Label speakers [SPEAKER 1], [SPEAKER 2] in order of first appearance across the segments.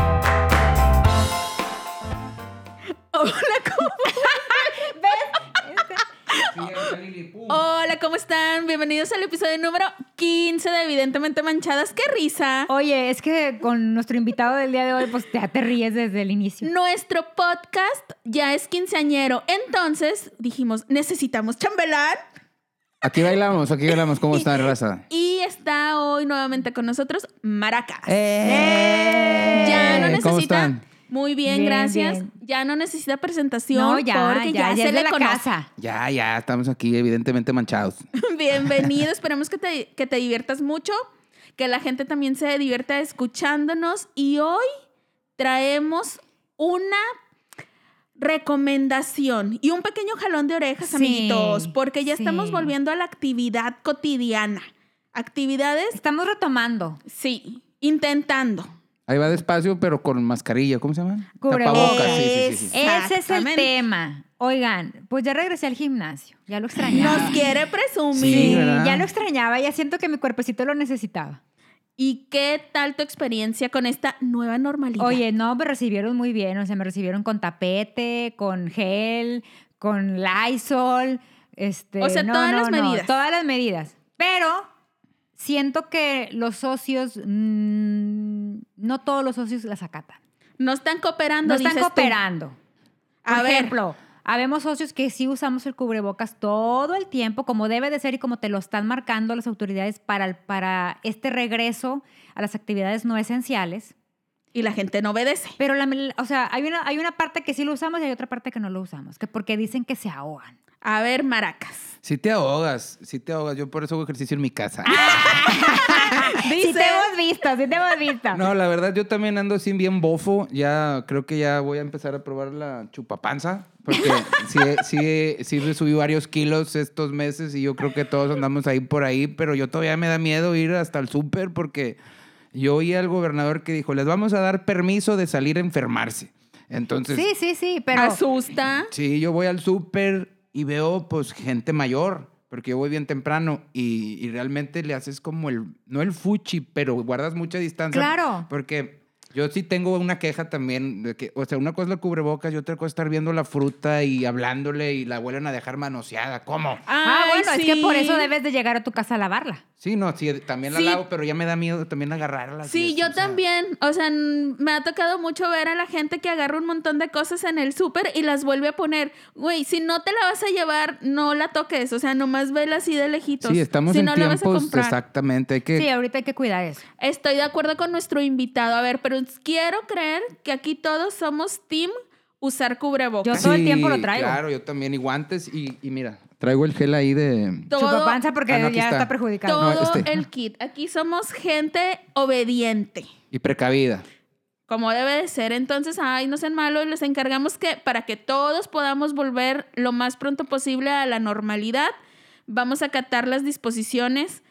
[SPEAKER 1] Bienvenidos al episodio número 15 de Evidentemente Manchadas. ¡Qué risa!
[SPEAKER 2] Oye, es que con nuestro invitado del día de hoy, pues ya te ríes desde el inicio.
[SPEAKER 1] Nuestro podcast ya es quinceañero. Entonces dijimos, necesitamos chambelán.
[SPEAKER 3] Aquí bailamos, aquí bailamos. ¿Cómo está, raza?
[SPEAKER 1] Y está hoy nuevamente con nosotros Maracas.
[SPEAKER 3] ¡Eh!
[SPEAKER 1] Ya no necesita.
[SPEAKER 3] ¿Cómo están?
[SPEAKER 1] Muy bien,
[SPEAKER 2] Bien,
[SPEAKER 1] gracias.
[SPEAKER 2] bien.
[SPEAKER 1] Ya no necesita presentación
[SPEAKER 2] No, ya,
[SPEAKER 1] porque ya,
[SPEAKER 2] ya, ya,
[SPEAKER 1] se
[SPEAKER 2] es de
[SPEAKER 1] le
[SPEAKER 2] la
[SPEAKER 1] conoce.
[SPEAKER 2] casa.
[SPEAKER 3] Ya, ya, estamos aquí evidentemente manchados.
[SPEAKER 1] Bienvenido, esperemos que te, que te diviertas mucho, que la gente también se divierta escuchándonos y hoy traemos una recomendación y un pequeño jalón de orejas,
[SPEAKER 2] Sí,
[SPEAKER 1] amiguitos, porque ya
[SPEAKER 2] sí.
[SPEAKER 1] estamos volviendo a la actividad cotidiana. Actividades,
[SPEAKER 2] Estamos retomando.
[SPEAKER 1] sí, intentando.
[SPEAKER 3] Ahí va despacio, pero con mascarilla. ¿Cómo se llama?
[SPEAKER 2] Cubrebocas.
[SPEAKER 3] Tapabocas, sí, sí, sí,
[SPEAKER 1] Eh.
[SPEAKER 2] Ese
[SPEAKER 3] sí.
[SPEAKER 2] es el
[SPEAKER 1] Exactamente.
[SPEAKER 2] tema. Oigan, pues ya regresé al gimnasio. Ya lo extrañaba.
[SPEAKER 1] Nos quiere
[SPEAKER 2] Sí,
[SPEAKER 1] presumir.
[SPEAKER 3] Sí, ¿verdad?
[SPEAKER 2] ya lo extrañaba. Ya siento que mi cuerpecito lo necesitaba.
[SPEAKER 1] ¿Y qué tal tu experiencia con esta nueva normalidad?
[SPEAKER 2] Oye, no, me recibieron muy bien. O sea, me recibieron con tapete, con gel, con Lysol. Este,
[SPEAKER 1] O sea,
[SPEAKER 2] no,
[SPEAKER 1] todas
[SPEAKER 2] no,
[SPEAKER 1] las
[SPEAKER 2] no,
[SPEAKER 1] medidas.
[SPEAKER 2] todas las medidas. Pero siento que los socios, mm, no todos los socios las acatan.
[SPEAKER 1] no están cooperando.
[SPEAKER 2] No están
[SPEAKER 1] dices tú.
[SPEAKER 2] cooperando. Por
[SPEAKER 1] A ver.
[SPEAKER 2] ejemplo, habemos socios que sí usamos el cubrebocas todo el tiempo, como debe de ser y como te lo están marcando las autoridades para, el- para este regreso a las actividades no esenciales.
[SPEAKER 1] Y la gente no obedece.
[SPEAKER 2] Pero, la, o sea, hay una, hay una parte que sí lo usamos y hay otra parte que no lo usamos, que porque dicen que se ahogan.
[SPEAKER 1] A ver, maracas.
[SPEAKER 3] Sí te ahogas, sí te ahogas. Yo por eso hago ejercicio en mi casa.
[SPEAKER 1] Ah,
[SPEAKER 2] Sí te hemos visto, sí te hemos visto.
[SPEAKER 3] No, la verdad, yo también ando así bien bofo. Ya creo que ya voy a empezar a probar la chupapanza. Porque sí, sí, sí subí varios kilos estos meses y yo creo que todos andamos ahí por ahí. Pero yo todavía me da miedo ir hasta el súper porque yo oí al gobernador que dijo: les vamos a dar permiso de salir a enfermarse. Entonces,
[SPEAKER 2] Sí, sí, sí, pero...
[SPEAKER 1] Asusta.
[SPEAKER 3] Sí, yo voy al súper y veo pues gente mayor, porque yo voy bien temprano y, y realmente le haces como el, no el fuchi, pero guardas mucha distancia.
[SPEAKER 2] Claro.
[SPEAKER 3] Porque yo sí tengo una queja también, de que, o sea, una cosa es la cubrebocas y otra cosa es estar viendo la fruta y hablándole y la vuelven a dejar manoseada. ¿Cómo?
[SPEAKER 2] Ah,
[SPEAKER 1] Ay,
[SPEAKER 2] bueno, es que por eso
[SPEAKER 1] sí.
[SPEAKER 2] debes de llegar a tu casa a lavarla.
[SPEAKER 3] Sí, no, sí, también la
[SPEAKER 1] Sí.
[SPEAKER 3] lavo, pero ya me da miedo también agarrarla.
[SPEAKER 1] Sí, yo también. O sea, n- me ha tocado mucho ver a la gente que agarra un montón de cosas en el súper y las vuelve a poner. Güey, si no te la vas a llevar, no la toques. O sea, nomás vela así de lejitos.
[SPEAKER 3] Sí, estamos
[SPEAKER 1] si
[SPEAKER 3] en
[SPEAKER 1] no la vas a
[SPEAKER 3] tiempos
[SPEAKER 1] comprar.
[SPEAKER 3] exactamente. Hay que
[SPEAKER 2] Sí, ahorita hay que cuidar eso.
[SPEAKER 1] Estoy de acuerdo con nuestro invitado. A ver, pero quiero creer que aquí todos somos team usar cubrebocas.
[SPEAKER 2] Yo todo el tiempo lo traigo.
[SPEAKER 3] Claro, yo también. Y guantes. Y, y mira, traigo el gel ahí de.
[SPEAKER 1] Todo-
[SPEAKER 2] Chupapanza porque
[SPEAKER 3] Ah, no, aquí
[SPEAKER 2] ya
[SPEAKER 3] está.
[SPEAKER 2] está, perjudicado.
[SPEAKER 1] Todo
[SPEAKER 3] No, este-
[SPEAKER 1] el kit. Aquí somos gente obediente.
[SPEAKER 3] Y precavida.
[SPEAKER 1] como debe de ser. Entonces, ay, no sean malos, les encargamos que para que todos podamos volver lo más pronto posible a la normalidad, vamos a acatar las disposiciones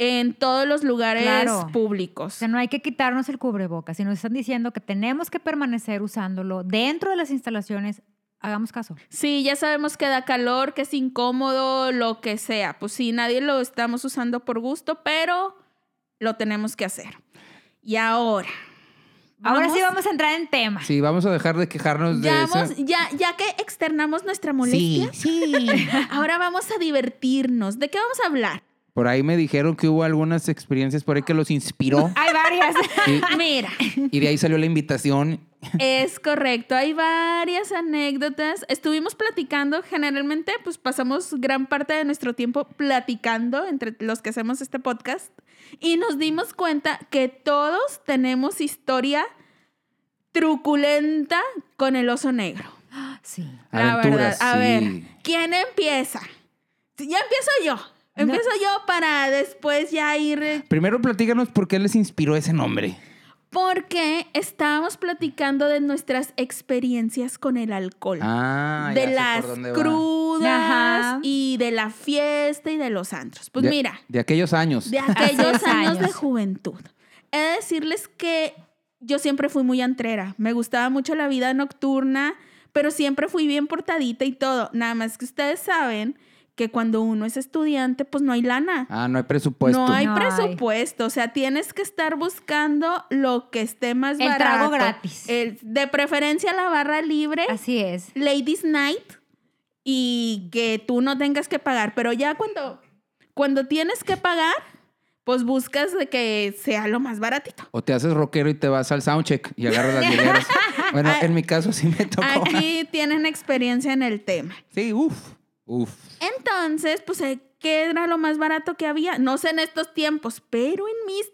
[SPEAKER 1] en todos los lugares
[SPEAKER 2] Claro.
[SPEAKER 1] públicos.
[SPEAKER 2] O sea, no hay que quitarnos el cubrebocas. Si nos están diciendo que tenemos que permanecer usándolo dentro de las instalaciones, hagamos caso.
[SPEAKER 1] Sí, ya sabemos que da calor, que es incómodo, lo que sea. Pues sí, nadie lo estamos usando por gusto, pero lo tenemos que hacer. Y ahora.
[SPEAKER 2] Ahora sí vamos a entrar en tema.
[SPEAKER 3] Sí, vamos a dejar de quejarnos de
[SPEAKER 1] Ya,
[SPEAKER 3] esa-
[SPEAKER 1] vamos- ya, ya que externamos nuestra molestia, ahora vamos a divertirnos. ¿De qué vamos a hablar?
[SPEAKER 3] Por ahí me dijeron que hubo algunas experiencias por ahí que los inspiró.
[SPEAKER 2] Hay varias.
[SPEAKER 3] y,
[SPEAKER 1] Mira,
[SPEAKER 3] y de ahí salió la invitación.
[SPEAKER 1] es correcto. Hay varias anécdotas. Estuvimos platicando, generalmente, pues pasamos gran parte de nuestro tiempo platicando entre los que hacemos este podcast y nos dimos cuenta que todos tenemos historia truculenta con el oso negro.
[SPEAKER 2] Sí.
[SPEAKER 3] Aventuras.
[SPEAKER 1] la verdad. A
[SPEAKER 3] sí.
[SPEAKER 1] ver, ¿quién empieza? Sí, Ya empiezo yo. Empiezo yo para después ya ir eh,
[SPEAKER 3] Primero platícanos por qué les inspiró ese nombre.
[SPEAKER 1] Porque estábamos platicando de nuestras experiencias con el alcohol.
[SPEAKER 3] Ah, ya
[SPEAKER 1] de
[SPEAKER 3] sé
[SPEAKER 1] las
[SPEAKER 3] por dónde va.
[SPEAKER 1] crudas
[SPEAKER 2] Ajá.
[SPEAKER 1] y de la fiesta y de los antros. Pues
[SPEAKER 3] De-
[SPEAKER 1] mira,
[SPEAKER 3] De aquellos años.
[SPEAKER 1] de aquellos
[SPEAKER 2] Hace
[SPEAKER 1] años
[SPEAKER 2] años.
[SPEAKER 1] de juventud. He de decirles que yo siempre fui muy antrera. Me gustaba mucho la vida nocturna, pero siempre fui bien portadita y todo. Nada más que ustedes saben que cuando uno es estudiante, pues no hay lana.
[SPEAKER 3] Ah, no hay presupuesto.
[SPEAKER 1] No hay
[SPEAKER 2] No hay.
[SPEAKER 1] presupuesto, o sea, tienes que estar buscando lo que esté más
[SPEAKER 2] El
[SPEAKER 1] barato.
[SPEAKER 2] trago gratis.
[SPEAKER 1] El- de preferencia la barra libre,
[SPEAKER 2] Así es.
[SPEAKER 1] ladies night y que tú no tengas que pagar, pero ya cuando cuando tienes que pagar, pues buscas de que sea lo más baratito.
[SPEAKER 3] O te haces rockero y te vas al soundcheck y agarras las hileras. Bueno, en mi caso sí me tocó.
[SPEAKER 1] Ah, Aquí tienen experiencia en el tema.
[SPEAKER 3] Sí, uff, uff.
[SPEAKER 1] Entonces, pues, eh, ¿qué era lo más barato que había? No sé en estos tiempos, pero en mis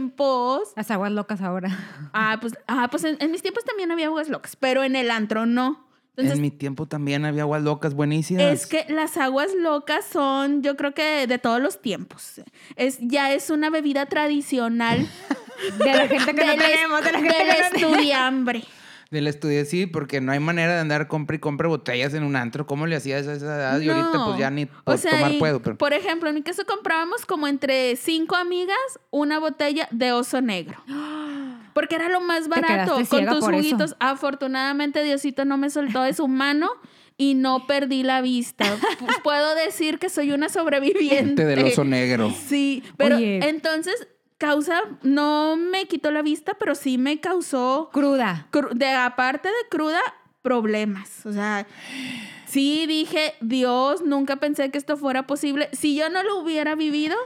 [SPEAKER 1] tiempos.
[SPEAKER 2] Las aguas locas ahora.
[SPEAKER 1] Ah, pues, ah, pues en, en mis tiempos también había aguas locas, pero en el antro no. Entonces,
[SPEAKER 3] en mi tiempo también había aguas locas buenísimas.
[SPEAKER 1] Es que las aguas locas son, yo creo que de todos los tiempos. Es, ya es una bebida tradicional
[SPEAKER 2] De la gente que no
[SPEAKER 1] del, es-
[SPEAKER 2] tenemos, de la gente
[SPEAKER 1] del
[SPEAKER 2] que no tenemos.
[SPEAKER 1] estudiambre.
[SPEAKER 3] Del estudio sí, porque no hay manera de andar compra y compra botellas en un antro. ¿Cómo le hacías a esa edad? Y ahorita pues ya ni
[SPEAKER 1] No.
[SPEAKER 3] por
[SPEAKER 1] O sea,
[SPEAKER 3] tomar
[SPEAKER 1] y, pues,
[SPEAKER 3] puedo, pero...
[SPEAKER 1] Por ejemplo, en mi caso comprábamos como entre cinco amigas una botella de oso negro. Porque era lo más barato.
[SPEAKER 2] quedaste
[SPEAKER 1] Con
[SPEAKER 2] ciega
[SPEAKER 1] tus
[SPEAKER 2] por eso.
[SPEAKER 1] juguitos. Afortunadamente, Diosito no me soltó de su mano y no perdí la vista. Pues, Puedo decir que soy una sobreviviente.
[SPEAKER 3] Gente del oso negro.
[SPEAKER 1] Sí, pero
[SPEAKER 2] Oye.
[SPEAKER 1] entonces causa, no me quitó la vista, pero sí me causó,
[SPEAKER 2] Cruda.
[SPEAKER 1] cru- de aparte de cruda, problemas. O sea, sí dije, Dios, nunca pensé que esto fuera posible. Si yo no lo hubiera vivido,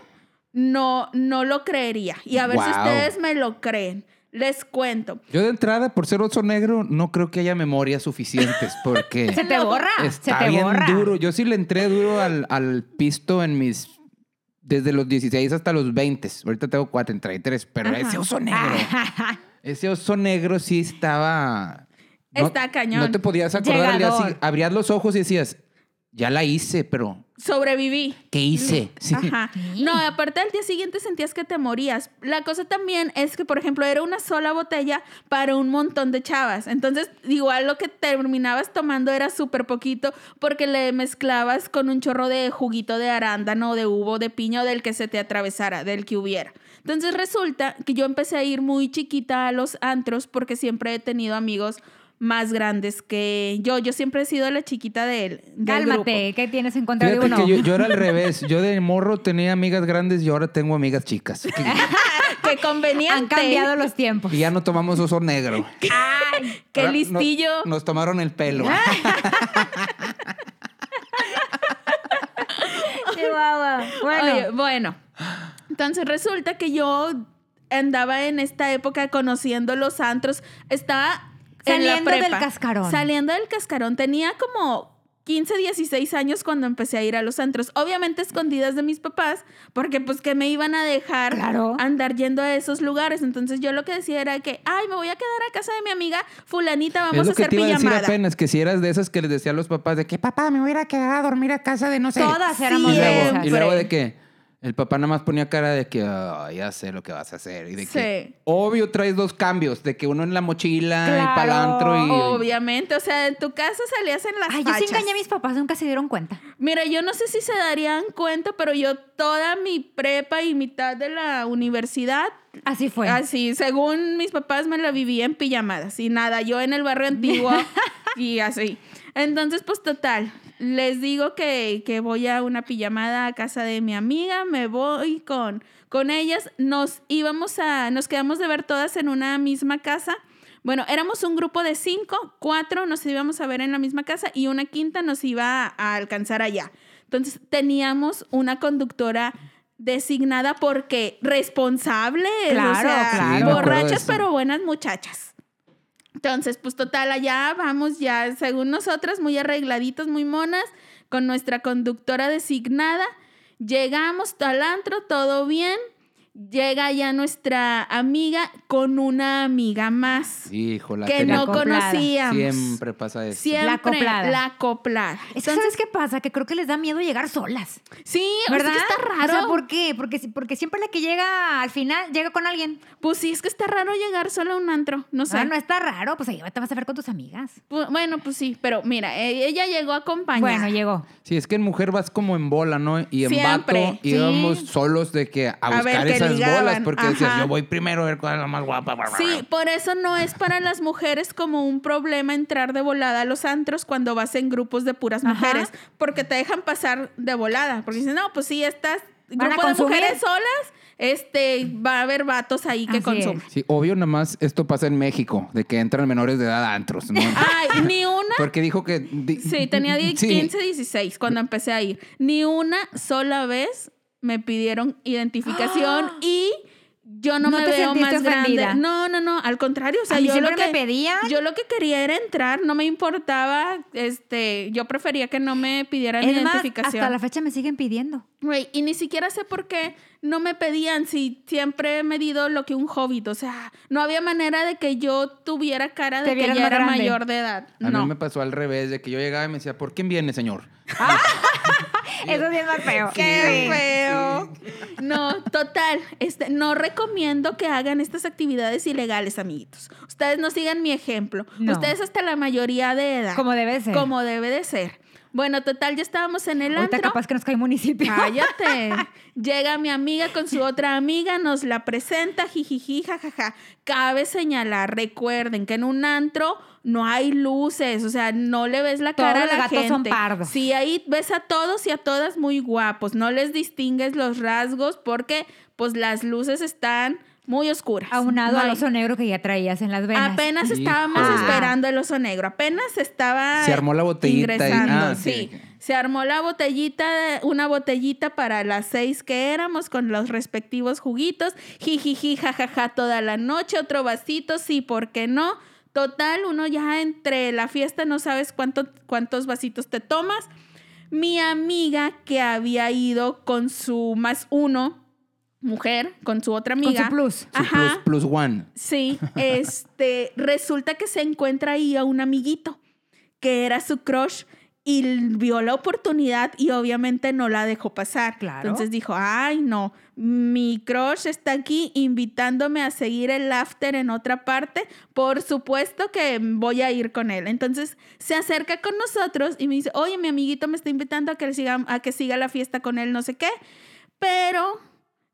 [SPEAKER 1] no, no lo creería. Y a ver si
[SPEAKER 3] Wow.
[SPEAKER 1] ustedes me lo creen. Les cuento.
[SPEAKER 3] Yo de entrada, por ser oso negro, no creo que haya memorias suficientes porque...
[SPEAKER 2] Se te borra.
[SPEAKER 3] Está
[SPEAKER 2] se te
[SPEAKER 3] bien
[SPEAKER 2] borra.
[SPEAKER 3] duro. Yo sí le entré duro al, al pisto en mis. Desde los 16 hasta los 20. Ahorita tengo 43, pero
[SPEAKER 1] Ajá.
[SPEAKER 3] ese oso negro. ese oso negro sí estaba.
[SPEAKER 1] Está cañón.
[SPEAKER 3] No te podías acordar al día
[SPEAKER 2] Llegador.
[SPEAKER 3] siguiente. Abrías los ojos y decías, ya la hice, pero
[SPEAKER 1] Sobreviví.
[SPEAKER 3] ¿qué hice? Sí.
[SPEAKER 1] Ajá. No, aparte al día siguiente sentías que te morías. La cosa también es que, por ejemplo, era una sola botella para un montón de chavas. Entonces, igual lo que terminabas tomando era súper poquito porque le mezclabas con un chorro de juguito de arándano, de uvo, de piña o del que se te atravesara, del que hubiera. Entonces resulta que yo empecé a ir muy chiquita a los antros porque siempre he tenido amigos más grandes que yo. Yo siempre he sido la chiquita del, del grupo.
[SPEAKER 2] Cálmate, ¿qué tienes en contra de
[SPEAKER 3] Fíjate
[SPEAKER 2] uno?
[SPEAKER 3] que yo, yo era al revés. Yo de morro tenía amigas grandes y ahora tengo amigas chicas. Que,
[SPEAKER 1] Que conveniente.
[SPEAKER 2] Han cambiado los tiempos.
[SPEAKER 3] que ya no tomamos oso negro.
[SPEAKER 1] ¡Qué
[SPEAKER 3] Ahora no-
[SPEAKER 1] listillo!
[SPEAKER 3] nos tomaron el pelo.
[SPEAKER 2] Chihuahua. Bueno,
[SPEAKER 1] Oye, bueno. Entonces resulta que yo andaba en esta época conociendo los antros. Estaba en
[SPEAKER 2] Saliendo
[SPEAKER 1] la
[SPEAKER 2] del
[SPEAKER 1] prepa.
[SPEAKER 2] cascarón.
[SPEAKER 1] Saliendo del cascarón. Tenía como 15, 16 años cuando empecé a ir a los antros. Obviamente escondidas de mis papás, porque pues que me iban a dejar
[SPEAKER 2] Claro.
[SPEAKER 1] andar yendo a esos lugares. Entonces yo lo que decía era que, ay, me voy a quedar a casa de mi amiga fulanita,
[SPEAKER 3] es
[SPEAKER 1] vamos a
[SPEAKER 3] lo que
[SPEAKER 1] hacer
[SPEAKER 3] te iba a
[SPEAKER 1] pijamada.
[SPEAKER 3] decir apenas, que si eras de esas que les decía a los papás de que papá me voy a ir a quedar a dormir a casa de no sé.
[SPEAKER 2] todas éramos
[SPEAKER 3] Y
[SPEAKER 1] Sí,
[SPEAKER 2] de
[SPEAKER 3] luego,
[SPEAKER 2] esas.
[SPEAKER 3] y luego de que el papá nada más ponía cara de que "Ah, ya sé lo que vas a hacer. Y de que
[SPEAKER 1] Sí.
[SPEAKER 3] obvio traes dos cambios, de que uno en la mochila y
[SPEAKER 2] Claro,
[SPEAKER 3] palantro y.
[SPEAKER 1] Obviamente, o sea, en tu casa salías en las
[SPEAKER 2] Ay, yo sí
[SPEAKER 1] fachas.
[SPEAKER 2] engañé a mis papás, nunca se dieron cuenta.
[SPEAKER 1] Mira, yo no sé si se darían cuenta, pero yo toda mi prepa y mitad de la universidad,
[SPEAKER 2] Así fue.
[SPEAKER 1] así, según mis papás, me la vivía en pijamadas y nada, yo en el barrio antiguo y así. Entonces, pues total, les digo que, que voy a una pijamada a casa de mi amiga, me voy con, con ellas, nos íbamos a, nos quedamos de ver todas en una misma casa. Bueno, éramos un grupo de cinco, cuatro nos íbamos a ver en la misma casa y una quinta nos iba a, a alcanzar allá. Entonces teníamos una conductora designada porque responsables,
[SPEAKER 2] Claro,
[SPEAKER 1] o sea,
[SPEAKER 2] claro. Sí, me acuerdo de
[SPEAKER 1] borrachas
[SPEAKER 3] eso.
[SPEAKER 1] pero buenas muchachas. Entonces, pues total, allá vamos ya, según nosotras, muy arregladitas, muy monas, con nuestra conductora designada. Llegamos al antro, todo bien. Llega ya nuestra amiga con una amiga más
[SPEAKER 3] Hijo, la
[SPEAKER 1] que
[SPEAKER 3] tele-
[SPEAKER 1] no
[SPEAKER 2] acoplada.
[SPEAKER 1] conocíamos.
[SPEAKER 3] Siempre pasa eso.
[SPEAKER 1] Siempre
[SPEAKER 2] La acoplada.
[SPEAKER 1] la acoplada.
[SPEAKER 2] Es que, ¿sabes qué pasa? Que creo que les da miedo llegar solas.
[SPEAKER 1] Sí, ¿verdad?
[SPEAKER 2] ¿Verdad?
[SPEAKER 1] está raro.
[SPEAKER 2] O sea, ¿por qué? Porque, si- porque siempre la que llega al final llega con alguien.
[SPEAKER 1] Pues sí, es que está raro llegar solo a un antro. No
[SPEAKER 2] O
[SPEAKER 1] sé.
[SPEAKER 2] sea, no está raro. Pues ahí te vas a ver con tus amigas.
[SPEAKER 1] Pu- bueno, pues sí, pero mira, e- ella llegó acompañada.
[SPEAKER 2] Bueno, llegó.
[SPEAKER 3] Sí, es que en mujer vas como en bola, ¿no? Y en
[SPEAKER 1] Siempre,
[SPEAKER 3] vato íbamos
[SPEAKER 1] sí.
[SPEAKER 3] solos de que a,
[SPEAKER 1] A ver
[SPEAKER 3] buscar
[SPEAKER 1] qué
[SPEAKER 3] esas
[SPEAKER 1] ligaban,
[SPEAKER 3] bolas porque decías,
[SPEAKER 1] ajá.
[SPEAKER 3] yo voy primero a ver cuál es la más guapa.
[SPEAKER 1] Sí, por eso no es para las mujeres como un problema entrar de volada a los antros cuando vas en grupos de puras
[SPEAKER 2] Ajá.
[SPEAKER 1] mujeres, porque te dejan pasar de volada, porque dicen, no, pues sí, estas
[SPEAKER 2] Van a
[SPEAKER 1] grupo de
[SPEAKER 2] consumir.
[SPEAKER 1] mujeres solas, este, va a haber vatos ahí que
[SPEAKER 2] Así
[SPEAKER 1] consumen.
[SPEAKER 3] Sí, obvio, nada más esto pasa en México, de que entran menores de edad a antros, ¿no?
[SPEAKER 1] Ay, ni una,
[SPEAKER 3] Porque dijo que. di-
[SPEAKER 1] Ah, sí, tenía die-
[SPEAKER 3] Sí.
[SPEAKER 1] 15, 16 cuando empecé a ir, ni una sola vez me pidieron identificación y yo no,
[SPEAKER 2] ¿No
[SPEAKER 1] me
[SPEAKER 2] te
[SPEAKER 1] veo
[SPEAKER 2] sentiste
[SPEAKER 1] más grande.
[SPEAKER 2] ofendida?
[SPEAKER 1] No, no, no, al contrario, o sea,
[SPEAKER 2] a mí
[SPEAKER 1] yo
[SPEAKER 2] siempre
[SPEAKER 1] lo que
[SPEAKER 2] me pedían.
[SPEAKER 1] yo lo que quería era entrar, no me importaba, este, yo prefería que no me pidieran
[SPEAKER 2] es más,
[SPEAKER 1] identificación.
[SPEAKER 2] hasta la fecha me siguen pidiendo.
[SPEAKER 1] Güey, y ni siquiera sé por qué no me pedían si siempre he medido lo que un hobbit, o sea, no había manera de que yo tuviera cara
[SPEAKER 2] Te
[SPEAKER 1] de que
[SPEAKER 2] vieras
[SPEAKER 1] ya
[SPEAKER 2] más
[SPEAKER 1] era
[SPEAKER 2] grande.
[SPEAKER 1] mayor de edad.
[SPEAKER 3] A
[SPEAKER 1] no.
[SPEAKER 3] mí me pasó al revés, de que yo llegaba y me decía, ¿por quién viene, señor?
[SPEAKER 2] Eso sí es más feo.
[SPEAKER 1] ¡Qué feo! No, total. Este, no recomiendo que hagan estas actividades ilegales, amiguitos. Ustedes no sigan mi ejemplo.
[SPEAKER 2] No.
[SPEAKER 1] Ustedes hasta la mayoría de edad.
[SPEAKER 2] Como debe ser.
[SPEAKER 1] Como debe de ser. Bueno, total, ya estábamos en el
[SPEAKER 2] Ahorita
[SPEAKER 1] antro.
[SPEAKER 2] capaz que nos cae municipio.
[SPEAKER 1] Ah, Cállate. Llega mi amiga con su otra amiga, nos la presenta, jijiji, jajaja. Cabe señalar, recuerden que en un antro no hay luces, o sea, no le ves la
[SPEAKER 2] Todos
[SPEAKER 1] cara a
[SPEAKER 2] los
[SPEAKER 1] la
[SPEAKER 2] gatos son
[SPEAKER 1] gente.
[SPEAKER 2] pardos.
[SPEAKER 1] Sí, ahí ves a todos y a todas muy guapos, no les distingues los rasgos porque pues las luces están muy oscuras.
[SPEAKER 2] Aunado
[SPEAKER 1] No
[SPEAKER 2] al
[SPEAKER 1] hay-
[SPEAKER 2] oso negro que ya traías en las venas.
[SPEAKER 1] Apenas estábamos
[SPEAKER 2] Híjole.
[SPEAKER 1] esperando el oso negro, apenas estaba
[SPEAKER 3] Se armó la botellita y-
[SPEAKER 1] ingresando,
[SPEAKER 3] ah,
[SPEAKER 1] sí.
[SPEAKER 3] sí.
[SPEAKER 1] Se armó la botellita, de- una botellita para las seis que éramos con los respectivos juguitos, jijiji, jajaja, toda la noche, otro vasito, sí, ¿por qué no? Total, uno ya entre la fiesta no sabes cuánto, cuántos vasitos te tomas. Mi amiga que había ido con su más uno, mujer, con su otra
[SPEAKER 2] Con
[SPEAKER 1] amiga.
[SPEAKER 2] su plus.
[SPEAKER 3] Su
[SPEAKER 1] Ajá.
[SPEAKER 3] Plus, plus one.
[SPEAKER 1] Sí, este, resulta que se encuentra ahí a un amiguito que era su crush y l- vio la oportunidad y obviamente no la dejó pasar.
[SPEAKER 2] Claro.
[SPEAKER 1] Entonces dijo, ay no, mi crush está aquí invitándome a seguir el after en otra parte, por supuesto que voy a ir con él. Entonces se acerca con nosotros y me dice, oye, mi amiguito me está invitando a que, le siga, a que siga la fiesta con él, no sé qué, pero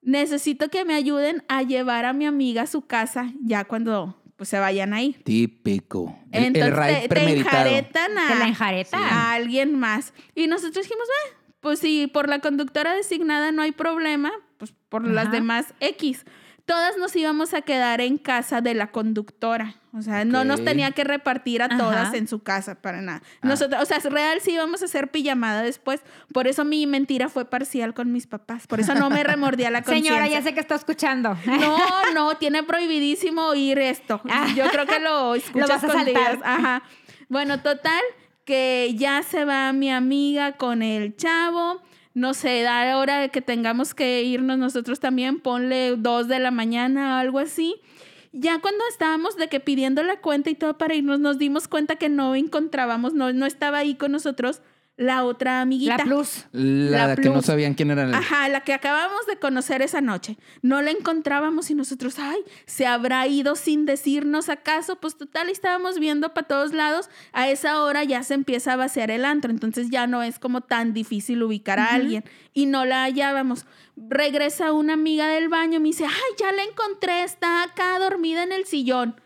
[SPEAKER 1] necesito que me ayuden a llevar a mi amiga a su casa ya cuando pues, se vayan ahí.
[SPEAKER 3] Típico. El, el
[SPEAKER 1] Entonces
[SPEAKER 3] raid
[SPEAKER 1] te, te
[SPEAKER 3] premeditado.
[SPEAKER 1] enjaretan a,
[SPEAKER 2] Te la enjareta.
[SPEAKER 1] a alguien más. Y nosotros dijimos, "Eh, pues si por la conductora designada no hay problema, pues por las
[SPEAKER 2] Ajá.
[SPEAKER 1] demás X. Todas nos íbamos a quedar en casa de la conductora. O sea, no nos
[SPEAKER 3] Ok.
[SPEAKER 1] tenía que repartir a
[SPEAKER 2] Ajá.
[SPEAKER 1] todas en su casa para nada.
[SPEAKER 3] Ah.
[SPEAKER 1] Nosotros, o sea, real sí íbamos a hacer pijamada después. Por eso mi mentira fue parcial con mis papás. Por eso no me remordía la conciencia.
[SPEAKER 2] Señora, ya sé que está escuchando.
[SPEAKER 1] No, no, tiene prohibidísimo oír esto. Yo creo que lo escuchas
[SPEAKER 2] Ah. Lo vas a
[SPEAKER 1] escondidas.
[SPEAKER 2] saltar.
[SPEAKER 1] Ajá. Bueno, total, que ya se va mi amiga con el chavo. No sé, da hora de que tengamos que irnos nosotros también, ponle dos de la mañana o algo así. Ya cuando estábamos de que pidiendo la cuenta y todo para irnos, nos dimos cuenta que no encontrábamos, no, no estaba ahí con nosotros la otra amiguita.
[SPEAKER 2] La plus.
[SPEAKER 3] La,
[SPEAKER 1] La
[SPEAKER 3] que no
[SPEAKER 1] plus.
[SPEAKER 3] sabían quién era. la-
[SPEAKER 1] Ajá, la que acabamos de conocer esa noche. No la encontrábamos y nosotros, ay, se habrá ido sin decirnos acaso. Pues total, estábamos viendo para todos lados. A esa hora ya se empieza a vaciar el antro, entonces ya no es como tan difícil ubicar a alguien. Y no la hallábamos. Regresa una amiga del baño y me dice, ay, ya la encontré, está acá dormida en el sillón.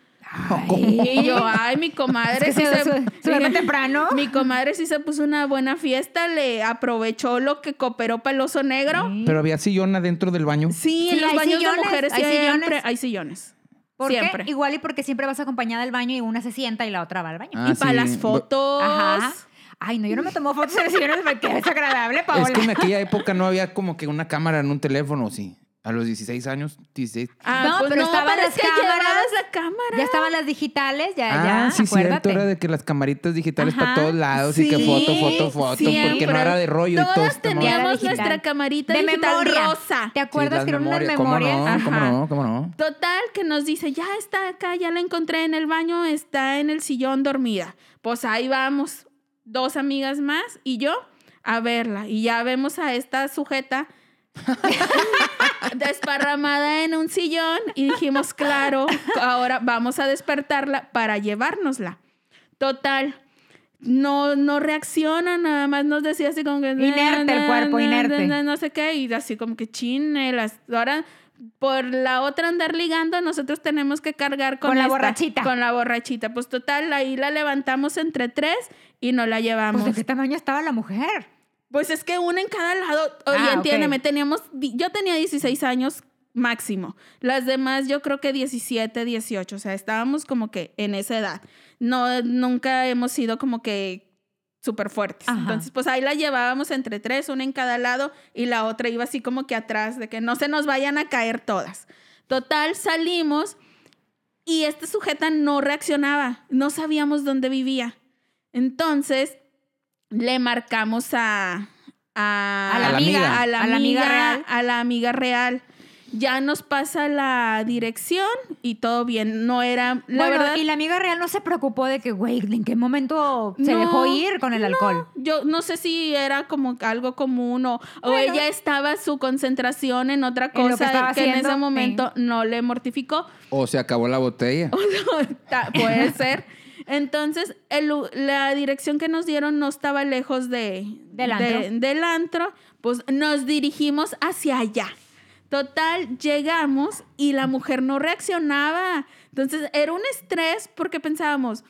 [SPEAKER 3] Oh,
[SPEAKER 1] Y yo, ay, mi comadre.
[SPEAKER 2] Es que
[SPEAKER 1] sí
[SPEAKER 2] se,
[SPEAKER 1] se-
[SPEAKER 2] se- se duerme
[SPEAKER 1] Dije,
[SPEAKER 2] temprano.
[SPEAKER 1] mi comadre sí se puso una buena fiesta, le aprovechó lo que cooperó para el oso negro.
[SPEAKER 3] Pero había sillón adentro del baño.
[SPEAKER 1] Sí, en
[SPEAKER 2] Sí,
[SPEAKER 1] los
[SPEAKER 2] hay
[SPEAKER 1] baños de
[SPEAKER 2] sillones,
[SPEAKER 1] mujeres
[SPEAKER 2] hay
[SPEAKER 1] siempre
[SPEAKER 2] sillones.
[SPEAKER 1] hay sillones.
[SPEAKER 2] ¿Por qué?
[SPEAKER 1] siempre.
[SPEAKER 2] Igual y porque siempre vas acompañada al baño y una se sienta y la otra va al baño.
[SPEAKER 3] Ah,
[SPEAKER 1] y para
[SPEAKER 3] sí.
[SPEAKER 1] las
[SPEAKER 3] Bu-
[SPEAKER 1] fotos.
[SPEAKER 2] Ajá. Ay, no, yo no me tomo fotos en el señor porque es agradable, Paola.
[SPEAKER 3] Es que en aquella época no había como que una cámara en un teléfono, sí. A los 16 años, 16.
[SPEAKER 1] Ah,
[SPEAKER 2] No, pero estaban
[SPEAKER 1] es
[SPEAKER 2] las
[SPEAKER 1] que llevabas
[SPEAKER 2] cámaras.
[SPEAKER 1] la cámara.
[SPEAKER 2] Ya estaban las digitales, ya,
[SPEAKER 3] ah,
[SPEAKER 2] ya,
[SPEAKER 3] sí,
[SPEAKER 2] acuérdate.
[SPEAKER 3] cierto. Era de que las camaritas digitales
[SPEAKER 2] Ajá.
[SPEAKER 3] para todos lados y Ah, que
[SPEAKER 1] Sí,
[SPEAKER 3] foto, foto, foto. Porque
[SPEAKER 1] siempre.
[SPEAKER 3] no era de rollo y todo.
[SPEAKER 1] Todas
[SPEAKER 3] este
[SPEAKER 1] teníamos
[SPEAKER 3] modo.
[SPEAKER 1] Teníamos
[SPEAKER 2] digital.
[SPEAKER 1] nuestra camarita
[SPEAKER 2] de
[SPEAKER 1] digital
[SPEAKER 2] memoria.
[SPEAKER 1] rosa.
[SPEAKER 2] ¿Te
[SPEAKER 3] Sí,
[SPEAKER 2] acuerdas
[SPEAKER 3] las
[SPEAKER 2] que eran unas
[SPEAKER 3] memorias,
[SPEAKER 2] memorias?
[SPEAKER 3] ¿Cómo no? ¿Cómo
[SPEAKER 1] Ajá.
[SPEAKER 3] no? ¿Cómo no?
[SPEAKER 1] Total, que nos dice, ya está acá, ya la encontré en el baño, está en el sillón dormida. Pues ahí vamos, dos amigas más y yo a verla. Y ya vemos a esta sujeta desparramada en un sillón y dijimos, claro, ahora vamos a despertarla para llevárnosla. Total. No, no reacciona, nada más nos decía así como que...
[SPEAKER 2] Inerte el cuerpo, inerte.
[SPEAKER 1] No sé qué, y así como que chine, las... Ahora, por la otra andar ligando, nosotros tenemos que cargar con,
[SPEAKER 2] Con la
[SPEAKER 1] esta-
[SPEAKER 2] borrachita.
[SPEAKER 1] Con la borrachita. Pues total, ahí la levantamos entre tres y no la llevamos.
[SPEAKER 2] Pues de qué tamaño estaba la mujer.
[SPEAKER 1] Pues es que una en cada lado. Oye,
[SPEAKER 2] Ah, ok.
[SPEAKER 1] entiéndeme, teníamos, di- yo tenía 16 años máximo. Las demás yo creo que 17, 18. O sea, estábamos como que en esa edad. No, nunca hemos sido como que súper fuertes.
[SPEAKER 2] Ajá.
[SPEAKER 1] Entonces, pues ahí la llevábamos entre tres, una en cada lado y la otra iba así como que atrás, de que no se nos vayan a caer todas. Total, salimos y esta sujeta no reaccionaba, no sabíamos dónde vivía. Entonces, le marcamos a... A,
[SPEAKER 2] A
[SPEAKER 3] la amiga.
[SPEAKER 1] a la amiga, real. A la amiga real. Ya nos pasa la dirección y todo bien. No era, la
[SPEAKER 2] bueno,
[SPEAKER 1] verdad,
[SPEAKER 2] y la amiga real no se preocupó de que, güey, ¿en qué momento se
[SPEAKER 1] No,
[SPEAKER 2] dejó ir con el alcohol?
[SPEAKER 1] Yo no sé si era como algo común o, o
[SPEAKER 2] Bueno.
[SPEAKER 1] ella estaba su concentración en otra
[SPEAKER 2] En lo que
[SPEAKER 1] cosa
[SPEAKER 2] estaba
[SPEAKER 1] que, en
[SPEAKER 2] haciendo,
[SPEAKER 1] ese momento no le mortificó.
[SPEAKER 3] O se acabó la botella.
[SPEAKER 1] Uh, Ta- Puede ser. Entonces, el lu- la dirección que nos dieron no estaba lejos de,
[SPEAKER 2] Del
[SPEAKER 1] de- del antro. Pues nos dirigimos hacia allá. Total, llegamos y la mujer no reaccionaba. Entonces, era un estrés porque pensábamos,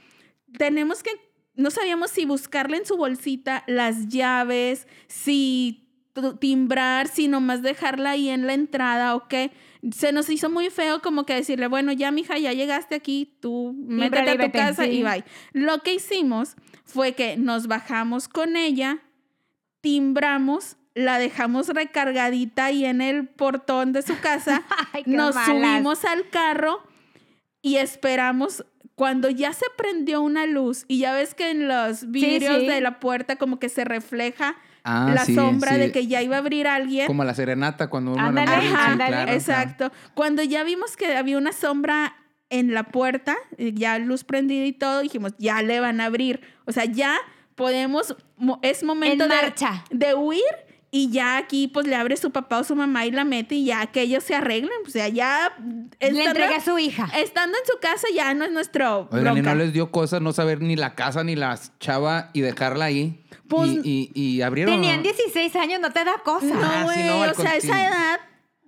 [SPEAKER 1] tenemos que, no sabíamos si buscarle en su bolsita las llaves, si tu- timbrar, si nomás dejarla ahí en la entrada o qué. Se nos hizo muy feo como que decirle, bueno, ya mija, ya llegaste aquí, tú métete a
[SPEAKER 2] y
[SPEAKER 1] tu
[SPEAKER 2] vete,
[SPEAKER 1] casa
[SPEAKER 2] sí.
[SPEAKER 1] y bye. Lo que hicimos fue que nos bajamos con ella, timbramos, la dejamos recargadita ahí en el portón de su casa
[SPEAKER 2] Ay, qué
[SPEAKER 1] nos
[SPEAKER 2] malas.
[SPEAKER 1] subimos al carro y esperamos cuando ya se prendió una luz y ya ves que en los vidrios
[SPEAKER 2] sí.
[SPEAKER 1] de la puerta como que se refleja
[SPEAKER 3] Ah,
[SPEAKER 1] la
[SPEAKER 3] sí,
[SPEAKER 1] sombra
[SPEAKER 3] sí.
[SPEAKER 1] de que ya iba a abrir alguien.
[SPEAKER 3] Como la serenata cuando uno
[SPEAKER 2] Ándale,
[SPEAKER 3] era morro, sí,
[SPEAKER 1] Ajá,
[SPEAKER 2] ándale.
[SPEAKER 3] claro, claro.
[SPEAKER 1] exacto. Cuando ya vimos que había una sombra en la puerta, eh, ya luz prendida y todo, dijimos, ya le van a abrir. O sea, ya podemos, mo- es momento
[SPEAKER 2] En
[SPEAKER 1] de,
[SPEAKER 2] marcha.
[SPEAKER 1] de huir y ya aquí pues le abre su papá o su mamá y la mete y ya que ellos se arreglen. O sea, ya
[SPEAKER 2] Le entregué a su hija.
[SPEAKER 1] estando en su casa ya no es nuestro...
[SPEAKER 3] Oigan, ¿y
[SPEAKER 1] bronca.
[SPEAKER 3] no les dio cosa no saber ni la casa ni la chava y dejarla ahí?
[SPEAKER 1] Pues-
[SPEAKER 3] y, y, y abrieron.
[SPEAKER 2] Tenían 16 años, no te da cosa.
[SPEAKER 1] No,
[SPEAKER 3] Ah, sí,
[SPEAKER 1] güey,
[SPEAKER 3] no, al
[SPEAKER 1] o sea,
[SPEAKER 3] contigo.
[SPEAKER 1] esa edad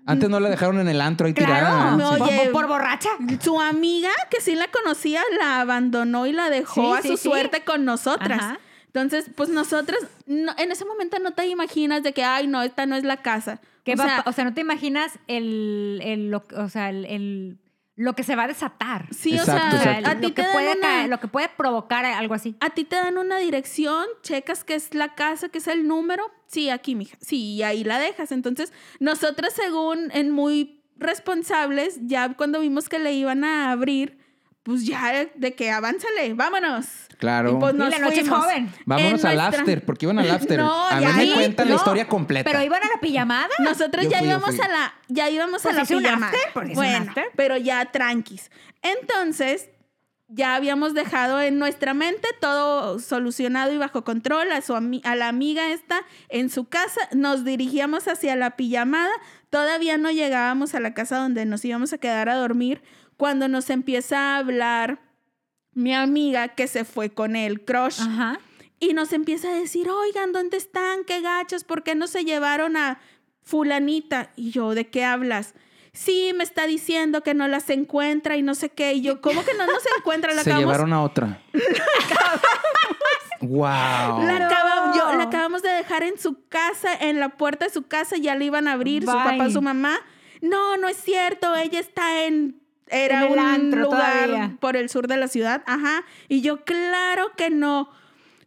[SPEAKER 3] Antes no la dejaron en el antro ahí
[SPEAKER 2] Claro,
[SPEAKER 3] tirada.
[SPEAKER 1] No,
[SPEAKER 3] Sí.
[SPEAKER 1] oye.
[SPEAKER 2] por, por borracha.
[SPEAKER 1] su amiga, que sí la conocía, la abandonó y la dejó
[SPEAKER 2] Sí,
[SPEAKER 1] a
[SPEAKER 2] sí,
[SPEAKER 1] su
[SPEAKER 2] sí.
[SPEAKER 1] suerte con nosotras.
[SPEAKER 2] Ajá.
[SPEAKER 1] Entonces, pues nosotras, no- en ese momento no te imaginas de que, ay, no, esta no es la casa.
[SPEAKER 2] ¿Qué
[SPEAKER 1] o
[SPEAKER 2] va
[SPEAKER 1] sea,
[SPEAKER 2] pa- o sea, no te imaginas el, el lo, o sea, el, el- lo que se va a desatar.
[SPEAKER 1] sí,
[SPEAKER 3] Exacto,
[SPEAKER 1] o sea,
[SPEAKER 2] O sea,
[SPEAKER 3] exacto.
[SPEAKER 1] a
[SPEAKER 2] lo,
[SPEAKER 1] ti
[SPEAKER 2] lo
[SPEAKER 1] te
[SPEAKER 2] que
[SPEAKER 1] dan
[SPEAKER 2] puede
[SPEAKER 1] una-
[SPEAKER 2] ca- lo que puede provocar algo así.
[SPEAKER 1] A ti te dan una dirección, checas que es la casa, que es el número. Sí, aquí, mija. Sí, y ahí la dejas. Entonces, nosotras, según en muy responsables, ya cuando vimos que le iban a abrir, pues ya de que avánzale, vámonos.
[SPEAKER 3] Claro.
[SPEAKER 1] Y pues
[SPEAKER 2] Y
[SPEAKER 1] nos
[SPEAKER 2] la noche es
[SPEAKER 1] fuimos.
[SPEAKER 2] joven.
[SPEAKER 3] Vámonos
[SPEAKER 1] En
[SPEAKER 3] al
[SPEAKER 1] nuestra-
[SPEAKER 3] after, porque iban al after.
[SPEAKER 1] No,
[SPEAKER 3] a mí
[SPEAKER 1] ya
[SPEAKER 3] me
[SPEAKER 1] ahí,
[SPEAKER 3] cuentan la
[SPEAKER 2] no,
[SPEAKER 3] historia completa.
[SPEAKER 2] Pero iban a la pijamada.
[SPEAKER 1] Nosotros
[SPEAKER 3] Yo
[SPEAKER 1] ya
[SPEAKER 3] fui, yo
[SPEAKER 1] íbamos
[SPEAKER 3] fui.
[SPEAKER 1] a la ya íbamos
[SPEAKER 2] Pues
[SPEAKER 1] a la
[SPEAKER 2] es un
[SPEAKER 1] pijamada.
[SPEAKER 2] after, porque es un
[SPEAKER 1] bueno,
[SPEAKER 2] after.
[SPEAKER 1] pero ya tranquis. Entonces, ya habíamos dejado en nuestra mente todo solucionado y bajo control a su ami- a la amiga esta en su casa, nos dirigíamos hacia la pijamada, todavía no llegábamos a la casa donde nos íbamos a quedar a dormir cuando nos empieza a hablar mi amiga que se fue con el crush.
[SPEAKER 2] Ajá.
[SPEAKER 1] Y nos empieza a decir, oigan, ¿dónde están? ¿Qué gachos? ¿Por qué no se llevaron a fulanita? Y yo, ¿de qué hablas? Sí, me está diciendo que no las encuentra y no sé qué. Y yo, ¿cómo que no nos encuentra? La
[SPEAKER 3] Se
[SPEAKER 1] acabamos,
[SPEAKER 3] llevaron a otra. wow.
[SPEAKER 1] la,
[SPEAKER 2] No.
[SPEAKER 1] acaba- yo- la acabamos de dejar en su casa, en la puerta de su casa, ya le iban a abrir su
[SPEAKER 2] Bye.
[SPEAKER 1] papá, su mamá. No, no es cierto, ella está en... Era
[SPEAKER 2] En el
[SPEAKER 1] un
[SPEAKER 2] antro
[SPEAKER 1] lugar
[SPEAKER 2] todavía.
[SPEAKER 1] por el sur de la ciudad, ajá. Y yo, claro que no.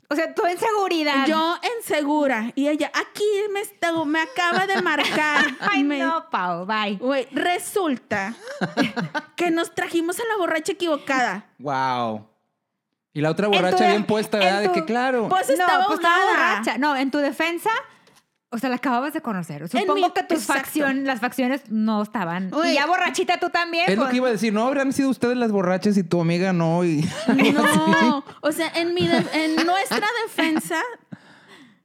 [SPEAKER 2] O sea, tú en seguridad.
[SPEAKER 1] Yo en segura. Y ella, aquí me, está, me acaba de marcar.
[SPEAKER 2] Ay,
[SPEAKER 1] Me-
[SPEAKER 2] no, Pau, bye.
[SPEAKER 1] Güey, resulta que nos trajimos a la borracha equivocada.
[SPEAKER 3] Wow. Y la otra
[SPEAKER 2] tu
[SPEAKER 3] borracha
[SPEAKER 2] de-
[SPEAKER 3] bien puesta,
[SPEAKER 2] en
[SPEAKER 3] ¿verdad?
[SPEAKER 2] tu-
[SPEAKER 3] De que claro.
[SPEAKER 1] Pues estaba ahogada.
[SPEAKER 2] borracha. No, en tu defensa, o sea, la acababas de conocer. Supongo
[SPEAKER 1] mi-
[SPEAKER 2] que tus
[SPEAKER 1] exacto.
[SPEAKER 2] facciones, las facciones no estaban.
[SPEAKER 1] Oye.
[SPEAKER 2] Y ya borrachita tú también.
[SPEAKER 3] Es lo
[SPEAKER 2] pues.
[SPEAKER 3] que iba a decir, no habrán sido ustedes las borrachas y tu amiga no. Y...
[SPEAKER 1] No, o sea, en, mi de- en nuestra defensa,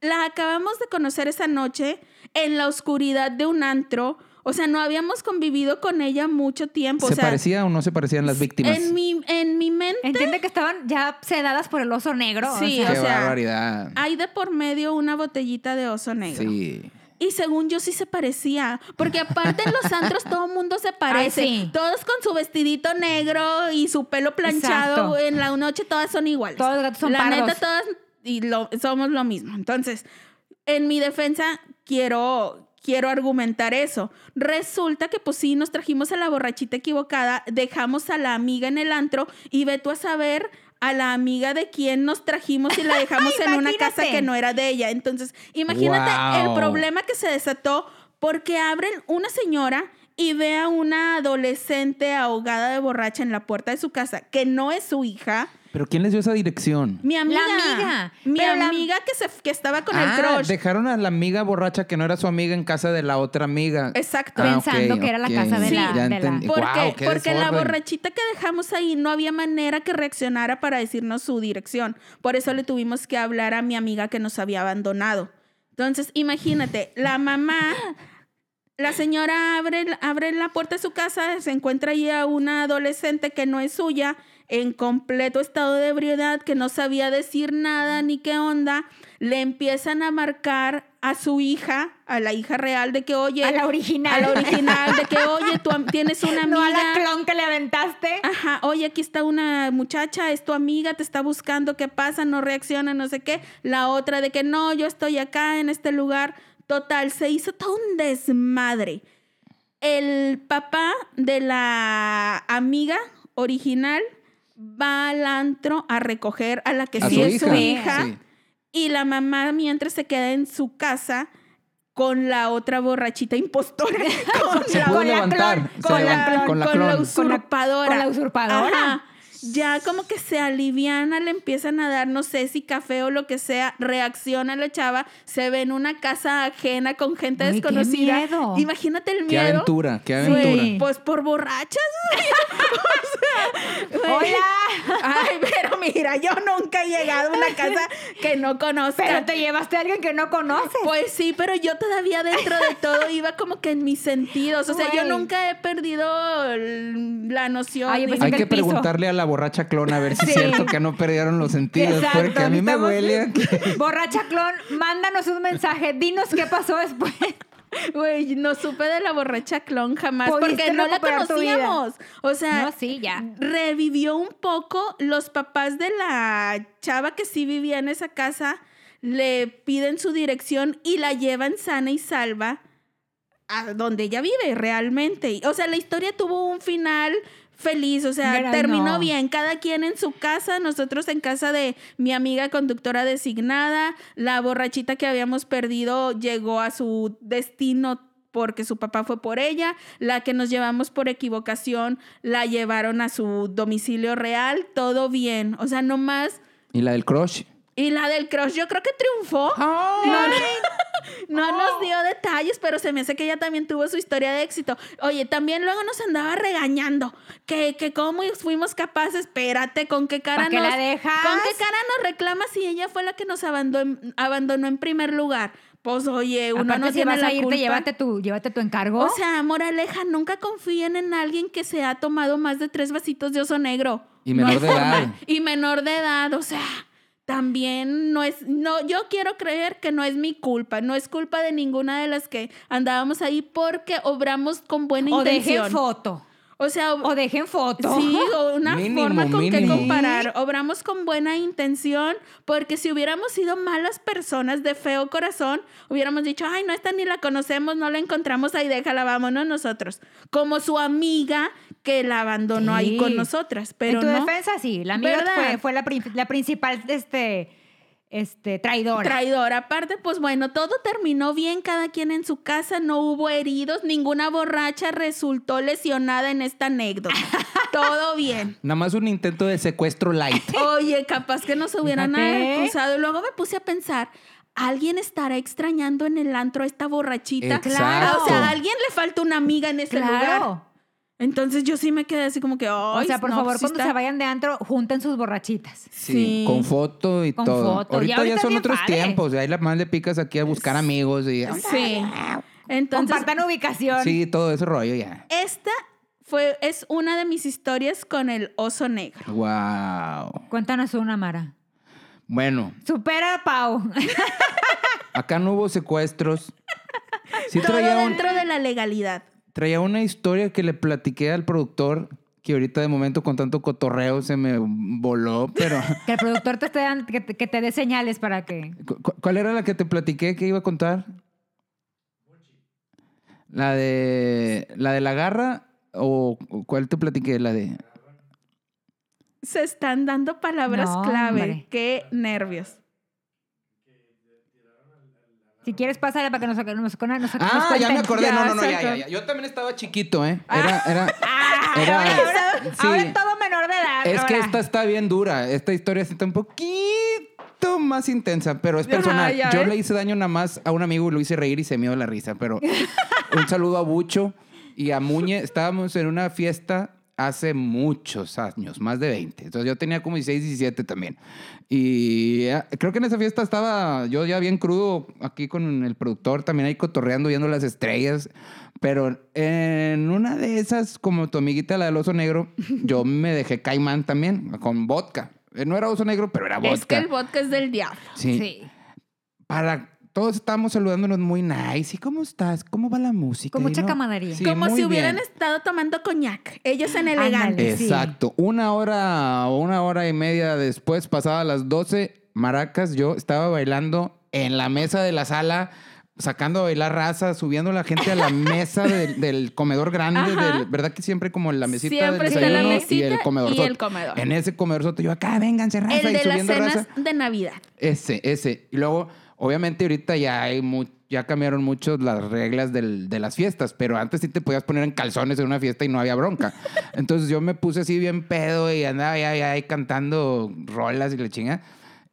[SPEAKER 1] la acabamos de conocer esa noche en la oscuridad de un antro. O sea, no habíamos convivido con ella mucho tiempo.
[SPEAKER 3] ¿Se
[SPEAKER 1] o sea,
[SPEAKER 3] parecía o no se parecían las víctimas?
[SPEAKER 1] en mi, en mi mente,
[SPEAKER 2] Entiende que estaban ya sedadas por el oso negro. o
[SPEAKER 1] Sí,
[SPEAKER 2] sea.
[SPEAKER 3] Qué
[SPEAKER 1] o sea, ah,
[SPEAKER 3] barbaridad.
[SPEAKER 1] hay de por medio una botellita de oso negro.
[SPEAKER 3] Sí.
[SPEAKER 1] Y según yo sí se parecía, porque aparte en los antros todo mundo se parece,
[SPEAKER 2] Ay, sí.
[SPEAKER 1] todos con su vestidito negro y su pelo planchado,
[SPEAKER 2] Exacto.
[SPEAKER 1] en la noche todas son iguales.
[SPEAKER 2] Todos los gatos son
[SPEAKER 1] La neta
[SPEAKER 2] pardos.
[SPEAKER 1] todas y lo- somos lo mismo. Entonces, en mi defensa quiero quiero argumentar eso. Resulta que pues sí nos trajimos a la borrachita equivocada, dejamos a la amiga en el antro y ve tú a saber a la amiga de quien nos trajimos y la dejamos en una casa
[SPEAKER 2] Imagínate.
[SPEAKER 1] que no era de ella. Entonces, imagínate
[SPEAKER 3] Wow.
[SPEAKER 1] el problema que se desató porque abren una señora y ve a una adolescente ahogada de borracha en la puerta de su casa, que no es su hija.
[SPEAKER 3] ¿Pero quién les dio esa dirección?
[SPEAKER 1] Mi amiga.
[SPEAKER 2] amiga.
[SPEAKER 1] Mi
[SPEAKER 2] Pero la-
[SPEAKER 1] amiga que, se, que estaba con
[SPEAKER 3] Ah,
[SPEAKER 1] el crush.
[SPEAKER 3] dejaron a la amiga borracha que no era su amiga en casa de la otra amiga.
[SPEAKER 1] Exacto.
[SPEAKER 3] Ah,
[SPEAKER 2] Pensando
[SPEAKER 3] ok,
[SPEAKER 2] que era la
[SPEAKER 3] ok.
[SPEAKER 2] casa de la-
[SPEAKER 3] ya
[SPEAKER 2] de la-
[SPEAKER 3] entendí.
[SPEAKER 1] Porque,
[SPEAKER 3] Guau, qué
[SPEAKER 1] porque la
[SPEAKER 3] desorden.
[SPEAKER 1] borrachita que dejamos ahí no había manera que reaccionara para decirnos su dirección. Por eso le tuvimos que hablar a mi amiga que nos había abandonado. Entonces, imagínate, la mamá, la señora abre, abre la puerta de su casa, se encuentra ahí a una adolescente que no es suya, en completo estado de ebriedad, que no sabía decir nada ni qué onda. Le empiezan a marcar a su hija, a la hija real, de que, oye,
[SPEAKER 2] A la original.
[SPEAKER 1] a la original, de que, oye, tú am- tienes una amiga.
[SPEAKER 2] No a la clon que le aventaste.
[SPEAKER 1] Ajá, oye, aquí está una muchacha, es tu amiga, te está buscando, ¿qué pasa? No reacciona, no sé qué. La otra de que no, yo estoy acá en este lugar. Total, se hizo todo un desmadre. El papá de la amiga original va al antro a recoger a la que
[SPEAKER 3] A
[SPEAKER 1] sí
[SPEAKER 3] su
[SPEAKER 1] es su
[SPEAKER 3] hija,
[SPEAKER 1] hija.
[SPEAKER 3] sí.
[SPEAKER 1] Y la mamá mientras se queda en su casa con la otra borrachita impostora. Con
[SPEAKER 3] Se
[SPEAKER 1] la
[SPEAKER 3] pudo
[SPEAKER 1] otra-
[SPEAKER 3] levantar,
[SPEAKER 1] con
[SPEAKER 3] se
[SPEAKER 1] la
[SPEAKER 3] levantó,
[SPEAKER 1] clon,
[SPEAKER 3] con la
[SPEAKER 1] con la
[SPEAKER 3] clon.
[SPEAKER 1] usurpadora.
[SPEAKER 2] Con la usurpadora.
[SPEAKER 1] Ajá. Ya como que se aliviana, le empiezan a dar, no sé si café o lo que sea, reacciona la chava, se ve en una casa ajena con gente
[SPEAKER 2] Uy, qué
[SPEAKER 1] desconocida.
[SPEAKER 2] miedo.
[SPEAKER 1] Imagínate el
[SPEAKER 3] Qué
[SPEAKER 1] miedo.
[SPEAKER 3] aventura, qué
[SPEAKER 1] Güey,
[SPEAKER 3] aventura.
[SPEAKER 1] pues por borrachas, güey. O sea, güey.
[SPEAKER 2] Hola.
[SPEAKER 1] Ay, pero mira, yo nunca he llegado a una casa que no conozca.
[SPEAKER 2] Pero te llevaste a alguien que no conoces.
[SPEAKER 1] Pues sí, pero yo todavía dentro de todo iba como que en mis sentidos. O sea, yo
[SPEAKER 2] Güey.
[SPEAKER 1] nunca he perdido el- la noción.
[SPEAKER 2] Ay, pues
[SPEAKER 1] ni-
[SPEAKER 2] yo pensé
[SPEAKER 3] Hay
[SPEAKER 2] en
[SPEAKER 3] que
[SPEAKER 2] el piso.
[SPEAKER 3] preguntarle a la borracha clona a ver si
[SPEAKER 2] Sí.
[SPEAKER 3] es cierto que no perdieron los sentidos.
[SPEAKER 2] Exacto,
[SPEAKER 3] porque a mí me
[SPEAKER 2] necesitamos-
[SPEAKER 3] huele a que-
[SPEAKER 2] Borracha clon, mándanos un mensaje. Dinos qué pasó después.
[SPEAKER 1] Güey, no supe de la borracha clon jamás
[SPEAKER 2] Pudiste
[SPEAKER 1] porque no la
[SPEAKER 2] recuperar tu vida.
[SPEAKER 1] conocíamos. O sea,
[SPEAKER 2] No, sí, ya.
[SPEAKER 1] revivió un poco los papás de la chava que sí vivía en esa casa, le piden su dirección y la llevan sana y salva a donde ella vive realmente. Y, O sea, la historia tuvo un final feliz, o sea,
[SPEAKER 2] Pero
[SPEAKER 1] terminó
[SPEAKER 2] no.
[SPEAKER 1] bien, cada quien en su casa, nosotros en casa de mi amiga conductora designada, la borrachita que habíamos perdido llegó a su destino porque su papá fue por ella, la que nos llevamos por equivocación la llevaron a su domicilio real, todo bien, o sea, no más.
[SPEAKER 3] Y la del crush.
[SPEAKER 1] Y la del crush yo creo que triunfó.
[SPEAKER 3] No, no.
[SPEAKER 1] No
[SPEAKER 2] Oh.
[SPEAKER 1] nos dio detalles, pero se me hace que ella también tuvo su historia de éxito. Oye, también luego nos andaba regañando. Que, que cómo fuimos capaces, espérate, con qué cara
[SPEAKER 2] ¿Pa' qué
[SPEAKER 1] nos.
[SPEAKER 2] la dejas?
[SPEAKER 1] ¿Con qué cara nos reclamas si ella fue la que nos abandonó, abandonó en primer lugar? Pues oye, uno
[SPEAKER 2] Aparte,
[SPEAKER 1] no
[SPEAKER 2] si
[SPEAKER 1] tiene
[SPEAKER 2] vas
[SPEAKER 1] la
[SPEAKER 2] a irte,
[SPEAKER 1] culpa.
[SPEAKER 2] llévate tu, llévate tu encargo.
[SPEAKER 1] O sea, moraleja, nunca confíen en alguien que se ha tomado más de tres vasitos de oso negro.
[SPEAKER 3] Y menor
[SPEAKER 1] hay
[SPEAKER 3] de
[SPEAKER 1] forma.
[SPEAKER 3] edad.
[SPEAKER 1] Y menor de edad, o sea, también no es, no, yo quiero creer que no es mi culpa, no es culpa de ninguna de las que andábamos ahí porque obramos con buena
[SPEAKER 2] O dejen
[SPEAKER 1] intención.
[SPEAKER 2] foto.
[SPEAKER 1] o sea, ob-
[SPEAKER 2] O dejen foto.
[SPEAKER 1] Sí, o una
[SPEAKER 3] Mínimo,
[SPEAKER 1] forma con que
[SPEAKER 3] mínimo.
[SPEAKER 1] comparar. Obramos con buena intención, porque si hubiéramos sido malas personas de feo corazón, hubiéramos dicho, ay, no, esta ni la conocemos, no la encontramos ahí, déjala, vámonos nosotros. Como su amiga que la abandonó ahí
[SPEAKER 2] Sí.
[SPEAKER 1] con nosotras, pero
[SPEAKER 2] en tu
[SPEAKER 1] no.
[SPEAKER 2] defensa, sí. La amiga
[SPEAKER 1] ¿Verdad?
[SPEAKER 2] fue, fue la, prin- la principal este, este, traidora.
[SPEAKER 1] Traidora. Aparte, pues bueno, todo terminó bien, cada quien en su casa, no hubo heridos, ninguna borracha resultó lesionada en esta anécdota. todo bien.
[SPEAKER 3] Nada más un intento de secuestro light.
[SPEAKER 1] Oye, capaz que nos hubieran
[SPEAKER 2] Fíjate.
[SPEAKER 1] acusado. Y Luego me puse a pensar, ¿alguien estará extrañando en el antro a esta borrachita?
[SPEAKER 3] Exacto.
[SPEAKER 1] Claro. O sea, ¿a alguien le falta una amiga en ese lugar?
[SPEAKER 2] claro.
[SPEAKER 1] Entonces yo sí me quedé así como que,
[SPEAKER 2] O
[SPEAKER 1] "Ay,
[SPEAKER 2] sea, por
[SPEAKER 1] no,
[SPEAKER 2] favor,
[SPEAKER 1] pues sí
[SPEAKER 2] cuando
[SPEAKER 1] está".
[SPEAKER 2] se vayan de antro, junten sus borrachitas.
[SPEAKER 3] Sí,
[SPEAKER 1] Sí.
[SPEAKER 3] con foto y
[SPEAKER 2] Con
[SPEAKER 3] todo.
[SPEAKER 2] foto. Y
[SPEAKER 3] Ahorita,
[SPEAKER 2] ahorita
[SPEAKER 3] ya
[SPEAKER 2] es
[SPEAKER 3] son
[SPEAKER 2] bien
[SPEAKER 3] otros
[SPEAKER 2] padre.
[SPEAKER 3] tiempos. Ahí la más le picas aquí a buscar amigos y
[SPEAKER 1] Sí. Entonces,
[SPEAKER 2] Compartan ubicación.
[SPEAKER 3] sí, todo ese rollo ya.
[SPEAKER 1] esta fue, es una de mis historias con el oso negro.
[SPEAKER 3] Wow.
[SPEAKER 2] Cuéntanos una, Mara.
[SPEAKER 3] Bueno,
[SPEAKER 2] Supera a Pau.
[SPEAKER 3] acá no hubo secuestros. Sí
[SPEAKER 1] Todo
[SPEAKER 3] traía, un-
[SPEAKER 1] dentro de la legalidad.
[SPEAKER 3] traía una historia que le platiqué al productor que ahorita de momento con tanto cotorreo se me voló, pero
[SPEAKER 2] que el productor te esté dando- que, te- que te dé señales para que.
[SPEAKER 3] ¿Cu- cu- ¿Cuál era la que te platiqué que iba a contar? La de la de la garra o o cuál te platiqué la de
[SPEAKER 1] se están dando palabras
[SPEAKER 2] No,
[SPEAKER 1] clave.
[SPEAKER 2] hombre.
[SPEAKER 1] Qué nervios.
[SPEAKER 2] Si quieres, pásala para que nos, nos, nos, nos
[SPEAKER 3] Ah, ya
[SPEAKER 2] cuenten.
[SPEAKER 3] me acordé. No,
[SPEAKER 1] Ya,
[SPEAKER 3] no, no, ya,
[SPEAKER 1] exacto.
[SPEAKER 3] ya, ya. Yo también estaba chiquito, ¿eh? Era, era, era-
[SPEAKER 2] Ah, Ahora, ahora,
[SPEAKER 3] sí.
[SPEAKER 2] ahora todo menor de edad.
[SPEAKER 3] Es que
[SPEAKER 2] ahora.
[SPEAKER 3] esta está bien dura. Esta historia está un poquito más intensa, pero es
[SPEAKER 1] Ajá,
[SPEAKER 3] personal.
[SPEAKER 1] ya
[SPEAKER 3] Yo
[SPEAKER 1] ves.
[SPEAKER 3] le hice daño nada más a un amigo y lo hice reír y se me dio la risa. Pero un saludo a Bucho y a Muñe. Estábamos en una fiesta hace muchos años, más de 20. Entonces yo tenía como 16, 17 también. Y eh, creo que en esa fiesta estaba yo ya bien crudo aquí con el productor, también ahí cotorreando, viendo las estrellas. Pero en una de esas, como tu amiguita la del oso negro, yo me dejé caimán también, con vodka. Eh, No era oso negro, pero era vodka.
[SPEAKER 1] Es que el vodka es del diablo.
[SPEAKER 3] Sí. Para todos estábamos saludándonos muy nice. ¿Y cómo estás? ¿Cómo va la música?
[SPEAKER 2] Con
[SPEAKER 3] Y
[SPEAKER 2] mucha camaradería. Sí,
[SPEAKER 1] Como
[SPEAKER 3] muy
[SPEAKER 1] si hubieran
[SPEAKER 3] bien.
[SPEAKER 1] estado tomando coñac. Ellos en
[SPEAKER 2] Ándale.
[SPEAKER 1] elegante.
[SPEAKER 2] sí.
[SPEAKER 3] Exacto. Una hora o una hora y media después, pasada las 12, Maracas, yo estaba bailando en la mesa de la sala, sacando a bailar raza, subiendo a la gente a la mesa del, del comedor grande,
[SPEAKER 1] Ajá.
[SPEAKER 3] del- ¿verdad que siempre como la mesita
[SPEAKER 1] Siempre
[SPEAKER 3] del
[SPEAKER 1] está la
[SPEAKER 3] desayuno y
[SPEAKER 1] mesita
[SPEAKER 3] el comedor?
[SPEAKER 1] y el comedor.
[SPEAKER 3] En ese comedor yo acá, vénganse raza
[SPEAKER 1] El
[SPEAKER 3] y
[SPEAKER 1] de las
[SPEAKER 3] subiendo
[SPEAKER 1] cenas
[SPEAKER 3] raza.
[SPEAKER 1] de Navidad.
[SPEAKER 3] Ese, ese. Y luego, obviamente, ahorita ya hay mu- ya cambiaron mucho las reglas del- de las fiestas, pero antes sí te podías poner en calzones en una fiesta y no había bronca. Entonces yo me puse así bien pedo y andaba ya, ya ahí cantando rolas y la chinga.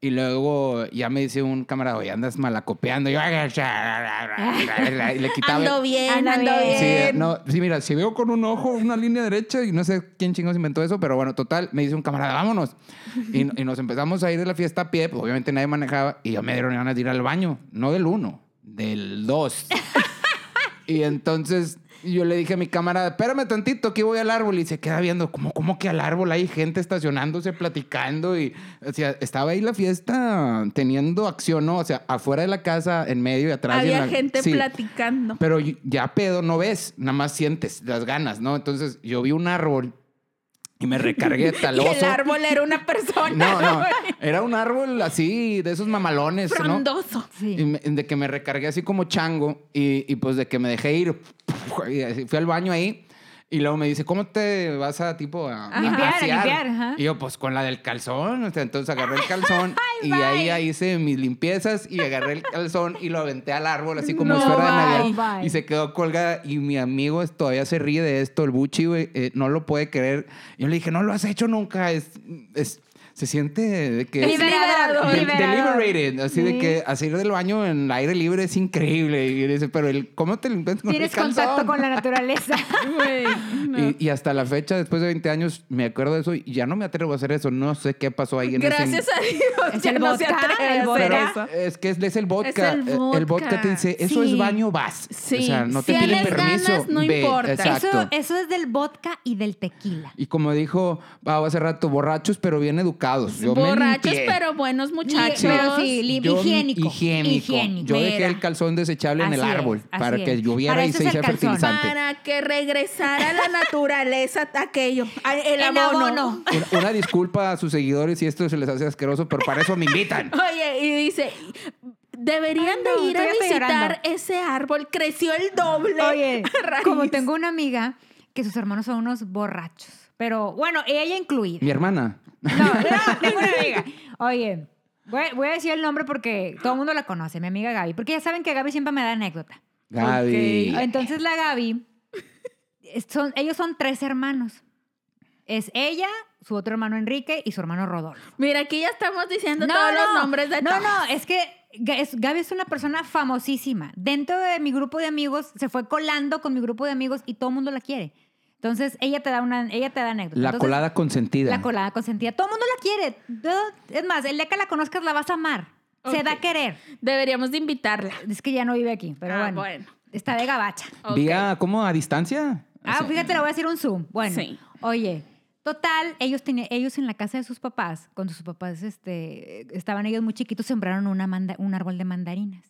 [SPEAKER 3] Y luego ya me dice un camarada, oye, andas malacopeando. Y yo, y le quitaba.
[SPEAKER 1] Ando bien, ando,
[SPEAKER 2] Anda
[SPEAKER 1] bien.
[SPEAKER 2] bien.
[SPEAKER 3] Sí, eh, no, sí, mira, si veo con un ojo una línea derecha y no sé quién chingos inventó eso, pero bueno, total, me dice un camarada, vámonos. Y, y nos empezamos a ir de la fiesta a pie, pues, obviamente nadie manejaba, y ya me dieron ganas de ir al baño, no del uno, del dos. y entonces yo le dije a mi camarada, espérame tantito, aquí voy al árbol. Y se queda viendo, ¿cómo, cómo que al árbol hay gente estacionándose, platicando? Y, o sea, estaba ahí la fiesta teniendo acción, ¿no? O sea, afuera de la casa, en medio y atrás. y en
[SPEAKER 1] Había
[SPEAKER 3] la-
[SPEAKER 1] gente
[SPEAKER 3] Sí.
[SPEAKER 1] platicando.
[SPEAKER 3] Pero y- ya pedo no ves, nada más sientes las ganas, ¿no? Entonces yo vi un árbol y me recargué tal
[SPEAKER 1] Y el
[SPEAKER 3] oso.
[SPEAKER 1] árbol era una persona.
[SPEAKER 3] No, no, era un árbol así, de esos mamalones, ¿no?
[SPEAKER 1] Frondoso.
[SPEAKER 2] Sí.
[SPEAKER 3] Y me- de que me recargué así como chango y, y pues de que me dejé ir. Y así fui al baño ahí y luego me dice, ¿cómo te vas a tipo a
[SPEAKER 2] Ajá. Limpiar, a
[SPEAKER 3] asear?"
[SPEAKER 2] limpiar, ajá.
[SPEAKER 3] Y yo, pues con la del calzón. O sea, entonces agarré el calzón y ahí, ahí hice mis limpiezas y agarré el calzón y lo aventé al árbol así como
[SPEAKER 1] No,
[SPEAKER 3] esfera de
[SPEAKER 2] bye,
[SPEAKER 3] Navidad.
[SPEAKER 2] bye.
[SPEAKER 3] Y se quedó colgada y mi amigo es- todavía se ríe de esto, el Buchi, güey, eh, no lo puede creer. Yo le dije, no lo has hecho nunca, es... es- se siente de que...
[SPEAKER 1] Es liberador.
[SPEAKER 3] De-
[SPEAKER 2] liberador.
[SPEAKER 3] Deliberated. Así de
[SPEAKER 2] Sí.
[SPEAKER 3] que hacer del baño en el aire libre es increíble. Y dice, pero el, ¿cómo te limpias con
[SPEAKER 2] Tienes
[SPEAKER 3] el calzón?
[SPEAKER 2] contacto con la naturaleza.
[SPEAKER 1] Güey, no.
[SPEAKER 3] Y, y hasta la fecha, después de 20 años, me acuerdo de eso y ya no me atrevo a hacer eso. No sé qué pasó ahí en
[SPEAKER 1] Gracias
[SPEAKER 3] ese...
[SPEAKER 1] a Dios,
[SPEAKER 2] Es
[SPEAKER 1] ya
[SPEAKER 2] el
[SPEAKER 1] no se
[SPEAKER 2] vodka,
[SPEAKER 1] atreve
[SPEAKER 2] el
[SPEAKER 1] a hacer
[SPEAKER 2] vodka.
[SPEAKER 1] eso.
[SPEAKER 3] Es que es, es el vodka.
[SPEAKER 1] Es el
[SPEAKER 3] Eh,
[SPEAKER 1] vodka.
[SPEAKER 3] te dice, eso
[SPEAKER 2] Sí.
[SPEAKER 3] es baño, vas.
[SPEAKER 1] Sí.
[SPEAKER 3] O sea, no
[SPEAKER 1] Si
[SPEAKER 3] te piden
[SPEAKER 1] tienes
[SPEAKER 3] permiso.
[SPEAKER 1] ganas, no
[SPEAKER 3] ve.
[SPEAKER 1] importa.
[SPEAKER 3] Exacto.
[SPEAKER 2] Eso, eso es del vodka y del tequila.
[SPEAKER 3] Y como dijo Pau hace rato, borrachos pero bien educados. Yo me
[SPEAKER 1] Borrachos,
[SPEAKER 3] limpié.
[SPEAKER 1] pero buenos muchachos.
[SPEAKER 2] pero sí, li-
[SPEAKER 3] Yo-
[SPEAKER 2] higiénico,
[SPEAKER 3] higiénico.
[SPEAKER 2] higiénico.
[SPEAKER 3] Yo dejé
[SPEAKER 2] Mira.
[SPEAKER 3] el calzón desechable en el
[SPEAKER 2] Así es,
[SPEAKER 3] árbol
[SPEAKER 2] así
[SPEAKER 3] para que
[SPEAKER 2] es.
[SPEAKER 3] lloviera
[SPEAKER 2] Para
[SPEAKER 3] y
[SPEAKER 2] eso
[SPEAKER 3] se
[SPEAKER 2] es el
[SPEAKER 3] hiciera
[SPEAKER 2] calzón.
[SPEAKER 3] fertilizante.
[SPEAKER 1] Para que regresara a la naturaleza aquello. a- El
[SPEAKER 2] El
[SPEAKER 1] abono.
[SPEAKER 2] abono.
[SPEAKER 3] Una, una disculpa a sus seguidores si esto se les hace asqueroso, pero para eso me invitan.
[SPEAKER 1] Oye, y dice, deberían
[SPEAKER 2] Ay, no,
[SPEAKER 1] de ir a
[SPEAKER 2] todavía estoy
[SPEAKER 1] visitar
[SPEAKER 2] llorando.
[SPEAKER 1] ese árbol. Creció el doble.
[SPEAKER 2] Oye,
[SPEAKER 1] raíz.
[SPEAKER 2] como tengo una amiga que sus hermanos son unos borrachos. Pero bueno, ella incluida.
[SPEAKER 3] Mi hermana.
[SPEAKER 2] No, no, tengo una amiga. Oye, voy, voy a decir el nombre porque todo el mundo la conoce, mi amiga Gaby. Porque ya saben que Gaby siempre me da anécdota.
[SPEAKER 3] Gaby.
[SPEAKER 2] Entonces la Gaby, es- son, ellos son tres hermanos. Es ella, su otro hermano Enrique y su hermano Rodolfo.
[SPEAKER 1] Mira, aquí ya estamos diciendo todos los nombres de
[SPEAKER 2] No,
[SPEAKER 1] todos.
[SPEAKER 2] no, es que Ga- es- Gaby es una persona famosísima. Dentro de mi grupo de amigos, se fue colando con mi grupo de amigos y todo el mundo la quiere. Entonces ella te da una, ella te da anécdota.
[SPEAKER 3] La
[SPEAKER 2] Entonces,
[SPEAKER 3] colada consentida.
[SPEAKER 2] La colada consentida. Todo el mundo la quiere. Todo- Es más, el día que la conozcas la vas a amar. Se
[SPEAKER 1] Ok.
[SPEAKER 2] da a querer.
[SPEAKER 1] Deberíamos de invitarla.
[SPEAKER 2] Es que ya no vive aquí, pero
[SPEAKER 1] Ah,
[SPEAKER 2] bueno.
[SPEAKER 1] bueno.
[SPEAKER 2] Está de gabacha.
[SPEAKER 1] Ok.
[SPEAKER 3] Vía, ¿cómo? ¿A distancia?
[SPEAKER 2] Ah,
[SPEAKER 3] O sea,
[SPEAKER 2] fíjate, le voy a decir un zoom. Bueno,
[SPEAKER 1] Sí.
[SPEAKER 2] oye, total, ellos tenían, ellos en la casa de sus papás, cuando sus papás este, estaban ellos muy chiquitos, sembraron una manda- un árbol de mandarinas.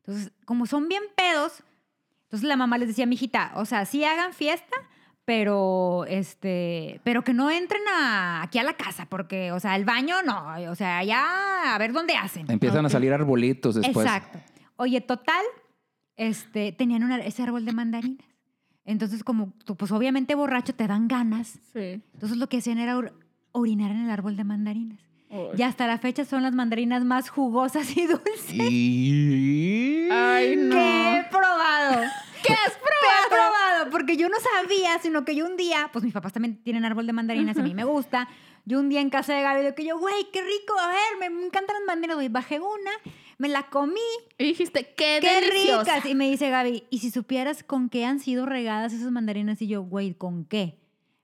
[SPEAKER 2] Entonces, como son bien pedos, entonces la mamá les decía, mijita, o sea, sí hagan fiesta, pero este, pero que no entren a- aquí a la casa, porque, o sea, el baño no, o sea, allá a ver dónde hacen.
[SPEAKER 3] Empiezan a salir arbolitos después.
[SPEAKER 2] Exacto. Oye, total, este, tenían una- ese árbol de mandarinas. Entonces, como tú, pues obviamente borracho, te dan ganas.
[SPEAKER 1] Sí.
[SPEAKER 2] Entonces, lo que hacían era hur- orinar en el árbol de mandarinas.
[SPEAKER 1] Ay.
[SPEAKER 2] Y hasta la fecha son las mandarinas más jugosas y dulces
[SPEAKER 3] Y...
[SPEAKER 1] Ay, no.
[SPEAKER 2] que he probado. ¿Qué has probado? he probado, porque yo no sabía, sino que yo un día, pues mis papás también tienen árbol de mandarinas, a mí me gusta. Yo un día en casa de Gaby, de que yo, güey, qué rico, a ver, me me encantan las mandarinas, güey. Bajé una, me la comí,
[SPEAKER 1] Y dijiste, qué,
[SPEAKER 2] ¡Qué
[SPEAKER 1] deliciosa.
[SPEAKER 2] ricas! Y me dice Gaby, ¿y si supieras con qué han sido regadas esas mandarinas? Y yo, güey, ¿con qué?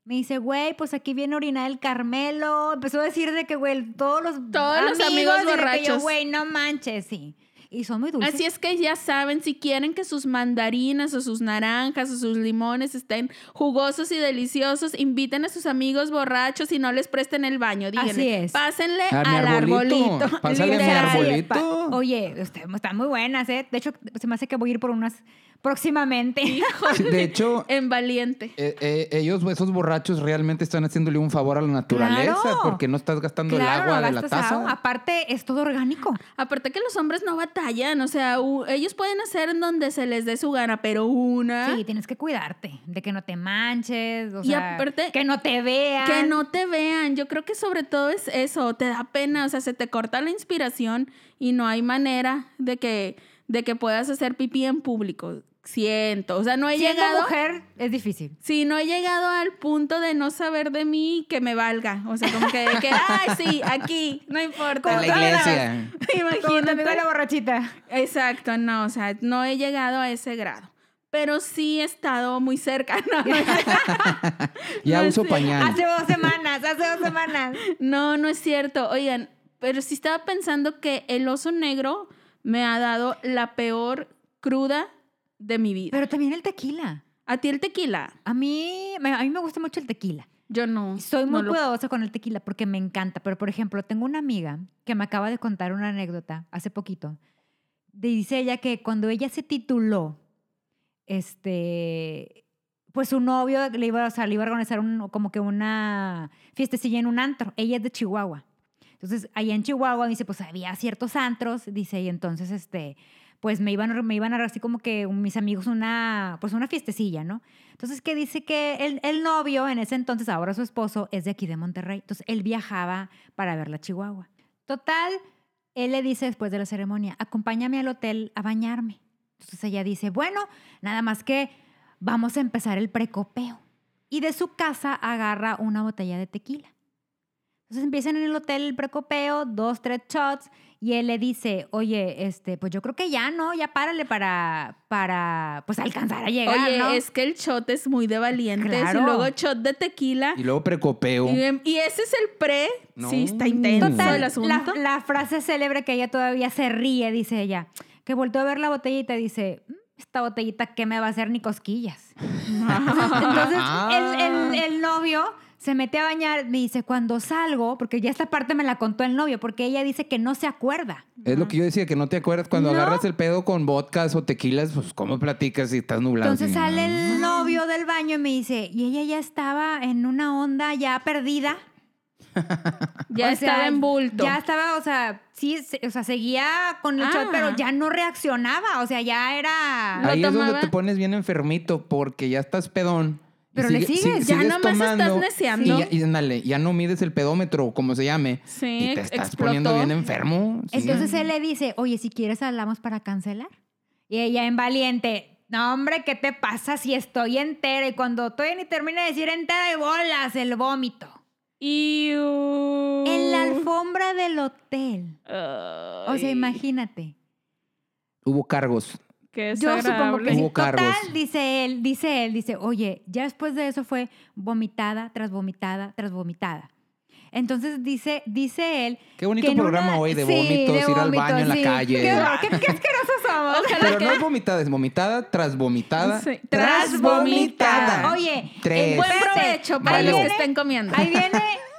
[SPEAKER 2] Me dice, güey, pues aquí viene a orinar el Carmelo. Empezó a decir de que, güey, todos los
[SPEAKER 1] Todos los amigos
[SPEAKER 2] y de que yo,
[SPEAKER 1] borrachos.
[SPEAKER 2] Güey, no manches, sí. Y son muy dulces.
[SPEAKER 1] Así es que ya saben, si quieren que sus mandarinas o sus naranjas o sus limones estén jugosos y deliciosos, inviten a sus amigos borrachos y no les presten el baño. Díganle,
[SPEAKER 2] Así es.
[SPEAKER 1] Pásenle
[SPEAKER 3] A mi
[SPEAKER 1] al arbolito.
[SPEAKER 3] arbolito. Pásale a mi
[SPEAKER 1] Literal.
[SPEAKER 3] arbolito.
[SPEAKER 2] Pa- Oye, este- están muy buenas, ¿eh? De hecho, se me hace que voy a ir por unas próximamente.
[SPEAKER 3] Sí,
[SPEAKER 2] pues,
[SPEAKER 3] De hecho,
[SPEAKER 1] En valiente.
[SPEAKER 3] eh, eh, ellos, esos borrachos, realmente están haciéndole un favor a la naturaleza
[SPEAKER 2] Claro.
[SPEAKER 3] porque no estás gastando el agua de la
[SPEAKER 2] gastas
[SPEAKER 3] taza.
[SPEAKER 2] agua. Aparte, es todo orgánico.
[SPEAKER 1] Aparte que los hombres no batallan, o sea, u- ellos pueden hacer en donde se les dé su gana, pero una
[SPEAKER 2] Sí, tienes que cuidarte de que no te manches, o
[SPEAKER 1] Ah. Y
[SPEAKER 2] sea,
[SPEAKER 1] aparte-
[SPEAKER 2] que no te vean.
[SPEAKER 1] que no te vean. Yo creo que sobre todo es eso, te da pena, o sea, se te corta la inspiración y no hay manera de que de que puedas hacer pipí en público. Siento, o sea, no he
[SPEAKER 2] Siendo
[SPEAKER 1] llegado
[SPEAKER 2] mujer es difícil.
[SPEAKER 1] Sí, no he llegado al punto de no saber de mí y que me valga. O sea, como que, que ay, sí, aquí, no importa.
[SPEAKER 3] En la iglesia.
[SPEAKER 2] Como tu amigo
[SPEAKER 1] Imagínate.
[SPEAKER 2] la borrachita.
[SPEAKER 1] Exacto, no, o sea, no he llegado a ese grado. Pero sí he estado muy cerca, ¿no?
[SPEAKER 3] Ya
[SPEAKER 1] No
[SPEAKER 3] uso
[SPEAKER 1] sé.
[SPEAKER 3] pañal.
[SPEAKER 2] Hace dos semanas, hace dos semanas.
[SPEAKER 1] No, no es cierto. Oigan, pero sí estaba pensando que el oso negro me ha dado la peor cruda de mi vida.
[SPEAKER 2] Pero también el tequila.
[SPEAKER 1] ¿A ti el tequila?
[SPEAKER 2] A mí, me- a mí me gusta mucho el tequila.
[SPEAKER 1] Yo no.
[SPEAKER 2] Soy muy
[SPEAKER 1] no lo-
[SPEAKER 2] cuidadosa con el tequila porque me encanta. Pero, por ejemplo, tengo una amiga que me acaba de contar una anécdota hace poquito. De- Dice ella que cuando ella se tituló, este, pues su novio le iba, o sea, le iba a organizar un- como que una fiestecilla en un antro. Ella es de Chihuahua. Entonces, allá en Chihuahua, dice, pues había ciertos antros, dice, y entonces, este, pues me iban, a- me iban a dar así como que un- mis amigos una, pues una fiestecilla, ¿no? Entonces, que dice que el, el novio, en ese entonces, ahora su esposo, es de aquí de Monterrey. Entonces, él viajaba para verla a Chihuahua. Total, él le dice después de la ceremonia, acompáñame al hotel a bañarme. Entonces, ella dice, bueno, nada más que vamos a empezar el precopeo. Y de su casa agarra una botella de tequila. Entonces empiezan en el hotel el precopeo, dos, tres shots, y él le dice, oye, este, pues yo creo que ya, ¿no? Ya párale para, para, pues alcanzar a llegar,
[SPEAKER 1] Oye,
[SPEAKER 2] ¿no?
[SPEAKER 1] es que el shot es muy de valientes.
[SPEAKER 2] Claro.
[SPEAKER 1] Y luego shot de tequila.
[SPEAKER 3] Y luego precopeo.
[SPEAKER 1] Y, em, y ese es el pre.
[SPEAKER 3] No.
[SPEAKER 1] Sí, está intenso
[SPEAKER 3] Total,
[SPEAKER 1] el
[SPEAKER 2] la,
[SPEAKER 1] asunto.
[SPEAKER 2] la frase célebre que ella todavía se ríe, dice ella, que volteó a ver la botellita y dice, "Mm, esta botellita que me va a hacer ni cosquillas. Entonces el, el- el novio se mete a bañar, me dice, cuando salgo, porque ya esta parte me la contó el novio, porque ella dice que no se acuerda.
[SPEAKER 3] Es lo que yo decía, que no te acuerdas. Cuando
[SPEAKER 2] No.
[SPEAKER 3] agarras el pedo con vodkas o tequilas, pues, ¿cómo platicas si estás nublado?
[SPEAKER 2] Entonces
[SPEAKER 3] Sí,
[SPEAKER 2] sale
[SPEAKER 3] no.
[SPEAKER 2] el novio del baño y me dice, y ella ya estaba en una onda ya perdida.
[SPEAKER 1] Ya
[SPEAKER 2] O sea,
[SPEAKER 1] estaba en bulto.
[SPEAKER 2] Ya estaba, o sea, sí, se- o sea, seguía con el
[SPEAKER 1] Ah.
[SPEAKER 2] shot, pero ya no reaccionaba, o sea, ya era...
[SPEAKER 1] Lo
[SPEAKER 3] Ahí es
[SPEAKER 1] tomaba-
[SPEAKER 3] donde te pones bien enfermito porque ya estás pedón. y
[SPEAKER 2] Pero le sigues,
[SPEAKER 1] ya nomás estás neceando.
[SPEAKER 3] Y, ya, y ándale, ya no mides el pedómetro, como se llame.
[SPEAKER 1] Sí,
[SPEAKER 3] y te estás
[SPEAKER 1] explotó.
[SPEAKER 3] poniendo bien enfermo. sí.
[SPEAKER 2] Entonces él le dice, oye, si quieres hablamos para cancelar. Y ella en valiente, no hombre, ¿qué te pasa si estoy entera? Y cuando estoy ni termina de decir entera de bolas, el vómito.
[SPEAKER 1] Iu.
[SPEAKER 2] En la alfombra del hotel. O sea,
[SPEAKER 1] Uh. Ay,
[SPEAKER 2] imagínate.
[SPEAKER 3] Hubo cargos.
[SPEAKER 1] qué
[SPEAKER 2] Yo supongo que
[SPEAKER 1] desagradable.
[SPEAKER 2] sí.
[SPEAKER 3] Hubo
[SPEAKER 2] Total,
[SPEAKER 3] cargos.
[SPEAKER 2] dice él, dice él, dice, oye, ya después de eso fue vomitada tras vomitada tras vomitada. Entonces dice, dice él.
[SPEAKER 3] Qué bonito
[SPEAKER 2] que en
[SPEAKER 3] programa
[SPEAKER 2] una-
[SPEAKER 3] hoy de
[SPEAKER 2] Sí,
[SPEAKER 3] vómitos, ir al
[SPEAKER 2] vómitos,
[SPEAKER 3] baño en la
[SPEAKER 2] sí.
[SPEAKER 3] calle.
[SPEAKER 2] Qué, horror, qué- qué asquerosos somos.
[SPEAKER 3] Pero no es vomitada, es vomitada tras vomitada.
[SPEAKER 1] Sí, tras vomitada.
[SPEAKER 2] Oye,
[SPEAKER 3] Tres.
[SPEAKER 1] Buen
[SPEAKER 2] Eh, Espérate,
[SPEAKER 1] provecho para
[SPEAKER 3] ahí
[SPEAKER 1] los que
[SPEAKER 2] viene-
[SPEAKER 1] estén comiendo.
[SPEAKER 2] Ahí viene,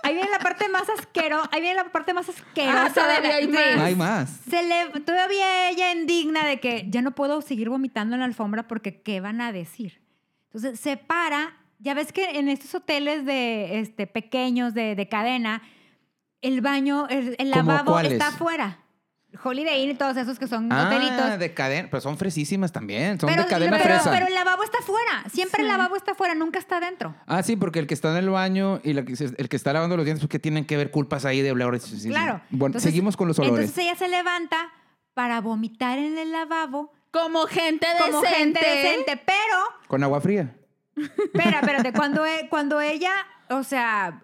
[SPEAKER 2] ahí viene la parte más asquero, ahí viene la parte más asquerosa.
[SPEAKER 1] Ah, todavía
[SPEAKER 2] de la-
[SPEAKER 1] hay
[SPEAKER 2] de-
[SPEAKER 1] más.
[SPEAKER 3] No hay más.
[SPEAKER 2] Se le, todavía ella indigna de que ya no puedo seguir vomitando en la alfombra porque ¿qué van a decir? Entonces se para, ya ves que en estos hoteles de este, pequeños, de, de cadena, el baño, el, el
[SPEAKER 3] ¿Cómo
[SPEAKER 2] lavabo
[SPEAKER 3] cuáles?
[SPEAKER 2] está afuera. Holiday Inn y todos esos que son
[SPEAKER 3] Ah,
[SPEAKER 2] hotelitos.
[SPEAKER 3] de cadena. Pero son fresísimas también. Son de cadena
[SPEAKER 2] pero,
[SPEAKER 3] fresa.
[SPEAKER 2] pero el lavabo está afuera. Siempre el
[SPEAKER 1] Sí.
[SPEAKER 2] lavabo está afuera, nunca está adentro.
[SPEAKER 3] Ah, sí, porque el que está en el baño y la que se- el que está lavando los dientes, pues, ¿qué tienen que ver culpas ahí de olores? Sí, sí, sí.
[SPEAKER 2] Claro.
[SPEAKER 3] Bueno,
[SPEAKER 2] Entonces-
[SPEAKER 3] seguimos con los olores.
[SPEAKER 2] Entonces ella se levanta para vomitar en el lavabo
[SPEAKER 1] Como gente decente.
[SPEAKER 2] como gente decente, pero
[SPEAKER 3] con agua fría.
[SPEAKER 2] Espera, espérate. Cuando, e- cuando ella, o sea,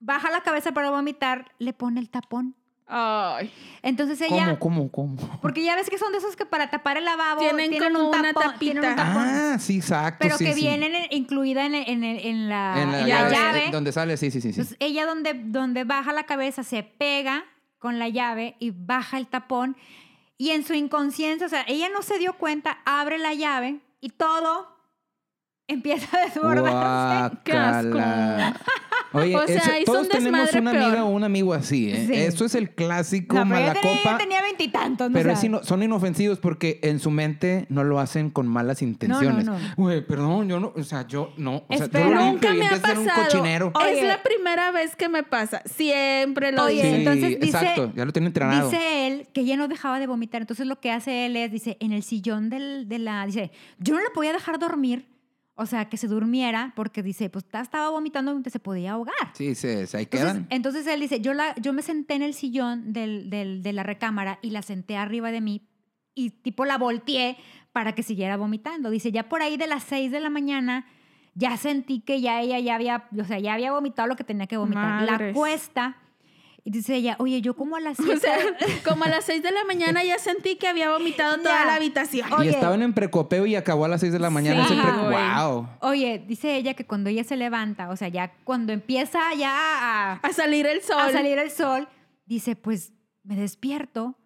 [SPEAKER 2] baja la cabeza para vomitar, le pone el tapón.
[SPEAKER 1] Ay.
[SPEAKER 2] Entonces ella.
[SPEAKER 3] ¿Cómo, cómo, cómo?
[SPEAKER 2] Porque ya ves que son de esos que para tapar el lavabo
[SPEAKER 1] Tienen
[SPEAKER 2] tienen,
[SPEAKER 1] como
[SPEAKER 2] un
[SPEAKER 1] una
[SPEAKER 2] tapón, tienen un
[SPEAKER 1] tapita.
[SPEAKER 2] tapón.
[SPEAKER 3] Ah, sí, exacto.
[SPEAKER 2] pero
[SPEAKER 3] sí,
[SPEAKER 2] que
[SPEAKER 3] sí.
[SPEAKER 2] vienen en- incluida en, el- en el- en la,
[SPEAKER 3] en la,
[SPEAKER 2] en la
[SPEAKER 3] llave,
[SPEAKER 2] llave.
[SPEAKER 3] eh, Donde sale, sí, sí, sí. sí.
[SPEAKER 2] Entonces ella donde, donde baja la cabeza se pega con la llave y baja el tapón. Y en su inconsciencia, o sea, ella no se dio cuenta, abre la llave y todo empieza a desbordarse.
[SPEAKER 1] qué asco.
[SPEAKER 3] Guácala. Oye,
[SPEAKER 1] O sea,
[SPEAKER 3] ese-
[SPEAKER 1] hizo
[SPEAKER 3] todos
[SPEAKER 1] un
[SPEAKER 3] tenemos
[SPEAKER 1] desmadre
[SPEAKER 3] una
[SPEAKER 1] peor.
[SPEAKER 3] amiga o un amigo así, ¿eh?
[SPEAKER 2] Sí.
[SPEAKER 3] Eso es el clásico
[SPEAKER 2] No, pero yo tenía-
[SPEAKER 3] malacopa.
[SPEAKER 2] yo tenía veintitantos, ¿no?
[SPEAKER 3] Pero
[SPEAKER 2] O
[SPEAKER 3] es
[SPEAKER 2] sea,
[SPEAKER 3] ino- son inofensivos porque en su mente no lo hacen con malas intenciones.
[SPEAKER 2] no.
[SPEAKER 3] Güey, perdón, yo no, o sea, yo no, o sea, yo
[SPEAKER 2] Espera.
[SPEAKER 3] lo único
[SPEAKER 1] Nunca
[SPEAKER 3] que
[SPEAKER 1] me ha
[SPEAKER 3] intenté
[SPEAKER 1] pasado.
[SPEAKER 3] era un cochinero.
[SPEAKER 1] Es
[SPEAKER 2] Oye.
[SPEAKER 1] la primera vez que me pasa. Siempre lo
[SPEAKER 2] Oye,
[SPEAKER 1] digo.
[SPEAKER 2] entonces dice-
[SPEAKER 3] exacto, ya lo tienen entrenado.
[SPEAKER 2] Dice él que ya no dejaba de vomitar. Entonces lo que hace él es, dice, en el sillón del, de la... Dice, yo no le podía dejar dormir. O sea, que se durmiera porque dice, pues ta- estaba vomitando y se podía ahogar.
[SPEAKER 3] sí, se, se ahí
[SPEAKER 2] Entonces,
[SPEAKER 3] quedan.
[SPEAKER 2] entonces él dice, yo, la, yo me senté en el sillón del- del- de la recámara y la senté arriba de mí y tipo la volteé para que siguiera vomitando. Dice, ya por ahí de las 6 de la mañana ya sentí que ya ella ya había, o sea, ya había vomitado lo que tenía que vomitar.
[SPEAKER 1] Madres.
[SPEAKER 2] La cuesta. Y dice ella, oye, yo como a las 7.
[SPEAKER 1] O sea, como a las 6 de la mañana ya sentí que había vomitado toda
[SPEAKER 2] Ya.
[SPEAKER 1] la habitación.
[SPEAKER 2] eh, oye.
[SPEAKER 3] Y estaban en precopeo y acabó a las 6 de la mañana
[SPEAKER 2] Sí,
[SPEAKER 3] ese pre-
[SPEAKER 1] güey.
[SPEAKER 3] Wow.
[SPEAKER 2] oye, dice ella que cuando ella se levanta, o sea, ya cuando empieza ya a,
[SPEAKER 1] A salir el sol.
[SPEAKER 2] a salir el sol, dice, pues me despierto.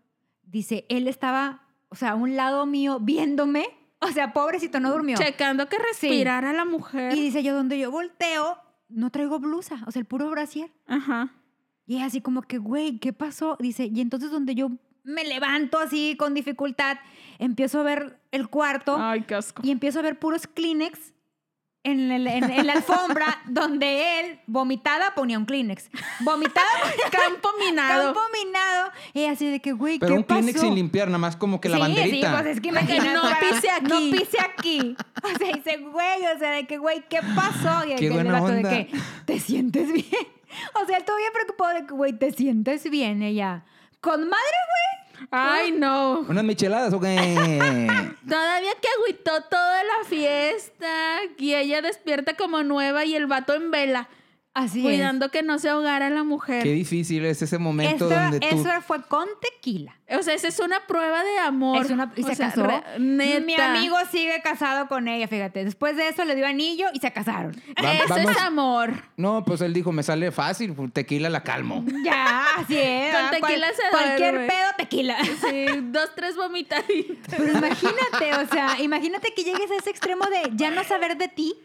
[SPEAKER 2] Dice, él estaba, o sea, a un lado mío viéndome. O sea, pobrecito, no durmió.
[SPEAKER 1] Checando que respirara la mujer.
[SPEAKER 2] Y dice, yo donde yo volteo, no traigo blusa, o sea, el puro brasier.
[SPEAKER 1] Ajá.
[SPEAKER 2] Y es así como que, güey, ¿qué pasó? Dice, y entonces donde yo me levanto así con dificultad, empiezo a ver el cuarto
[SPEAKER 1] Ay, qué asco.
[SPEAKER 2] y empiezo a ver puros Kleenex en, el- en- en la alfombra donde él, vomitada, ponía un Kleenex. Vomitada ponía
[SPEAKER 1] Campo minado.
[SPEAKER 2] Campo minado. Y así de que, güey, ¿qué
[SPEAKER 3] Pero un
[SPEAKER 2] pasó?
[SPEAKER 3] Kleenex sin limpiar, nada más como que la
[SPEAKER 2] sí,
[SPEAKER 3] banderita.
[SPEAKER 2] Sí, pues es que imagínate.
[SPEAKER 1] No
[SPEAKER 2] para-
[SPEAKER 1] pise aquí.
[SPEAKER 2] No pise aquí. O sea, dice, güey, o sea, de que, güey, ¿qué pasó? Y de
[SPEAKER 3] Qué
[SPEAKER 2] que el
[SPEAKER 3] buena
[SPEAKER 2] vato
[SPEAKER 3] onda.
[SPEAKER 2] de que, ¿te sientes bien? O sea, él todavía preocupado de que, güey, ¿te sientes bien? Ella, con madre, güey.
[SPEAKER 1] Ay, no.
[SPEAKER 3] Unas micheladas, ok.
[SPEAKER 1] Todavía que agüitó toda la fiesta y ella despierta como nueva y el vato en vela,
[SPEAKER 2] Así
[SPEAKER 1] cuidando que no se ahogara la mujer.
[SPEAKER 3] Qué difícil es ese
[SPEAKER 2] es. Eso,
[SPEAKER 3] momento donde tú...
[SPEAKER 2] eso fue con tequila.
[SPEAKER 1] O sea, esa es una prueba de amor.
[SPEAKER 2] Es una- y
[SPEAKER 1] O
[SPEAKER 2] se
[SPEAKER 1] sea,
[SPEAKER 2] casó.
[SPEAKER 1] re- neta.
[SPEAKER 2] Mi amigo sigue casado con ella, fíjate. Después de eso le dio anillo y se casaron.
[SPEAKER 3] Va-
[SPEAKER 1] Eso
[SPEAKER 3] vamos-
[SPEAKER 1] es amor.
[SPEAKER 3] No, pues él dijo, me sale fácil, pues, tequila la calmo.
[SPEAKER 2] Ya, así es.
[SPEAKER 1] Con
[SPEAKER 2] ¿verdad?
[SPEAKER 1] tequila se duerme.
[SPEAKER 2] Cualquier pedo, tequila.
[SPEAKER 1] Sí, dos, tres vomitaditas.
[SPEAKER 2] Pero imagínate, o sea, imagínate que llegues a ese extremo de ya no saber de ti.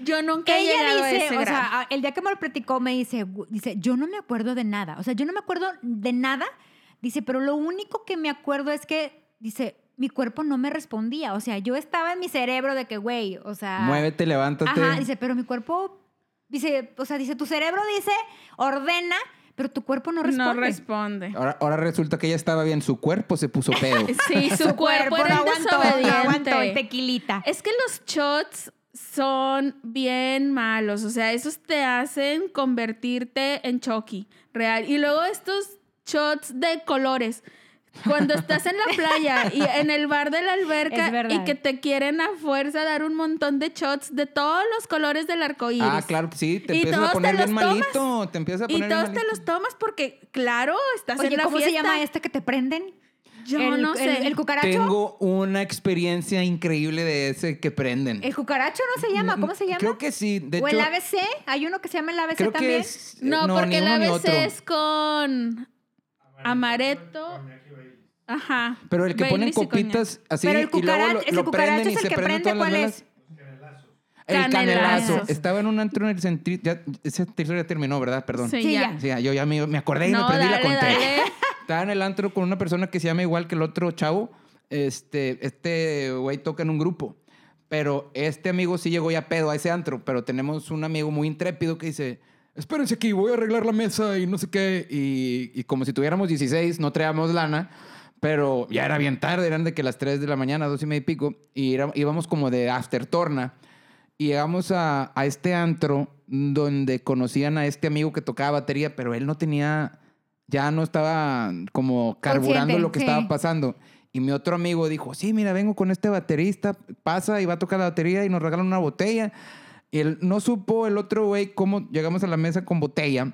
[SPEAKER 1] Yo nunca he
[SPEAKER 2] Ella
[SPEAKER 1] llegado a
[SPEAKER 2] dice,
[SPEAKER 1] ese
[SPEAKER 2] o
[SPEAKER 1] grado.
[SPEAKER 2] sea, el día que me lo platicó me dice, "Gu- dice, yo no me acuerdo de nada. O sea, yo no me acuerdo de nada. Dice, pero lo único que me acuerdo es que, dice, mi cuerpo no me respondía. O sea, yo estaba en mi cerebro de que, güey, o sea...
[SPEAKER 3] Muévete, levántate.
[SPEAKER 2] Ajá, dice, pero mi cuerpo, dice, o sea, dice, tu cerebro dice, ordena, pero tu cuerpo no responde.
[SPEAKER 1] no responde.
[SPEAKER 3] Ahora, ahora resulta que ella estaba bien, su cuerpo se puso pedo.
[SPEAKER 1] Sí, su, cuerpo, era el
[SPEAKER 2] no
[SPEAKER 1] desobediente.
[SPEAKER 2] aguantó el tequilita.
[SPEAKER 1] Es que los shots son bien malos, o sea, esos te hacen convertirte en Chucky, real. Y luego estos shots de colores. Cuando estás en la playa y en el bar de la
[SPEAKER 2] Es
[SPEAKER 1] alberca
[SPEAKER 2] verdad.
[SPEAKER 1] y que te quieren a fuerza dar un montón de shots de todos los colores del arco iris.
[SPEAKER 3] Ah, claro, sí, te
[SPEAKER 1] Y
[SPEAKER 3] empiezas
[SPEAKER 1] todos
[SPEAKER 3] a
[SPEAKER 1] te
[SPEAKER 3] poner bien
[SPEAKER 1] los tomas.
[SPEAKER 3] malito. Te empiezas a
[SPEAKER 1] Y
[SPEAKER 3] poner
[SPEAKER 1] todos
[SPEAKER 3] bien
[SPEAKER 1] te
[SPEAKER 3] malito.
[SPEAKER 1] los tomas porque, claro, estás en
[SPEAKER 2] Oye,
[SPEAKER 1] la
[SPEAKER 2] ¿cómo se
[SPEAKER 1] fiesta.
[SPEAKER 2] llama este que te prenden?
[SPEAKER 1] Yo
[SPEAKER 2] el,
[SPEAKER 1] no
[SPEAKER 2] el-
[SPEAKER 1] sé.
[SPEAKER 2] El, cucaracho.
[SPEAKER 3] Tengo una experiencia increíble de ese que prenden.
[SPEAKER 2] El cucaracho no se llama, ¿cómo se llama?
[SPEAKER 3] Mm, Creo que sí. De
[SPEAKER 2] o
[SPEAKER 3] hecho,
[SPEAKER 2] el ABC, hay uno que se llama el ABC
[SPEAKER 3] creo
[SPEAKER 2] también.
[SPEAKER 3] que es.
[SPEAKER 1] No,
[SPEAKER 3] Eh, ni
[SPEAKER 1] porque la
[SPEAKER 3] uno ni
[SPEAKER 1] ABC
[SPEAKER 3] otro.
[SPEAKER 1] es con amaretto. Ajá.
[SPEAKER 3] Pero el que ponen
[SPEAKER 1] Baileys y coñac.
[SPEAKER 3] copitas así
[SPEAKER 2] Pero el
[SPEAKER 3] y luego lo,
[SPEAKER 2] cucaracho- ese
[SPEAKER 3] lo
[SPEAKER 2] cucaracho
[SPEAKER 3] prenden y
[SPEAKER 2] es el
[SPEAKER 3] se
[SPEAKER 2] que
[SPEAKER 3] prenden
[SPEAKER 2] prende,
[SPEAKER 3] todas las
[SPEAKER 2] ¿cuál
[SPEAKER 3] velas.
[SPEAKER 2] es?
[SPEAKER 3] El canelazo.
[SPEAKER 1] Canelazos.
[SPEAKER 3] Estaba en un antro en el centri... Ya, ese antro ya terminó, ¿verdad? Perdón.
[SPEAKER 1] Sí,
[SPEAKER 2] Sí,
[SPEAKER 1] ya.
[SPEAKER 2] ya.
[SPEAKER 3] Sí, yo ya me, me acordé y
[SPEAKER 1] No,
[SPEAKER 3] me perdí
[SPEAKER 1] dale,
[SPEAKER 3] la conté.
[SPEAKER 1] dale.
[SPEAKER 3] Estaba en el antro con una persona que se llama igual que el otro chavo. Este, este güey toca en un grupo. Pero este amigo sí llegó ya pedo a ese antro. Pero tenemos un amigo muy intrépido que dice... espérense aquí, voy a arreglar la mesa y no sé qué. Y, y como si tuviéramos 16, no traíamos lana, pero ya era bien tarde, eran de que las 3 de la mañana, 2 y media y pico, y era- íbamos como de aftertorna. Y llegamos a, a este antro donde conocían a este amigo que tocaba batería, pero él no tenía, ya no estaba como carburando
[SPEAKER 2] Consciente,
[SPEAKER 3] lo que
[SPEAKER 2] sí.
[SPEAKER 3] estaba pasando. Y mi otro amigo dijo, sí, mira, vengo con este baterista, pasa y va a tocar la batería y nos regalan una botella. Y él no supo el otro güey cómo llegamos a la mesa con botella.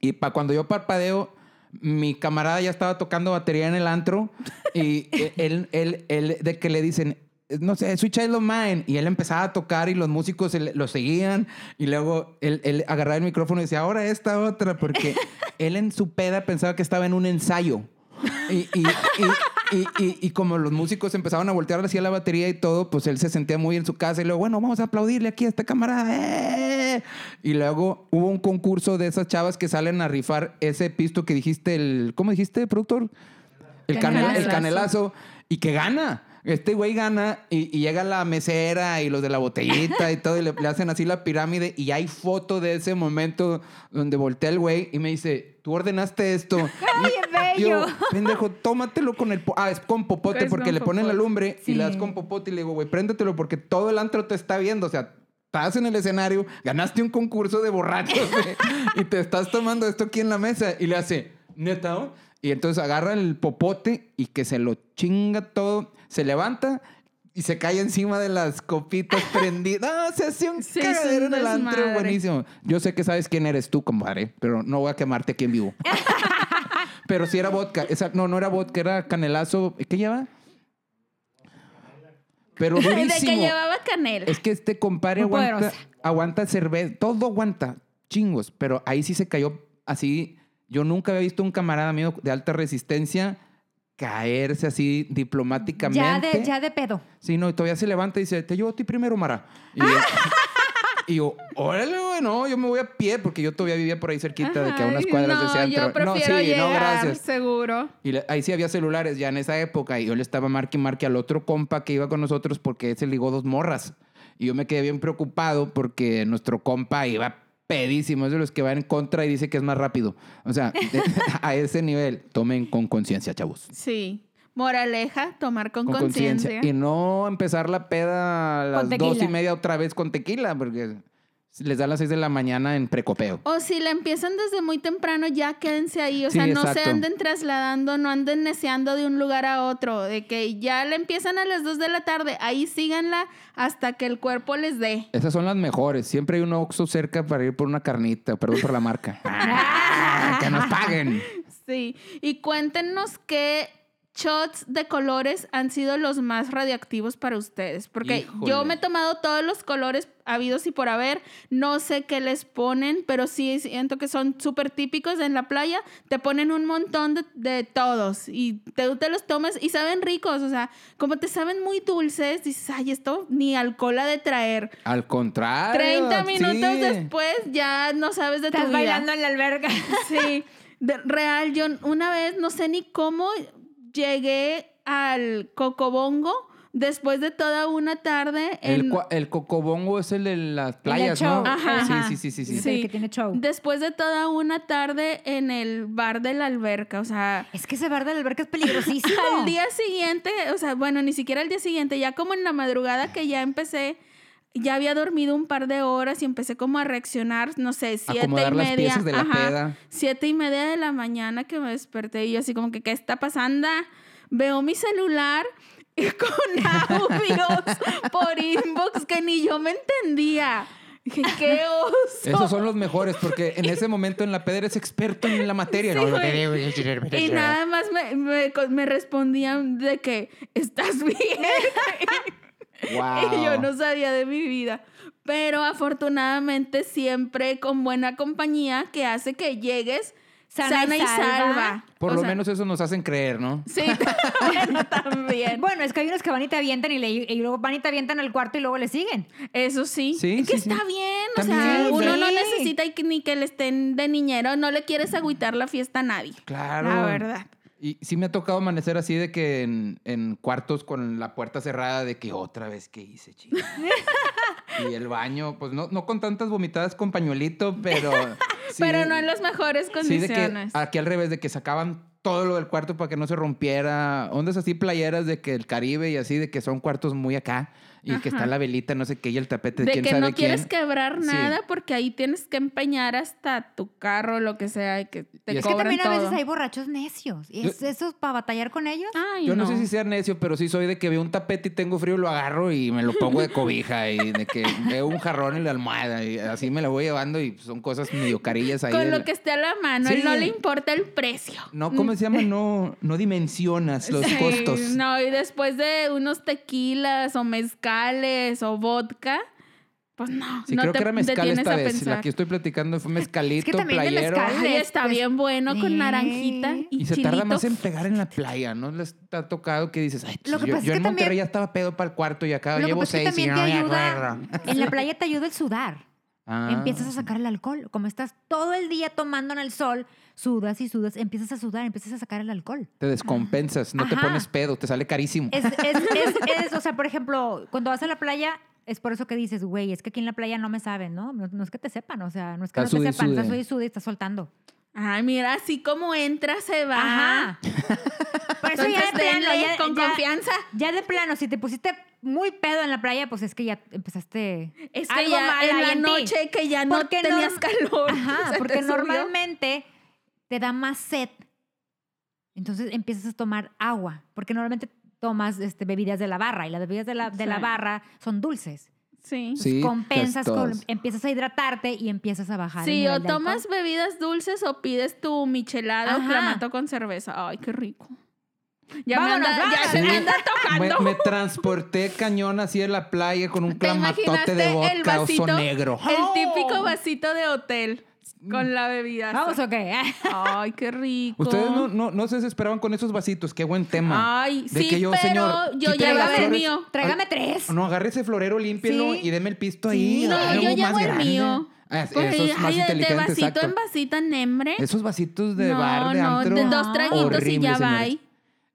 [SPEAKER 3] Y pa cuando yo parpadeo, mi camarada ya estaba tocando batería en el antro y e- él, él, él, de que le dicen, no sé, soy Child of Mine. Y él empezaba a tocar y los músicos se le- lo seguían y luego él, él agarraba el micrófono y decía, ahora esta otra, porque él en su peda pensaba que estaba en un ensayo. Y, y, y, y, y- y como los músicos empezaban a voltear hacia la batería y todo, pues él se sentía muy en su casa y luego, bueno, vamos a aplaudirle aquí a esta camarada. ¡eh! Y luego hubo un concurso de esas chavas que salen a rifar ese pisto que dijiste, el, ¿cómo dijiste, productor? El canel- el
[SPEAKER 1] Canelazo.
[SPEAKER 3] canelazo. Y que gana. Este güey gana y, y llega la mesera y los de la botellita y todo y le, le hacen así la pirámide y hay foto de ese momento donde voltea el güey y me dice, tú ordenaste esto.
[SPEAKER 2] ¡Ay, es
[SPEAKER 3] Y-
[SPEAKER 2] bello!
[SPEAKER 3] yo, pendejo, tómatelo con el... po- ah, es con popote
[SPEAKER 1] Es
[SPEAKER 3] porque
[SPEAKER 1] con
[SPEAKER 3] le ponen la
[SPEAKER 1] popote.
[SPEAKER 3] lumbre y
[SPEAKER 2] Sí.
[SPEAKER 3] le das con popote y le digo, güey, préndetelo porque todo el antro te está viendo. O sea, estás en el escenario, ganaste un concurso de borrachos güey, y te estás tomando esto aquí en la mesa. Y le hace, neta, oh?" Y entonces agarra el popote y que se lo chinga todo. Se levanta y se cae encima de las copitas prendidas. Ah, se hace un
[SPEAKER 1] Se hizo un
[SPEAKER 3] cagadero en el antro.
[SPEAKER 1] desmadre.
[SPEAKER 3] Buenísimo. Yo sé que sabes quién eres tú, compadre, pero no voy a quemarte aquí en vivo. Pero sí era vodka. Esa- no, no era vodka, era canelazo. ¿Qué lleva? Pero
[SPEAKER 1] De que
[SPEAKER 3] durísimo.
[SPEAKER 1] llevaba canela.
[SPEAKER 3] Es que este compadre
[SPEAKER 2] Muy
[SPEAKER 3] aguanta,
[SPEAKER 2] poderosa.
[SPEAKER 3] aguanta cerveza. Todo aguanta. Chingos. Pero ahí sí se cayó así. Yo nunca había visto un camarada mío de alta resistencia caerse así
[SPEAKER 2] Ya
[SPEAKER 3] diplomáticamente.
[SPEAKER 2] de, ya de pedo.
[SPEAKER 3] Sí, no, y todavía se levanta y dice, te llevo a ti primero, Mara. Y yo, y yo, órale, güey, no, yo me voy a pie porque yo todavía vivía por ahí cerquita de que a
[SPEAKER 1] Ay,
[SPEAKER 3] unas cuadras
[SPEAKER 1] no,
[SPEAKER 3] de ese antro.
[SPEAKER 1] Yo prefiero
[SPEAKER 3] no, sí,
[SPEAKER 1] llegar,
[SPEAKER 3] no, gracias.
[SPEAKER 1] seguro.
[SPEAKER 3] Y le- ahí sí había celulares ya en esa época y yo le estaba marque y marque al otro compa que iba con nosotros porque se ligó dos morras. Y yo me quedé bien preocupado porque nuestro compa iba pedísimo, es de los que va en contra y dice que es más rápido. O sea, a ese nivel, tomen con conciencia, chavos
[SPEAKER 1] Sí. Moraleja, tomar con
[SPEAKER 3] con conciencia.
[SPEAKER 1] conciencia.
[SPEAKER 3] Y no empezar la peda a las
[SPEAKER 2] Con
[SPEAKER 3] dos y
[SPEAKER 2] tequila.
[SPEAKER 3] media otra vez con tequila, porque les da a las seis de la mañana en precopeo.
[SPEAKER 1] O si la empiezan desde muy temprano, ya quédense ahí. O
[SPEAKER 3] Sí,
[SPEAKER 1] sea, no se
[SPEAKER 3] exacto.
[SPEAKER 1] anden trasladando, no anden neceando de un lugar a otro. De que ya la empiezan a las 2 de la tarde, ahí síganla hasta que el cuerpo les dé.
[SPEAKER 3] Esas son las mejores. Siempre hay un Oxxo cerca para ir por una carnita. Perdón por la marca. Ah, que nos paguen.
[SPEAKER 1] Sí. Y cuéntenos qué shots de colores han sido los más radioactivos para ustedes. Porque
[SPEAKER 3] Híjole.
[SPEAKER 1] yo me he tomado todos los colores habidos y por haber. No sé qué les ponen, pero sí siento que son súper típicos en la playa. Te ponen un montón de, de todos y te, te los tomas y saben ricos. O sea, como te saben muy dulces, dices, ay, esto ni alcohol ha de traer.
[SPEAKER 3] Al contrario.
[SPEAKER 1] 30 minutos
[SPEAKER 3] sí.
[SPEAKER 1] después ya no sabes de tu
[SPEAKER 2] Estás
[SPEAKER 1] vida.
[SPEAKER 2] bailando en la alberga.
[SPEAKER 1] Sí, de- real. Yo una vez, no sé ni cómo, llegué al Cocobongo después de toda una tarde
[SPEAKER 3] El,
[SPEAKER 1] en...
[SPEAKER 3] cua- el cocobongo es el de las playas,
[SPEAKER 2] show.
[SPEAKER 3] ¿no?
[SPEAKER 2] Ajá, ajá.
[SPEAKER 3] Sí, sí, sí, sí, sí.
[SPEAKER 2] Es el que tiene show.
[SPEAKER 1] Después de toda una tarde en el bar de la alberca, o sea...
[SPEAKER 2] Es que ese bar de la alberca es peligrosísimo.
[SPEAKER 1] Al día siguiente, o sea, bueno, ni siquiera al día siguiente, ya como en la madrugada que ya empecé, ya había dormido un par de horas y empecé como a reaccionar, no sé, siete
[SPEAKER 3] Acomodar
[SPEAKER 1] y
[SPEAKER 3] las
[SPEAKER 1] media.
[SPEAKER 3] piezas de la
[SPEAKER 1] ajá,
[SPEAKER 3] peda.
[SPEAKER 1] Siete y media de la mañana que me desperté y yo así como que, ¿qué está pasando? Veo mi celular y con audios por inbox que ni yo me entendía. Dije, qué oso.
[SPEAKER 3] Esos son los mejores porque en ese momento en la peda eres experto en la materia.
[SPEAKER 1] Sí,
[SPEAKER 3] ¿no? Lo que
[SPEAKER 1] güey.
[SPEAKER 3] digo,
[SPEAKER 1] Y nada más me, me, me respondían de que, ¿estás bien?
[SPEAKER 3] Wow.
[SPEAKER 1] Y yo no sabía de mi vida. Pero afortunadamente siempre con buena compañía que hace que llegues sana, y, salva.
[SPEAKER 3] Por
[SPEAKER 1] O
[SPEAKER 3] lo
[SPEAKER 1] sea,
[SPEAKER 3] menos eso nos hacen creer, ¿no?
[SPEAKER 1] Sí, bueno, también.
[SPEAKER 2] Bueno, es que hay unos que van y te avientan y, le- y luego van y te avientan al cuarto y luego le siguen.
[SPEAKER 1] Eso sí.
[SPEAKER 3] Sí,
[SPEAKER 1] es que
[SPEAKER 3] sí, sí.
[SPEAKER 1] está bien. O sea,
[SPEAKER 3] También,
[SPEAKER 1] uno
[SPEAKER 2] sí.
[SPEAKER 1] no necesita y que- ni que le estén de niñero. No le quieres agüitar la fiesta a nadie.
[SPEAKER 3] Claro.
[SPEAKER 1] La verdad.
[SPEAKER 3] Y sí me ha tocado amanecer así de que en, en cuartos con la puerta cerrada de que otra vez que hice, chico. y el baño, pues no, no con tantas vomitadas con pañuelito, pero... sí-
[SPEAKER 1] Pero no en las mejores
[SPEAKER 3] sí, de que
[SPEAKER 1] condiciones.
[SPEAKER 3] aquí al revés, de que sacaban todo lo del cuarto para que no se rompiera. Ondas así playeras de que el Caribe y así, de que son cuartos muy acá y que está la velita, no sé qué, y el tapete de,
[SPEAKER 1] de
[SPEAKER 3] quién
[SPEAKER 1] que
[SPEAKER 3] sabe
[SPEAKER 1] no quieres
[SPEAKER 3] quién.
[SPEAKER 1] quebrar
[SPEAKER 3] Sí.
[SPEAKER 1] nada porque ahí tienes que empeñar hasta tu carro, lo que sea, y que te
[SPEAKER 3] Y
[SPEAKER 2] Es que
[SPEAKER 1] cobran
[SPEAKER 2] también a veces
[SPEAKER 1] todo.
[SPEAKER 2] hay borrachos necios. Y es, eso para batallar con ellos.
[SPEAKER 1] Ay,
[SPEAKER 3] Yo no.
[SPEAKER 1] no.
[SPEAKER 3] sé si sea necio, pero sí soy de que veo un tapete y tengo frío, lo agarro y me lo pongo de cobija y de que veo un jarrón en la almohada y así me la voy llevando y son cosas medio carillas ahí.
[SPEAKER 1] Con
[SPEAKER 3] de
[SPEAKER 1] lo
[SPEAKER 3] la-
[SPEAKER 1] que esté a la mano, él
[SPEAKER 3] Sí.
[SPEAKER 1] no le importa el precio.
[SPEAKER 3] No, ¿cómo se llama? No, no dimensionas los
[SPEAKER 1] Sí,
[SPEAKER 3] costos.
[SPEAKER 1] No, y después de unos tequilas o mezcales o vodka, pues no,
[SPEAKER 3] Sí,
[SPEAKER 1] no
[SPEAKER 3] creo
[SPEAKER 1] te
[SPEAKER 3] que era mezcal
[SPEAKER 1] detienes
[SPEAKER 3] esta
[SPEAKER 1] a
[SPEAKER 3] vez.
[SPEAKER 1] pensar.
[SPEAKER 3] La que estoy platicando fue mezcalito,
[SPEAKER 2] también el
[SPEAKER 3] playero.
[SPEAKER 2] mezcal
[SPEAKER 1] Ay, está
[SPEAKER 2] Pues,
[SPEAKER 1] bien bueno con
[SPEAKER 2] sí.
[SPEAKER 1] naranjita y,
[SPEAKER 3] Y se
[SPEAKER 1] chilito.
[SPEAKER 3] tarda más en pegar en la playa, ¿no? Les ha tocado que dices, ay, pues
[SPEAKER 2] Lo que
[SPEAKER 3] yo,
[SPEAKER 2] pasa es
[SPEAKER 3] yo
[SPEAKER 2] que
[SPEAKER 3] en Monterrey
[SPEAKER 2] también-
[SPEAKER 3] ya estaba pedo para el cuarto y acá
[SPEAKER 2] Lo que
[SPEAKER 3] llevo
[SPEAKER 2] pasa es que
[SPEAKER 3] seis y
[SPEAKER 2] también
[SPEAKER 3] no
[SPEAKER 2] te
[SPEAKER 3] me
[SPEAKER 2] ayuda.
[SPEAKER 3] acuerdo.
[SPEAKER 2] En la playa te ayuda el sudar.
[SPEAKER 3] Ah.
[SPEAKER 2] Empiezas a sacar el alcohol. Como estás todo el día tomando en el sol, sudas y sudas, empiezas a sudar, empiezas a sacar el alcohol.
[SPEAKER 3] Te descompensas, no te
[SPEAKER 2] Ajá.
[SPEAKER 3] pones pedo, te sale carísimo.
[SPEAKER 2] Es, es, es- es- o sea, por ejemplo, cuando vas a la playa, es por eso que dices, güey, es que aquí en la playa no me saben, ¿no? No, no es que te sepan, o sea, no es que
[SPEAKER 3] Estás
[SPEAKER 2] no
[SPEAKER 3] sude
[SPEAKER 2] te
[SPEAKER 3] y
[SPEAKER 2] sepan,
[SPEAKER 3] sude.
[SPEAKER 2] estás sude y sude, estás soltando.
[SPEAKER 1] Ay, mira, así como entra, se va.
[SPEAKER 2] Ajá. Por eso ya
[SPEAKER 1] Entonces,
[SPEAKER 2] de plano,
[SPEAKER 1] denle
[SPEAKER 2] ya-
[SPEAKER 1] con
[SPEAKER 2] ya-
[SPEAKER 1] confianza.
[SPEAKER 2] Ya de plano, si te pusiste muy pedo en la playa, pues es que ya empezaste.
[SPEAKER 1] Es que
[SPEAKER 2] algo
[SPEAKER 1] ya
[SPEAKER 2] mal
[SPEAKER 1] en
[SPEAKER 2] ahí
[SPEAKER 1] la
[SPEAKER 2] en ti.
[SPEAKER 1] noche que ya no
[SPEAKER 2] Porque
[SPEAKER 1] tenías
[SPEAKER 2] norm-
[SPEAKER 1] calor. se
[SPEAKER 2] Ajá,
[SPEAKER 1] te
[SPEAKER 2] porque
[SPEAKER 1] subió.
[SPEAKER 2] normalmente te da más sed. Entonces empiezas a tomar agua, porque normalmente tomas este, bebidas de la barra y las bebidas de la, de la
[SPEAKER 1] Sí.
[SPEAKER 2] barra son dulces.
[SPEAKER 1] Sí.
[SPEAKER 3] Sí, pues,
[SPEAKER 2] Compensas, con-
[SPEAKER 3] todas.
[SPEAKER 2] empiezas a hidratarte y empiezas a bajar. el
[SPEAKER 1] Sí,
[SPEAKER 2] nivel
[SPEAKER 1] o
[SPEAKER 2] de
[SPEAKER 1] tomas
[SPEAKER 2] alcohol.
[SPEAKER 1] bebidas dulces o pides tu michelada o
[SPEAKER 2] Ajá.
[SPEAKER 1] clamato con cerveza. Ay, qué rico. Ya, me
[SPEAKER 2] Vámonos,
[SPEAKER 1] anda- ya
[SPEAKER 2] vámonos.
[SPEAKER 1] se me
[SPEAKER 3] Sí.
[SPEAKER 1] anda
[SPEAKER 3] Me,
[SPEAKER 1] tocando.
[SPEAKER 3] me transporté cañón así en la playa con un
[SPEAKER 1] ¿Te
[SPEAKER 3] clamatote de
[SPEAKER 1] imaginaste el
[SPEAKER 3] vodka oso
[SPEAKER 1] vasito?
[SPEAKER 3] negro.
[SPEAKER 1] El típico vasito de hotel con la bebida.
[SPEAKER 2] Oh. Vamos, ok.
[SPEAKER 1] Ay, qué rico.
[SPEAKER 3] Ustedes no, no, no se desesperaban con esos vasitos, qué buen tema.
[SPEAKER 1] Ay,
[SPEAKER 3] De
[SPEAKER 1] sí,
[SPEAKER 3] que yo,
[SPEAKER 1] pero
[SPEAKER 3] señor,
[SPEAKER 1] yo
[SPEAKER 3] quítele
[SPEAKER 1] llevaba
[SPEAKER 3] las
[SPEAKER 1] el
[SPEAKER 3] flores.
[SPEAKER 1] mío.
[SPEAKER 2] Tráigame tres.
[SPEAKER 3] No, agarre ese florero, límpielo
[SPEAKER 2] Sí.
[SPEAKER 3] y deme el pisto
[SPEAKER 2] Sí.
[SPEAKER 3] ahí.
[SPEAKER 1] No,
[SPEAKER 3] dale
[SPEAKER 1] yo
[SPEAKER 3] algo
[SPEAKER 1] llevo
[SPEAKER 3] más
[SPEAKER 1] el
[SPEAKER 3] grande.
[SPEAKER 1] mío.
[SPEAKER 3] Ah, es-
[SPEAKER 1] Porque,
[SPEAKER 3] esos más
[SPEAKER 1] ay, de- de
[SPEAKER 3] inteligentes,
[SPEAKER 1] vasito
[SPEAKER 3] exacto.
[SPEAKER 1] en vasito, nembre.
[SPEAKER 3] Esos vasitos de
[SPEAKER 1] no,
[SPEAKER 3] bar, de
[SPEAKER 1] no,
[SPEAKER 3] antro.
[SPEAKER 1] de dos traguitos y
[SPEAKER 3] horrible,
[SPEAKER 1] ya va
[SPEAKER 3] señores.
[SPEAKER 1] ahí.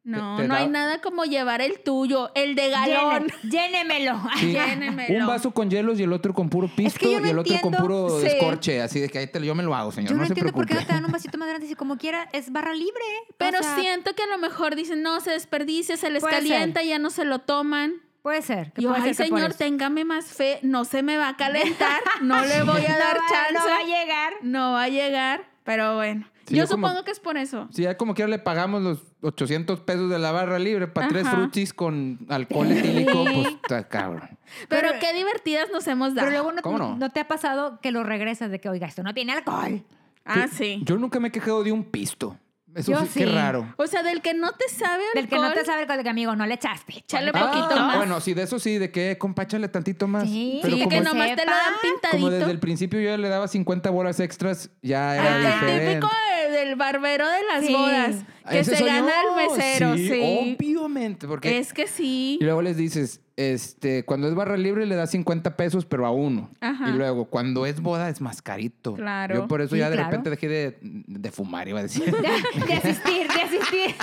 [SPEAKER 1] No,
[SPEAKER 3] Te- te
[SPEAKER 1] no hay
[SPEAKER 3] da-
[SPEAKER 1] nada como llevar el tuyo, el de galón.
[SPEAKER 2] Llene- Llénemelo.
[SPEAKER 3] Sí,
[SPEAKER 1] Llénemelo.
[SPEAKER 3] Un vaso con hielos y el otro con puro pisto
[SPEAKER 2] que yo no
[SPEAKER 3] y el otro
[SPEAKER 2] entiendo,
[SPEAKER 3] con puro
[SPEAKER 1] sí.
[SPEAKER 3] descorche. Así de que ahí te, yo me lo hago, señor.
[SPEAKER 2] Yo no,
[SPEAKER 3] no, se
[SPEAKER 2] entiendo por
[SPEAKER 3] preocupe.
[SPEAKER 2] qué no te dan un vasito más grande si como quiera es barra libre. O
[SPEAKER 1] Pero
[SPEAKER 2] sea,
[SPEAKER 1] siento que a lo mejor dicen, no, se desperdicia, se les
[SPEAKER 2] Puede ser.
[SPEAKER 1] calienta, ya no se lo toman.
[SPEAKER 2] Puede ser. que
[SPEAKER 1] Yo,
[SPEAKER 2] puede
[SPEAKER 1] ay,
[SPEAKER 2] ser que por
[SPEAKER 1] señor,
[SPEAKER 2] eso.
[SPEAKER 1] téngame más fe, no se me va a calentar, no le voy a dar
[SPEAKER 2] no va,
[SPEAKER 1] chance.
[SPEAKER 2] No va a llegar.
[SPEAKER 1] No va a llegar, pero bueno.
[SPEAKER 3] Sí,
[SPEAKER 1] yo
[SPEAKER 3] yo como-
[SPEAKER 1] supongo que es por eso.
[SPEAKER 3] Si ya como quiera le pagamos los 800 pesos de la barra libre para tres
[SPEAKER 1] Ajá.
[SPEAKER 3] frutis con alcohol etílico, pues está cabrón.
[SPEAKER 1] Pero,
[SPEAKER 2] Pero-
[SPEAKER 1] qué divertidas nos hemos dado.
[SPEAKER 2] Pero luego no,
[SPEAKER 3] ¿Cómo no?
[SPEAKER 2] no te ha pasado que lo regresas de que, oiga, esto no tiene alcohol.
[SPEAKER 1] ah,
[SPEAKER 3] Yo-
[SPEAKER 1] sí.
[SPEAKER 3] Yo nunca me he quejado de un pisto. Eso
[SPEAKER 2] Yo
[SPEAKER 3] sí,
[SPEAKER 2] sí.
[SPEAKER 3] qué ralo.
[SPEAKER 1] O sea, del que no te sabe alcohol.
[SPEAKER 2] Del que no te sabe alcohol, de que amigo, no le echaste.
[SPEAKER 1] Échale
[SPEAKER 2] Ponle
[SPEAKER 1] poquito
[SPEAKER 2] tantito.
[SPEAKER 1] más.
[SPEAKER 3] Ah, Bueno, sí, de eso sí, de que compáchale tantito más.
[SPEAKER 2] Sí,
[SPEAKER 3] Pero
[SPEAKER 1] Sí,
[SPEAKER 3] como,
[SPEAKER 1] que
[SPEAKER 3] es-
[SPEAKER 1] nomás te lo dan
[SPEAKER 2] sepa.
[SPEAKER 1] pintadito.
[SPEAKER 3] como desde el principio yo ya le daba 50 bolas extras, ya era
[SPEAKER 1] Ah, el
[SPEAKER 3] diferente. Ah,
[SPEAKER 1] típico de- del barbero de las
[SPEAKER 2] Sí.
[SPEAKER 1] bodas. Que
[SPEAKER 3] Ese
[SPEAKER 1] se
[SPEAKER 3] soy
[SPEAKER 1] gana
[SPEAKER 3] yo.
[SPEAKER 1] el mesero, sí.
[SPEAKER 3] Obviamente, porque
[SPEAKER 1] Es que sí.
[SPEAKER 3] Y luego les dices, este, cuando es barra libre le das 50 pesos, pero a uno.
[SPEAKER 1] Ajá.
[SPEAKER 3] Y luego, cuando es boda es más carito.
[SPEAKER 1] Claro.
[SPEAKER 3] Yo por eso
[SPEAKER 2] Sí,
[SPEAKER 3] ya de
[SPEAKER 2] claro.
[SPEAKER 3] repente dejé de, de fumar, iba a decir.
[SPEAKER 2] De, de asistir, de asistir.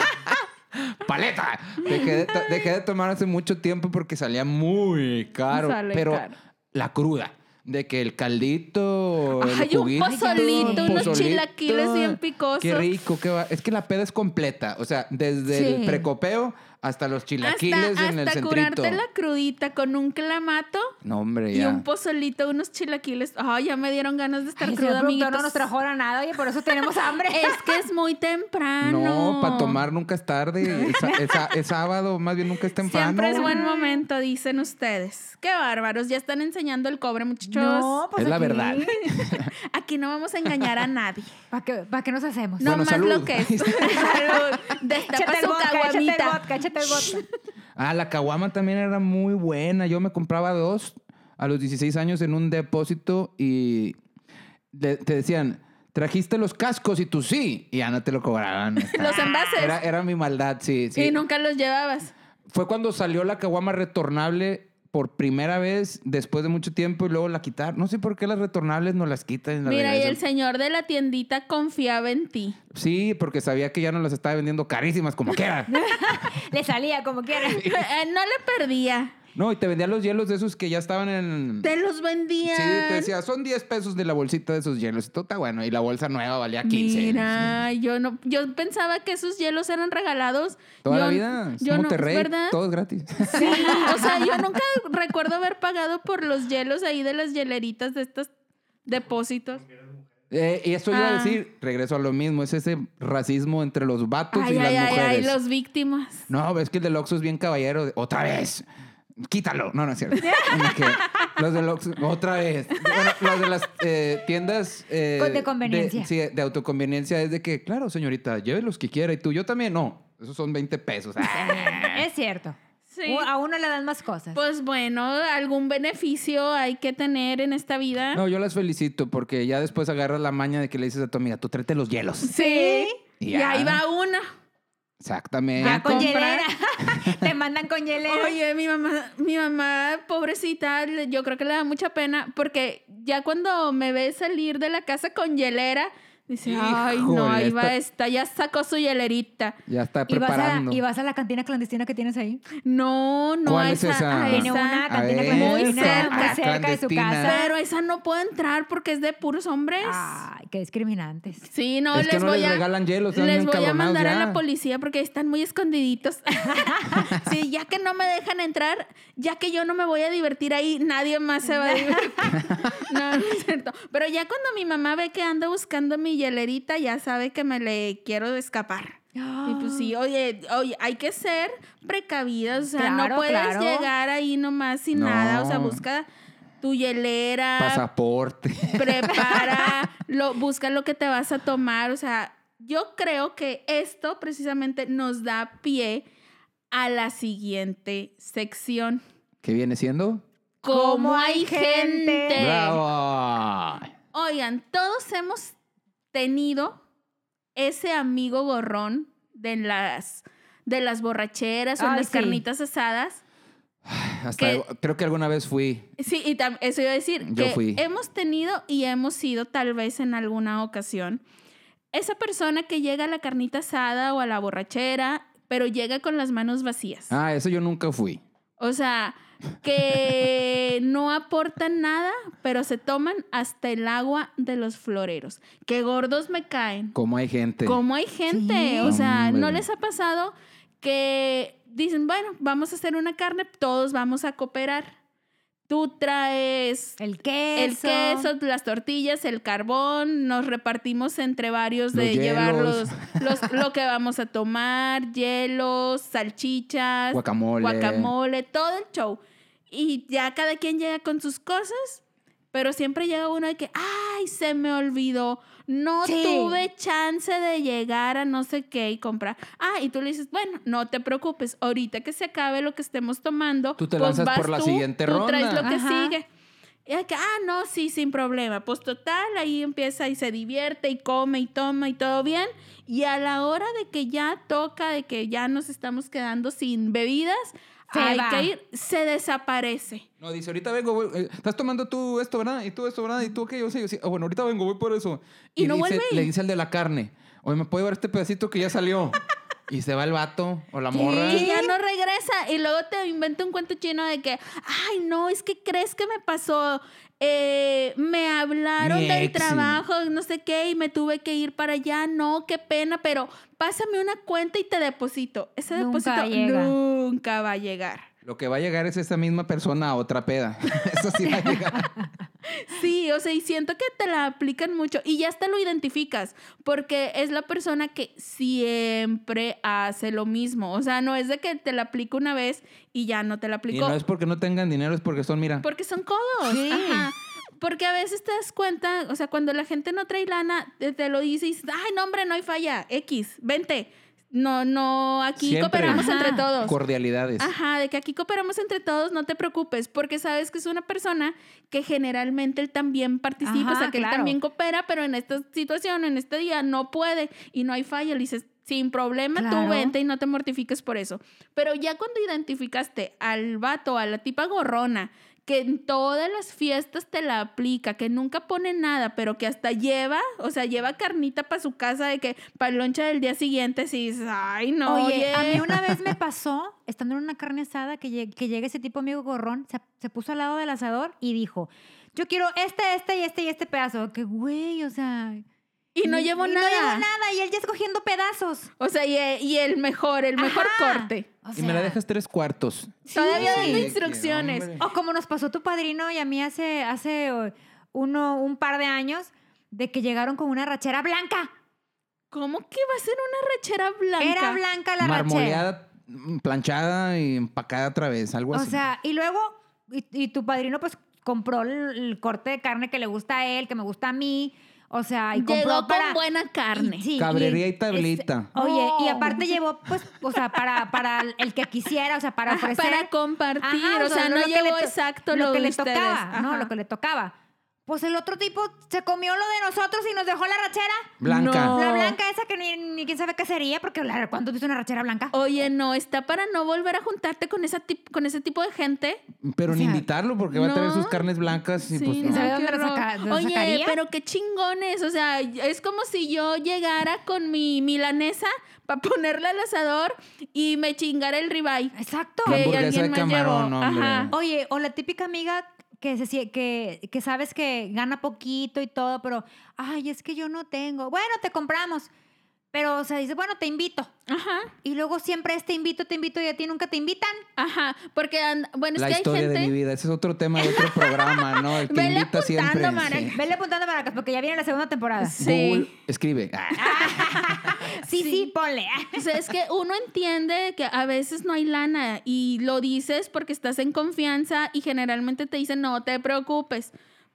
[SPEAKER 3] ¡Paleta! Dejé de, to- dejé de tomar hace mucho tiempo porque salía muy caro.
[SPEAKER 1] Sale
[SPEAKER 3] pero
[SPEAKER 1] caro.
[SPEAKER 3] la cruda. De que el caldito,
[SPEAKER 1] Ay,
[SPEAKER 3] el
[SPEAKER 1] un
[SPEAKER 3] juguito,
[SPEAKER 1] pozolito,
[SPEAKER 3] el
[SPEAKER 1] unos
[SPEAKER 3] pozolito.
[SPEAKER 1] chilaquiles bien picosos.
[SPEAKER 3] Qué rico, qué va. Es que la peda es completa. O sea, desde el
[SPEAKER 2] Sí.
[SPEAKER 3] precopeo hasta los chilaquiles
[SPEAKER 1] Hasta,
[SPEAKER 3] en el
[SPEAKER 1] hasta
[SPEAKER 3] centrito.
[SPEAKER 1] curarte la crudita con un clamato
[SPEAKER 3] No, hombre,
[SPEAKER 1] y
[SPEAKER 3] ya.
[SPEAKER 1] un pozolito, unos chilaquiles. Ay, ya me dieron ganas de estar
[SPEAKER 2] Ay, señor
[SPEAKER 1] cruda,
[SPEAKER 2] productor,
[SPEAKER 1] amiguitos.
[SPEAKER 2] no nos trajo ahora nada, oye, por eso tenemos hambre.
[SPEAKER 1] Es que es muy temprano.
[SPEAKER 3] No, para tomar nunca es tarde. Es, es- es sábado, más bien nunca es temprano.
[SPEAKER 1] Siempre es buen momento, dicen ustedes. Qué bárbaros, ya están enseñando el cobre, muchachos.
[SPEAKER 2] No, pues
[SPEAKER 3] Es la
[SPEAKER 2] aquí-
[SPEAKER 3] verdad.
[SPEAKER 1] Aquí no vamos a engañar a nadie.
[SPEAKER 2] ¿Para qué, pa' qué nos hacemos?
[SPEAKER 1] No
[SPEAKER 3] Bueno,
[SPEAKER 1] más
[SPEAKER 3] salud.
[SPEAKER 1] lo que es. Salud. Destapa
[SPEAKER 2] Échate el
[SPEAKER 1] su
[SPEAKER 2] vodka, échate el
[SPEAKER 1] caguamita.
[SPEAKER 2] vodka, échate el vodka.
[SPEAKER 3] Ah, la caguama también era muy buena. Yo me compraba dos a los 16 años en un depósito y de- te decían, trajiste los cascos y tú sí. Y ya no te lo cobraban.
[SPEAKER 1] Los envases.
[SPEAKER 3] Era, era mi maldad, sí. sí.
[SPEAKER 1] Y nunca los llevabas.
[SPEAKER 3] Fue cuando salió la caguama retornable. por primera vez después de mucho tiempo y luego la quitar. No sé por qué las retornables no las quitan. y las
[SPEAKER 1] Mira, y el
[SPEAKER 3] regresan.
[SPEAKER 1] señor de la tiendita confiaba en ti.
[SPEAKER 3] Sí, porque sabía que ya no las estaba vendiendo carísimas como quiera.
[SPEAKER 2] Le salía como quiera.
[SPEAKER 1] Eh, no le perdía.
[SPEAKER 3] No, y te vendían los hielos de esos que ya estaban en...
[SPEAKER 1] Te los
[SPEAKER 3] Sí,
[SPEAKER 1] vendía.
[SPEAKER 3] te decía, son 10 pesos de la bolsita de esos hielos. Y todo está bueno. Y la bolsa nueva valía 15.
[SPEAKER 1] Mira, yo no, yo pensaba que esos hielos eran regalados.
[SPEAKER 3] Toda
[SPEAKER 1] Yo-
[SPEAKER 3] la vida. Es
[SPEAKER 1] yo no-
[SPEAKER 3] Monterrey,
[SPEAKER 1] ¿verdad?
[SPEAKER 3] todo es gratis.
[SPEAKER 1] Sí, o sea, yo nunca recuerdo haber pagado por los hielos ahí de las hieleritas de estos depósitos.
[SPEAKER 3] Eh, y eso iba a
[SPEAKER 1] Ah.
[SPEAKER 3] decir, regreso a lo mismo, es ese racismo entre los vatos Pues
[SPEAKER 1] Ay,
[SPEAKER 3] y las
[SPEAKER 1] ay, ay,
[SPEAKER 3] mujeres.
[SPEAKER 1] ay, los víctimas.
[SPEAKER 3] No, es que el del Oxxo es bien caballero. de, Otra vez. Quítalo. No, no es cierto. Como que los del Oxxo, otra vez. Bueno, los de las eh, tiendas... eh,
[SPEAKER 2] Con- de conveniencia.
[SPEAKER 3] de- sí, de autoconveniencia es de que, claro, señorita, lleve los que quiera. Y tú, yo también. No, esos son 20 pesos. Ah.
[SPEAKER 2] es cierto.
[SPEAKER 1] Sí.
[SPEAKER 2] U- A uno le dan más cosas.
[SPEAKER 1] Pues bueno, algún beneficio hay que tener en esta vida.
[SPEAKER 3] No, yo las felicito porque ya después agarras la maña de que le dices a tu amiga, tú tráete los hielos.
[SPEAKER 1] Sí.
[SPEAKER 3] Y
[SPEAKER 1] Y,
[SPEAKER 3] ya.
[SPEAKER 1] ahí va uno.
[SPEAKER 3] Exactamente.
[SPEAKER 2] Ah, con
[SPEAKER 1] comprar.
[SPEAKER 2] hielera. Te mandan con hielera.
[SPEAKER 1] Oye, mi mamá, mi mamá, pobrecita, le- yo creo que le da mucha pena porque ya cuando me ve salir de la casa con hielera, dice, ay, no,
[SPEAKER 3] Híjole,
[SPEAKER 1] ahí va
[SPEAKER 3] esta-
[SPEAKER 1] esta, ya sacó su hielerita.
[SPEAKER 3] Ya está
[SPEAKER 2] y, vas a
[SPEAKER 3] preparando.
[SPEAKER 2] la, y vas a la cantina clandestina que tienes ahí.
[SPEAKER 1] No, no,
[SPEAKER 3] ¿Cuál
[SPEAKER 1] a
[SPEAKER 3] es
[SPEAKER 1] esa,
[SPEAKER 3] esa?
[SPEAKER 1] a
[SPEAKER 2] Tiene
[SPEAKER 1] esa.
[SPEAKER 2] una cantina
[SPEAKER 3] Ay,
[SPEAKER 2] clandestina
[SPEAKER 1] muy cerca.
[SPEAKER 2] muy cerca de su
[SPEAKER 3] Clandestina.
[SPEAKER 2] casa.
[SPEAKER 1] Pero esa no puedo entrar porque es de puros hombres.
[SPEAKER 2] Ay, qué discriminantes.
[SPEAKER 1] Sí, no,
[SPEAKER 3] es
[SPEAKER 1] les
[SPEAKER 3] que no
[SPEAKER 1] voy
[SPEAKER 3] les
[SPEAKER 1] a...
[SPEAKER 3] regalan hielos. están
[SPEAKER 1] Les voy a
[SPEAKER 3] encabronados
[SPEAKER 1] mandar
[SPEAKER 3] ya.
[SPEAKER 1] a la policía porque están muy escondiditos. sí, ya que no me dejan entrar, ya que yo no me voy a divertir ahí, nadie más se va a divertir. no, no es cierto. Pero ya cuando mi mamá ve que ando buscando mi hielerita, ya sabe que me le quiero escapar.
[SPEAKER 2] ¡Ah!
[SPEAKER 1] Y pues sí, oye, oye, hay que ser precavidas, o sea,
[SPEAKER 2] Claro,
[SPEAKER 1] no puedes
[SPEAKER 2] claro.
[SPEAKER 1] llegar ahí nomás sin nada, o sea,
[SPEAKER 3] No.
[SPEAKER 1] busca tu hielera,
[SPEAKER 3] Pasaporte.
[SPEAKER 1] prepara, lo, busca lo que te vas a tomar. O sea, yo creo que esto precisamente nos da pie a la siguiente sección.
[SPEAKER 3] ¿Qué viene siendo?
[SPEAKER 1] ¿Cómo hay gente?
[SPEAKER 2] Eh.
[SPEAKER 3] ¡Bravo!
[SPEAKER 1] Oigan, todos hemos tenido ese amigo gorrón de las, de las borracheras o en
[SPEAKER 2] Ay,
[SPEAKER 1] las
[SPEAKER 2] sí.
[SPEAKER 1] carnitas asadas.
[SPEAKER 3] Hasta
[SPEAKER 1] ¿Qué?
[SPEAKER 3] creo que alguna vez fui.
[SPEAKER 1] Sí, y tam- eso iba a decir,
[SPEAKER 3] Yo
[SPEAKER 1] que
[SPEAKER 3] fui.
[SPEAKER 1] hemos tenido y hemos sido tal vez en alguna ocasión esa persona que llega a la carnita asada o a la borrachera, pero llega con las manos vacías.
[SPEAKER 3] Ah, eso yo nunca fui.
[SPEAKER 1] O sea, que no aportan nada, pero se toman hasta el agua de los floreros. Qué gordos me caen.
[SPEAKER 3] ¿Cómo hay gente?
[SPEAKER 1] ¿Cómo hay gente?
[SPEAKER 2] Sí.
[SPEAKER 1] O sea, ¿no
[SPEAKER 3] Hombre.
[SPEAKER 1] les ha pasado que dicen, bueno, vamos a hacer una carne, todos vamos a cooperar? Tú traes
[SPEAKER 2] El queso.
[SPEAKER 1] el queso, las tortillas, el carbón, nos repartimos entre varios
[SPEAKER 3] Los
[SPEAKER 1] de llevar
[SPEAKER 3] hielos.
[SPEAKER 1] los, los- lo que vamos a tomar, hielos, salchichas,
[SPEAKER 3] Guacamole.
[SPEAKER 1] guacamole, todo el show. Y ya cada quien llega con sus cosas, pero siempre llega uno de que, ay, se me olvidó, no
[SPEAKER 2] Sí.
[SPEAKER 1] tuve chance de llegar a no sé qué y comprar. Ah, y tú le dices, bueno, no te preocupes, ahorita que se acabe lo que estemos tomando,
[SPEAKER 3] Tú te
[SPEAKER 1] pues
[SPEAKER 3] lanzas
[SPEAKER 1] vas
[SPEAKER 3] por la
[SPEAKER 1] tú,
[SPEAKER 3] siguiente
[SPEAKER 1] tú traes
[SPEAKER 3] ronda.
[SPEAKER 1] lo que
[SPEAKER 2] Ajá.
[SPEAKER 1] sigue. Y de que, ah, no, sí, sin problema. Pues total, ahí empieza y se divierte y come y toma y todo bien. Y a la hora de que ya toca, de que ya nos estamos quedando sin bebidas,
[SPEAKER 2] Se
[SPEAKER 1] hay
[SPEAKER 2] va.
[SPEAKER 1] que ir, se desaparece.
[SPEAKER 3] No, dice, ahorita vengo, voy, eh, estás tomando tú esto, ¿verdad? Y tú esto, ¿verdad? Y tú aquello, sí, sí. Ah, bueno, ahorita vengo, voy por eso.
[SPEAKER 1] Y no
[SPEAKER 3] dice-
[SPEAKER 1] vuelve.
[SPEAKER 3] Le dice al de la carne, oye, ¿me puede llevar este pedacito que ya salió? y se va el vato o la morra.
[SPEAKER 1] Y ya no regresa. Y luego te inventa un cuento chino de que, ay, no, es que crees que me pasó. Eh, me hablaron
[SPEAKER 3] Mi
[SPEAKER 1] del
[SPEAKER 3] ex, sí.
[SPEAKER 1] trabajo, no sé qué, y me tuve que ir para allá. No, qué pena, pero pásame una cuenta y te deposito. Ese
[SPEAKER 2] Nunca
[SPEAKER 1] depósito
[SPEAKER 2] llega.
[SPEAKER 1] nunca va a llegar.
[SPEAKER 3] Lo que va a llegar es esa misma persona a otra peda. eso sí va a llegar.
[SPEAKER 1] Sí, o sea, y siento que te la aplican mucho y ya hasta lo identificas, porque es la persona que siempre hace lo mismo. O sea, no es de que te la aplico una vez y ya no te la
[SPEAKER 3] y
[SPEAKER 1] aplico.
[SPEAKER 3] no es porque no tengan dinero, es porque son, mira,
[SPEAKER 1] Porque son codos.
[SPEAKER 2] Sí.
[SPEAKER 1] Ajá. Porque a veces te das cuenta, o sea, cuando la gente no trae lana, te, te lo dice y dices, ay, no, hombre, no hay falla. X, vente. No, no, aquí
[SPEAKER 3] Siempre.
[SPEAKER 1] cooperamos
[SPEAKER 2] Ajá.
[SPEAKER 1] entre todos.
[SPEAKER 3] cordialidades.
[SPEAKER 1] Ajá, de que aquí cooperamos entre todos, no te preocupes, porque sabes que es una persona que generalmente él también participa,
[SPEAKER 2] Ajá,
[SPEAKER 1] o sea, que
[SPEAKER 2] claro.
[SPEAKER 1] él también coopera, pero en esta situación, en este día, no puede y no hay falla. Le dices, Sin problema,
[SPEAKER 2] Claro.
[SPEAKER 1] tú vente y no te mortifiques por eso. Pero ya cuando identificaste al vato, a la tipa gorrona, que en todas las fiestas te la aplica, que nunca pone nada, pero que hasta lleva, o sea, lleva carnita para su casa de que para loncha del día siguiente, si dices, ay, no,
[SPEAKER 2] Oye,
[SPEAKER 1] oye,
[SPEAKER 2] a mí una vez me pasó, estando en una carne asada, que, lleg- que llega ese tipo amigo gorrón, se, se puso al lado del asador y dijo, yo quiero este, este y este y este pedazo. Que güey, o sea...
[SPEAKER 1] y no
[SPEAKER 2] ni-
[SPEAKER 1] llevo
[SPEAKER 2] y
[SPEAKER 1] nada.
[SPEAKER 2] No llevo nada y él ya escogiendo pedazos.
[SPEAKER 1] O sea, y, e- y el mejor, el mejor
[SPEAKER 2] Ajá.
[SPEAKER 1] corte.
[SPEAKER 2] O
[SPEAKER 3] y me la
[SPEAKER 2] sea,
[SPEAKER 3] dejas tres cuartos.
[SPEAKER 1] Todavía
[SPEAKER 3] Sí,
[SPEAKER 1] dando
[SPEAKER 3] que
[SPEAKER 1] instrucciones.
[SPEAKER 3] hombre.
[SPEAKER 2] O como nos pasó tu padrino y a mí hace, hace eh, uno, un par de años, de que llegaron con una rachera blanca.
[SPEAKER 1] ¿Cómo que va a ser una rachera blanca?
[SPEAKER 2] Era blanca la rachera.
[SPEAKER 3] Marmoleada, mm, planchada y empacada otra vez, algo
[SPEAKER 2] O
[SPEAKER 3] así.
[SPEAKER 2] sea, y luego, y, y tu padrino pues compró el, el corte de carne que le gusta a él, que me gusta a mí. O sea, y compró
[SPEAKER 1] Llegó
[SPEAKER 2] para...
[SPEAKER 1] con buena carne.
[SPEAKER 2] y- sí,
[SPEAKER 3] Cabrería y
[SPEAKER 2] es-
[SPEAKER 3] tablita.
[SPEAKER 2] oye, y
[SPEAKER 1] Oh.
[SPEAKER 2] aparte llevó, pues, o sea, para, para el que quisiera, o sea, para
[SPEAKER 1] Ajá,
[SPEAKER 2] ofrecer.
[SPEAKER 1] para compartir,
[SPEAKER 2] Ajá,
[SPEAKER 1] o sea, no,
[SPEAKER 2] lo que le
[SPEAKER 1] llevó
[SPEAKER 2] to-
[SPEAKER 1] exacto
[SPEAKER 2] lo, que
[SPEAKER 1] de
[SPEAKER 2] le
[SPEAKER 1] ustedes.
[SPEAKER 2] tocaba, ¿no?
[SPEAKER 1] Ajá.
[SPEAKER 2] Lo que le tocaba. Pues el otro tipo se comió lo de nosotros y nos dejó la rachera.
[SPEAKER 3] Blanca.
[SPEAKER 1] No.
[SPEAKER 2] La blanca esa que ni, ni quién sabe qué sería, porque claro, ¿cuándo viste una rachera blanca?
[SPEAKER 1] Oye, no, está para no volver a juntarte con, esa tip- con ese tipo de gente.
[SPEAKER 3] Pero
[SPEAKER 2] o
[SPEAKER 3] ni
[SPEAKER 2] sea,
[SPEAKER 3] invitarlo porque va a traer
[SPEAKER 1] no.
[SPEAKER 3] sus carnes blancas y
[SPEAKER 1] Sí,
[SPEAKER 3] pues
[SPEAKER 1] no,
[SPEAKER 3] no.
[SPEAKER 2] ¿Sabe dónde
[SPEAKER 1] qué
[SPEAKER 2] lo
[SPEAKER 1] horror.
[SPEAKER 2] saca- lo
[SPEAKER 1] Oye,
[SPEAKER 2] sacaría?
[SPEAKER 1] pero qué chingones. O sea, es como si yo llegara con mi milanesa para ponerla al asador y me chingara el ribeye.
[SPEAKER 2] Exacto.
[SPEAKER 3] La
[SPEAKER 1] Que
[SPEAKER 3] hamburguesa de
[SPEAKER 1] alguien más
[SPEAKER 3] camarón,
[SPEAKER 1] llevó.
[SPEAKER 3] hombre.
[SPEAKER 1] Ajá.
[SPEAKER 2] Oye, o la típica amiga que, se, sie- que, que sabes que gana poquito y todo, pero, ay, es que yo no tengo. Bueno, te compramos. Pero, o sea, dice, bueno, te invito.
[SPEAKER 1] Ajá.
[SPEAKER 2] Y luego siempre es te invito, te invito y a ti nunca te invitan.
[SPEAKER 1] Ajá, porque and- bueno, es
[SPEAKER 3] La
[SPEAKER 1] que hay
[SPEAKER 3] historia
[SPEAKER 1] gente.
[SPEAKER 3] de mi vida. Ese es otro tema de otro programa, ¿no? El que
[SPEAKER 1] Vele
[SPEAKER 3] invita siempre.
[SPEAKER 1] apuntando, Mara.
[SPEAKER 3] sí.
[SPEAKER 2] Vele apuntando para acá, porque ya viene la segunda temporada. Sí,
[SPEAKER 1] Sí.
[SPEAKER 3] Google, escribe. Ah,
[SPEAKER 2] sí,
[SPEAKER 1] Sí.
[SPEAKER 2] ponle.
[SPEAKER 1] O sea, es que uno entiende que a veces no hay lana y lo dices porque estás en confianza y generalmente te dicen no te preocupes.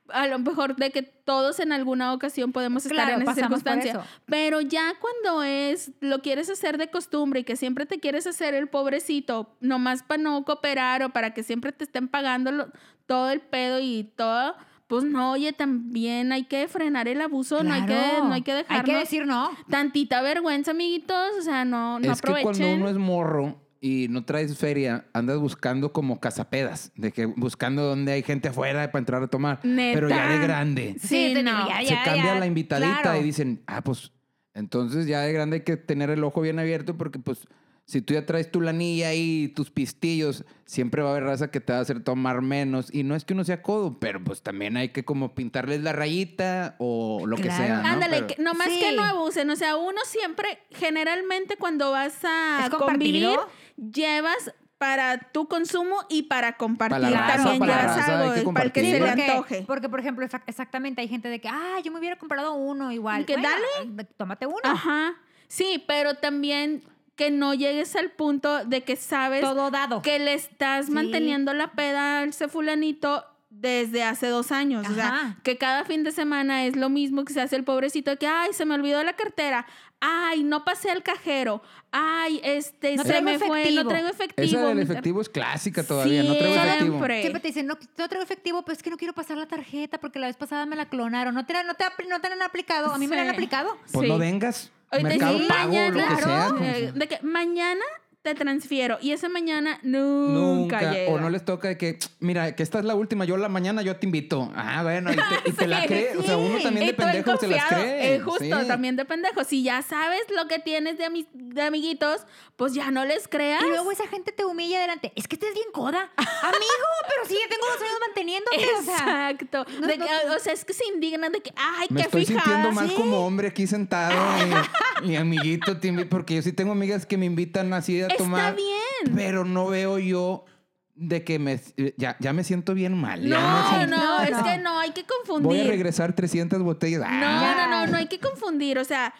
[SPEAKER 1] A lo mejor de que todos en alguna ocasión podemos estar
[SPEAKER 2] Claro,
[SPEAKER 1] en esa
[SPEAKER 2] pasamos por
[SPEAKER 1] circunstancia.
[SPEAKER 2] eso.
[SPEAKER 1] Pero ya cuando es, lo quieres hacer de costumbre y que siempre te quieres hacer el pobrecito, nomás para no cooperar o para que siempre te estén pagando lo- todo el pedo y todo, pues no, oye, también hay que frenar el abuso, no hay que,
[SPEAKER 2] Claro.
[SPEAKER 1] no hay que
[SPEAKER 2] Hay
[SPEAKER 1] dejarnos
[SPEAKER 2] que decir no.
[SPEAKER 1] tantita vergüenza, amiguitos. O sea, no, no
[SPEAKER 3] es que
[SPEAKER 1] aprovechen.
[SPEAKER 3] cuando uno es morro y no traes feria, andas buscando como cazapedas, de que buscando donde hay gente afuera para entrar a tomar.
[SPEAKER 1] Neta.
[SPEAKER 3] Pero ya de grande.
[SPEAKER 1] Sí,
[SPEAKER 2] te
[SPEAKER 1] no.
[SPEAKER 2] ya,
[SPEAKER 3] se
[SPEAKER 2] ya,
[SPEAKER 3] cambia
[SPEAKER 2] ya,
[SPEAKER 3] la invitadita
[SPEAKER 2] claro.
[SPEAKER 3] y dicen, ah, pues, entonces ya de grande hay que tener el ojo bien abierto porque, pues, si tú ya traes tu lanilla y tus pistillos, siempre va a haber raza que te va a hacer tomar menos. Y no es que uno sea codo, pero pues también hay que como pintarles la rayita o lo que
[SPEAKER 2] Claro.
[SPEAKER 3] sea. ¿no?
[SPEAKER 1] Ándale,
[SPEAKER 3] Pero-
[SPEAKER 1] que- nomás
[SPEAKER 2] Sí.
[SPEAKER 1] que no abusen. O sea, uno siempre, generalmente cuando vas a
[SPEAKER 2] ¿Es
[SPEAKER 1] convivir,
[SPEAKER 2] compartido?
[SPEAKER 1] llevas para tu consumo y para compartir
[SPEAKER 3] Para
[SPEAKER 2] la raza,
[SPEAKER 1] también
[SPEAKER 2] para la
[SPEAKER 1] llevas
[SPEAKER 3] raza, hay
[SPEAKER 1] algo
[SPEAKER 3] que
[SPEAKER 1] eh, para el que
[SPEAKER 3] compartir.
[SPEAKER 1] se le
[SPEAKER 2] porque,
[SPEAKER 1] antoje.
[SPEAKER 2] porque, por ejemplo, exa- exactamente hay gente de que, ah, yo me hubiera comprado uno igual.
[SPEAKER 1] Que Ah,
[SPEAKER 2] dale. Tómate uno.
[SPEAKER 1] Ajá. Sí, pero también que no llegues al punto de que sabes
[SPEAKER 2] Todo dado.
[SPEAKER 1] que le estás
[SPEAKER 2] Sí.
[SPEAKER 1] manteniendo la peda al ese fulanito desde hace dos años. O sea,
[SPEAKER 2] Ajá.
[SPEAKER 1] que cada fin de semana es lo mismo que se hace el pobrecito de que, ay, se me olvidó la cartera. Ay, no pasé al cajero. Ay, este,
[SPEAKER 2] No
[SPEAKER 1] se
[SPEAKER 2] traigo
[SPEAKER 1] me fue, no
[SPEAKER 2] efectivo.
[SPEAKER 1] traigo efectivo.
[SPEAKER 3] Esa del efectivo es clásica todavía, no traigo efectivo.
[SPEAKER 1] Siempre.
[SPEAKER 2] Siempre te dicen, no, no traigo efectivo, pero es que no quiero pasar la tarjeta porque la vez pasada me la clonaron. No te, la- no te, apl- no te la han aplicado. A mí me la han
[SPEAKER 1] Sí.
[SPEAKER 2] aplicado.
[SPEAKER 3] Pues
[SPEAKER 1] Sí.
[SPEAKER 3] no vengas.
[SPEAKER 1] Ahorita
[SPEAKER 3] mercado
[SPEAKER 1] sí,
[SPEAKER 3] pago, lo que sea. pues,
[SPEAKER 1] eh, de que mañana te transfiero y esa mañana nunca,
[SPEAKER 3] Nunca.
[SPEAKER 1] llega.
[SPEAKER 3] O no les toca de que, mira, que esta es la última, yo la mañana yo te invito. Ah, bueno, y te, y te la
[SPEAKER 1] Sí,
[SPEAKER 3] cree. O sea, uno
[SPEAKER 1] sí.
[SPEAKER 3] también
[SPEAKER 1] Y
[SPEAKER 3] de
[SPEAKER 1] tú el
[SPEAKER 3] pendejo se las
[SPEAKER 1] confiado,
[SPEAKER 3] cree.
[SPEAKER 1] eh, justo,
[SPEAKER 3] sí.
[SPEAKER 1] también de pendejo. Si ya sabes lo que tienes de, ami- de amiguitos, pues ya no les creas.
[SPEAKER 2] Y luego esa gente te humilla delante. Es que estés bien coda. Amigo, pero sí, ya tengo dos años manteniéndote. O sea,
[SPEAKER 1] Exacto.
[SPEAKER 2] no-
[SPEAKER 1] De
[SPEAKER 2] no-
[SPEAKER 1] que, o sea, es que se indignan de que, ay,
[SPEAKER 3] Me
[SPEAKER 1] qué
[SPEAKER 3] estoy
[SPEAKER 1] fijada.
[SPEAKER 3] sintiendo más
[SPEAKER 1] sí.
[SPEAKER 3] como hombre aquí sentado. y- Mi amiguito te invi- porque yo sí tengo amigas que me invitan así a
[SPEAKER 1] Está
[SPEAKER 3] tomar.
[SPEAKER 1] bien.
[SPEAKER 3] Pero no veo yo de que me, ya, ya me siento bien mal. ya me
[SPEAKER 1] No, no,
[SPEAKER 3] siento-
[SPEAKER 2] No,
[SPEAKER 1] es
[SPEAKER 2] no.
[SPEAKER 1] que no hay que confundir.
[SPEAKER 3] Voy a regresar 300 botellas.
[SPEAKER 1] No,
[SPEAKER 3] Ah.
[SPEAKER 1] no,
[SPEAKER 2] Ya.
[SPEAKER 1] no, no hay que confundir. O sea,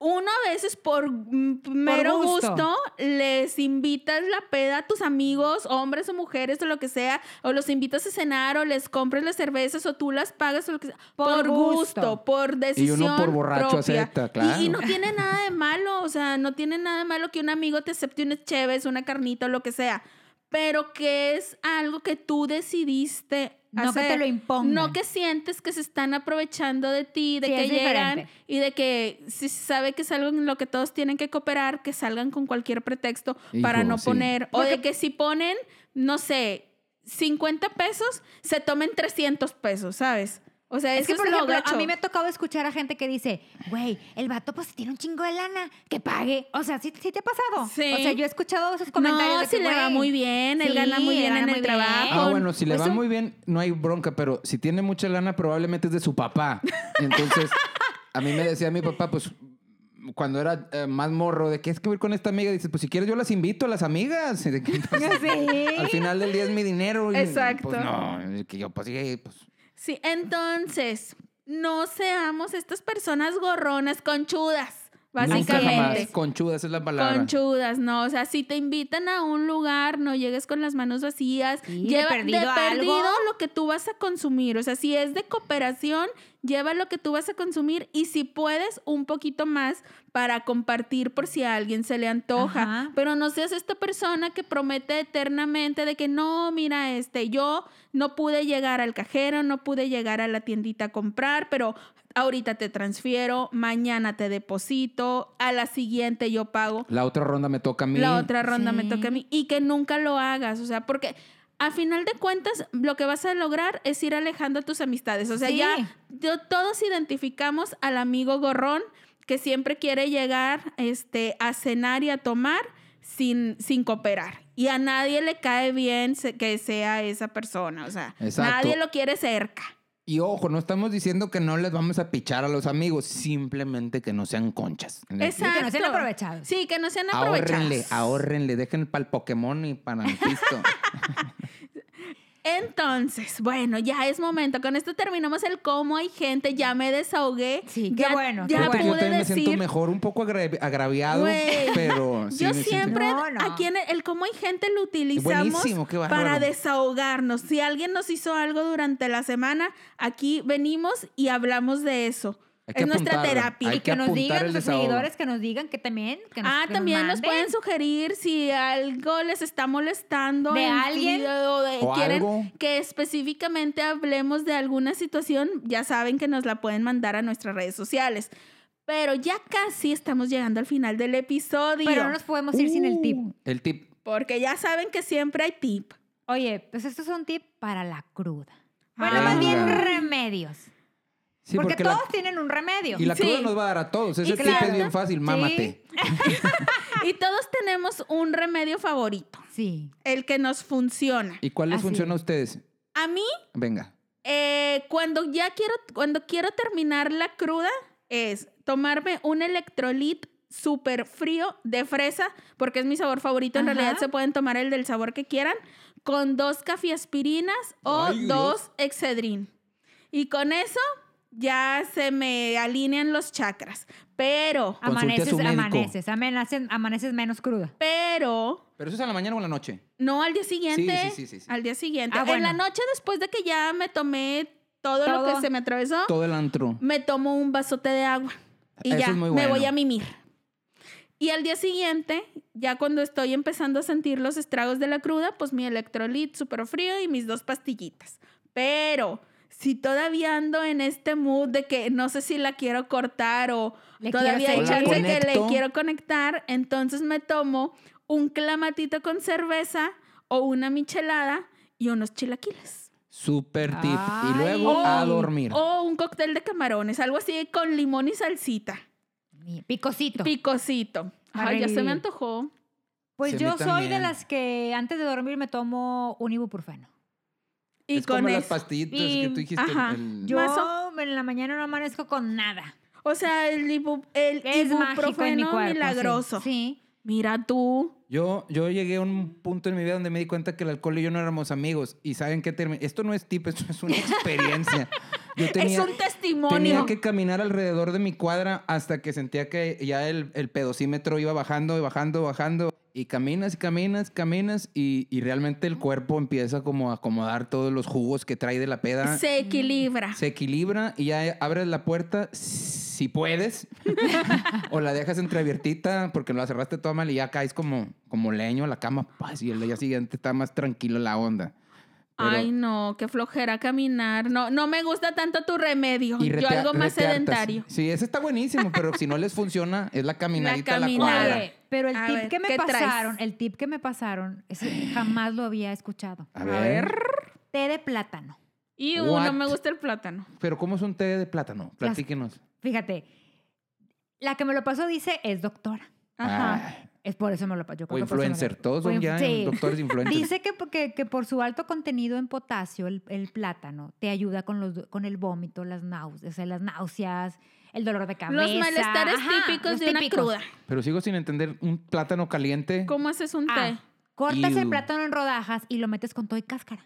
[SPEAKER 1] uno a veces por mm, mero gusto.
[SPEAKER 2] gusto.
[SPEAKER 1] les invitas la peda a tus amigos, hombres o mujeres o lo que sea, o los invitas a cenar o les compras las cervezas o tú las pagas o lo que sea. Por,
[SPEAKER 2] Por
[SPEAKER 1] gusto,
[SPEAKER 2] gusto.
[SPEAKER 1] por decisión.
[SPEAKER 3] por borracho
[SPEAKER 1] propia.
[SPEAKER 3] acepta,
[SPEAKER 1] Y- Y,
[SPEAKER 3] claro.
[SPEAKER 1] no tiene nada de malo, o sea, no tiene nada de malo que un amigo te acepte unas cheves, una carnita o lo que sea. Pero que es algo que tú decidiste
[SPEAKER 2] No que
[SPEAKER 1] hacer.
[SPEAKER 2] te lo impongan.
[SPEAKER 1] No que sientes que se están aprovechando de ti, de
[SPEAKER 2] Sí,
[SPEAKER 1] que
[SPEAKER 2] es
[SPEAKER 1] llegan
[SPEAKER 2] diferente.
[SPEAKER 1] y de que si se sabe que es algo en lo que todos tienen que cooperar, que salgan con cualquier pretexto para
[SPEAKER 3] Hijo,
[SPEAKER 1] no
[SPEAKER 3] sí.
[SPEAKER 1] poner. O de
[SPEAKER 2] Porque-
[SPEAKER 1] que si ponen, no sé, 50 pesos, se tomen 300 pesos, ¿sabes? O sea,
[SPEAKER 2] Es que,
[SPEAKER 1] eso
[SPEAKER 2] por
[SPEAKER 1] es lo
[SPEAKER 2] ejemplo, a
[SPEAKER 1] gacho.
[SPEAKER 2] mí me ha tocado escuchar a gente que dice, güey, el vato pues tiene un chingo de lana, que pague. O sea, ¿sí, sí te ha pasado?
[SPEAKER 1] Sí.
[SPEAKER 2] O sea, yo he escuchado esos comentarios
[SPEAKER 1] No,
[SPEAKER 2] de que,
[SPEAKER 1] si le va
[SPEAKER 2] "Güey,
[SPEAKER 1] muy bien, él
[SPEAKER 2] sí,
[SPEAKER 1] gana muy
[SPEAKER 2] le
[SPEAKER 1] bien
[SPEAKER 2] gana
[SPEAKER 1] en
[SPEAKER 2] muy
[SPEAKER 1] el
[SPEAKER 2] bien".
[SPEAKER 1] trabajo.
[SPEAKER 3] Ah, bueno, si le
[SPEAKER 1] Pues
[SPEAKER 3] va
[SPEAKER 1] un-
[SPEAKER 3] muy bien, no hay bronca, pero si tiene mucha lana, probablemente es de su papá. Entonces, a mí me decía mi papá, pues, cuando era eh, más morro, de que es que voy con esta amiga, dice, pues si quieres yo las invito a las amigas. Y de que, entonces, Al final del día es mi dinero. y,
[SPEAKER 1] Exacto.
[SPEAKER 3] Pues no, y que yo, pues sí, pues.
[SPEAKER 1] Sí, entonces, no seamos estas personas gorronas, conchudas,
[SPEAKER 3] Nunca jamás.
[SPEAKER 1] básicamente.
[SPEAKER 3] Conchuda, esa es la palabra.
[SPEAKER 1] Conchudas, no, o sea, si te invitan a un lugar, no llegues con las manos vacías,
[SPEAKER 2] Sí, de perdido algo.
[SPEAKER 1] lo que tú vas a consumir, o sea, si es de cooperación, lleva lo que tú vas a consumir y si puedes un poquito más para compartir por si a alguien se le antoja,
[SPEAKER 2] Ajá.
[SPEAKER 1] pero no seas esta persona que promete eternamente de que no, mira, este, yo no pude llegar al cajero, no pude llegar a la tiendita a comprar, pero ahorita te transfiero, mañana te deposito, a la siguiente yo pago,
[SPEAKER 3] La otra ronda me toca a mí.
[SPEAKER 1] la otra ronda me
[SPEAKER 2] Sí.
[SPEAKER 1] toca a mí y que nunca lo hagas, o sea, porque a final de cuentas lo que vas a lograr es ir alejando a tus amistades, o sea,
[SPEAKER 2] Sí.
[SPEAKER 1] ya yo- todos identificamos al amigo gorrón que siempre quiere llegar este, a cenar y a tomar sin, sin cooperar. Y a nadie le cae bien se- que sea esa persona, o sea,
[SPEAKER 3] Exacto.
[SPEAKER 1] nadie lo quiere cerca.
[SPEAKER 3] Y ojo, no estamos diciendo que no les vamos a pichar a los amigos, simplemente que no sean conchas.
[SPEAKER 1] Exacto.
[SPEAKER 2] que no sean aprovechados.
[SPEAKER 1] Sí, que no sean aprovechados.
[SPEAKER 3] Ahórrenle, ahórrenle, dejen para el Pokémon y para el pisto.
[SPEAKER 1] Entonces, bueno, ya es momento. Con esto terminamos el cómo hay gente. Ya me desahogué.
[SPEAKER 2] Sí, qué
[SPEAKER 1] ya,
[SPEAKER 2] bueno, qué
[SPEAKER 1] Ya
[SPEAKER 3] Fíjate que yo
[SPEAKER 1] pude
[SPEAKER 3] también
[SPEAKER 1] decir.
[SPEAKER 3] me siento mejor, un poco agra- agraviado,
[SPEAKER 1] Güey,
[SPEAKER 3] pero sí
[SPEAKER 1] yo
[SPEAKER 3] me siento-
[SPEAKER 1] siempre,
[SPEAKER 2] No, no.
[SPEAKER 1] aquí en el, el cómo hay gente lo utilizamos
[SPEAKER 3] Buenísimo, qué bárbaro.
[SPEAKER 1] para desahogarnos. Si alguien nos hizo algo durante la semana, aquí venimos y hablamos de eso.
[SPEAKER 3] Hay que
[SPEAKER 1] es nuestra
[SPEAKER 3] apuntarlo.
[SPEAKER 1] terapia.
[SPEAKER 3] Hay
[SPEAKER 2] Y que,
[SPEAKER 3] que
[SPEAKER 2] nos
[SPEAKER 3] apuntar
[SPEAKER 2] digan
[SPEAKER 3] el
[SPEAKER 2] nuestros
[SPEAKER 3] desahogo.
[SPEAKER 2] seguidores, que nos digan que también. Que nos,
[SPEAKER 1] ah,
[SPEAKER 2] que
[SPEAKER 1] también nos
[SPEAKER 2] manden.
[SPEAKER 1] pueden sugerir si algo les está molestando.
[SPEAKER 2] ¿De
[SPEAKER 1] en su
[SPEAKER 2] alguien?
[SPEAKER 1] vida O, de-
[SPEAKER 3] ¿O
[SPEAKER 1] quieren
[SPEAKER 3] algo?
[SPEAKER 1] que específicamente hablemos de alguna situación, ya saben que nos la pueden mandar a nuestras redes sociales. Pero ya casi estamos llegando al final del episodio.
[SPEAKER 2] Pero no nos podemos ir sin el tip.
[SPEAKER 3] Uh, El tip.
[SPEAKER 1] Porque ya saben que siempre hay tip.
[SPEAKER 2] Oye, pues estos son tips para la cruda. Bueno,
[SPEAKER 1] Ah.
[SPEAKER 2] más bien
[SPEAKER 3] Venga.
[SPEAKER 2] remedios.
[SPEAKER 3] Sí,
[SPEAKER 2] porque,
[SPEAKER 3] porque la-
[SPEAKER 2] todos tienen un remedio.
[SPEAKER 3] y la
[SPEAKER 1] Sí.
[SPEAKER 3] cruda nos va a dar a todos. Ese
[SPEAKER 1] Y
[SPEAKER 3] tip
[SPEAKER 1] claro.
[SPEAKER 3] es bien fácil, mámate.
[SPEAKER 2] Ah.
[SPEAKER 1] Y todos tenemos un remedio favorito,
[SPEAKER 2] Sí.
[SPEAKER 1] el que nos funciona.
[SPEAKER 3] ¿Y cuál les
[SPEAKER 2] Así
[SPEAKER 3] funciona a
[SPEAKER 2] es.
[SPEAKER 3] ustedes?
[SPEAKER 1] A mí,
[SPEAKER 3] Venga.
[SPEAKER 1] eh, cuando ya quiero, cuando quiero terminar la cruda, es tomarme un electrolit súper frío de fresa, porque es mi sabor favorito. En
[SPEAKER 2] Ajá.
[SPEAKER 1] realidad se pueden tomar el del sabor que quieran, con dos cafiaspirinas o
[SPEAKER 3] Ay, Dios.
[SPEAKER 1] dos excedrin. Y con eso ya se me alinean los chakras. Pero,
[SPEAKER 3] Consulte a
[SPEAKER 2] Amaneces,
[SPEAKER 3] su médico.
[SPEAKER 2] amaneces, amaneces, amaneces menos cruda.
[SPEAKER 1] pero,
[SPEAKER 3] ¿Pero eso es a la mañana o a la noche?
[SPEAKER 1] No, al día siguiente.
[SPEAKER 3] Sí, sí, sí, sí, sí.
[SPEAKER 1] Al día siguiente.
[SPEAKER 2] Ah,
[SPEAKER 1] En
[SPEAKER 2] bueno.
[SPEAKER 1] la noche, después de que ya me tomé todo, lo
[SPEAKER 2] Todo.
[SPEAKER 1] que se me atravesó,
[SPEAKER 3] Todo el antro.
[SPEAKER 1] me tomo un vasote de agua. Y
[SPEAKER 3] Eso
[SPEAKER 1] ya
[SPEAKER 3] es muy
[SPEAKER 1] me
[SPEAKER 3] bueno.
[SPEAKER 1] voy a mimir. Y al día siguiente, ya cuando estoy empezando a sentir los estragos de la cruda, pues mi electrolit súper frío y mis dos pastillitas. Pero si todavía ando en este mood de que no sé si la quiero cortar o
[SPEAKER 2] Le
[SPEAKER 1] todavía hay
[SPEAKER 2] quiero
[SPEAKER 1] chance
[SPEAKER 2] seguir.
[SPEAKER 3] O la
[SPEAKER 1] que le
[SPEAKER 3] conecto.
[SPEAKER 1] quiero conectar, entonces me tomo un clamatito con cerveza o una michelada y unos chilaquiles.
[SPEAKER 3] Super tip.
[SPEAKER 2] Ay.
[SPEAKER 3] Y luego a
[SPEAKER 1] O-
[SPEAKER 3] dormir.
[SPEAKER 1] O un cóctel de camarones, algo así con limón y salsita.
[SPEAKER 2] Mi Picosito.
[SPEAKER 1] Picosito.
[SPEAKER 2] Para
[SPEAKER 1] Ay, ya se me
[SPEAKER 2] revivir.
[SPEAKER 1] antojó.
[SPEAKER 2] pues
[SPEAKER 3] Sí, a mí
[SPEAKER 2] yo soy de
[SPEAKER 3] también.
[SPEAKER 2] las que antes de dormir me tomo un ibuprofeno.
[SPEAKER 1] Y
[SPEAKER 3] es
[SPEAKER 1] con
[SPEAKER 3] como las
[SPEAKER 1] eso.
[SPEAKER 3] pastillitas
[SPEAKER 2] Y-
[SPEAKER 3] que tú dijiste.
[SPEAKER 1] ajá.
[SPEAKER 3] el-
[SPEAKER 2] Yo
[SPEAKER 1] Mazo.
[SPEAKER 2] en la mañana no amanezco con nada.
[SPEAKER 1] O sea, el, ibu- el
[SPEAKER 2] Es mágico en mi
[SPEAKER 1] ibuprofeno
[SPEAKER 2] cuerpo. sí.
[SPEAKER 1] milagroso.
[SPEAKER 2] Sí.
[SPEAKER 1] Mira tú.
[SPEAKER 3] Yo, yo llegué a un punto en mi vida donde me di cuenta que el alcohol y yo no éramos amigos. ¿Y saben qué terminó? Esto no es tip, esto es una experiencia. Yo
[SPEAKER 1] es
[SPEAKER 3] tenía,
[SPEAKER 1] un testimonio.
[SPEAKER 3] tenía que caminar alrededor de mi cuadra hasta que sentía que ya el, el pedocímetro iba bajando y bajando, bajando. Y caminas, caminas, caminas y, y realmente el cuerpo empieza como a acomodar todos los jugos que trae de la peda.
[SPEAKER 1] Se equilibra.
[SPEAKER 3] Se equilibra y ya eh, abres la puerta si puedes. o la dejas entreabiertita porque la cerraste toda mal y ya caes como, como leño a la cama. Paz, y el día siguiente está más tranquilo la onda. Pero-
[SPEAKER 1] Ay, no, qué flojera caminar. No, no me gusta tanto tu remedio.
[SPEAKER 3] Y
[SPEAKER 1] Yo
[SPEAKER 3] retea-
[SPEAKER 1] algo más
[SPEAKER 3] reteartas.
[SPEAKER 1] sedentario.
[SPEAKER 3] Sí, ese está buenísimo, pero si no les funciona, es la caminadita a la
[SPEAKER 1] caminada.
[SPEAKER 3] cuadra.
[SPEAKER 2] Pero el
[SPEAKER 1] A
[SPEAKER 2] tip
[SPEAKER 1] ver,
[SPEAKER 2] que me
[SPEAKER 1] ¿qué traes?
[SPEAKER 2] pasaron, el tip que me pasaron, ese jamás lo había escuchado.
[SPEAKER 3] A ver.
[SPEAKER 2] Té de plátano.
[SPEAKER 1] Y
[SPEAKER 3] What?
[SPEAKER 1] no me gusta el plátano.
[SPEAKER 3] Pero ¿cómo es un té de plátano? Platíquenos.
[SPEAKER 2] Fíjate, la que me lo pasó dice es doctora.
[SPEAKER 1] Ajá.
[SPEAKER 3] Ah,
[SPEAKER 2] Es por eso me lo pasó. yo
[SPEAKER 3] o
[SPEAKER 2] creo que por eso me lo-
[SPEAKER 3] influencer. Todos
[SPEAKER 2] o
[SPEAKER 3] son
[SPEAKER 2] inf-
[SPEAKER 3] ya
[SPEAKER 2] sí.
[SPEAKER 3] doctores influencers.
[SPEAKER 2] Dice que, porque, que por su alto contenido en potasio, el, el plátano te ayuda con, los, con el vómito, las náuseas, o sea, las náuseas, el dolor de cabeza.
[SPEAKER 1] Los malestares
[SPEAKER 2] Ajá,
[SPEAKER 1] típicos
[SPEAKER 2] los
[SPEAKER 1] de una
[SPEAKER 2] típicos.
[SPEAKER 1] cruda.
[SPEAKER 3] Pero sigo sin entender un plátano caliente.
[SPEAKER 1] ¿Cómo haces un
[SPEAKER 2] Ah,
[SPEAKER 1] té?
[SPEAKER 2] cortas el
[SPEAKER 3] Ew.
[SPEAKER 2] plátano en rodajas y lo metes con todo y cáscara.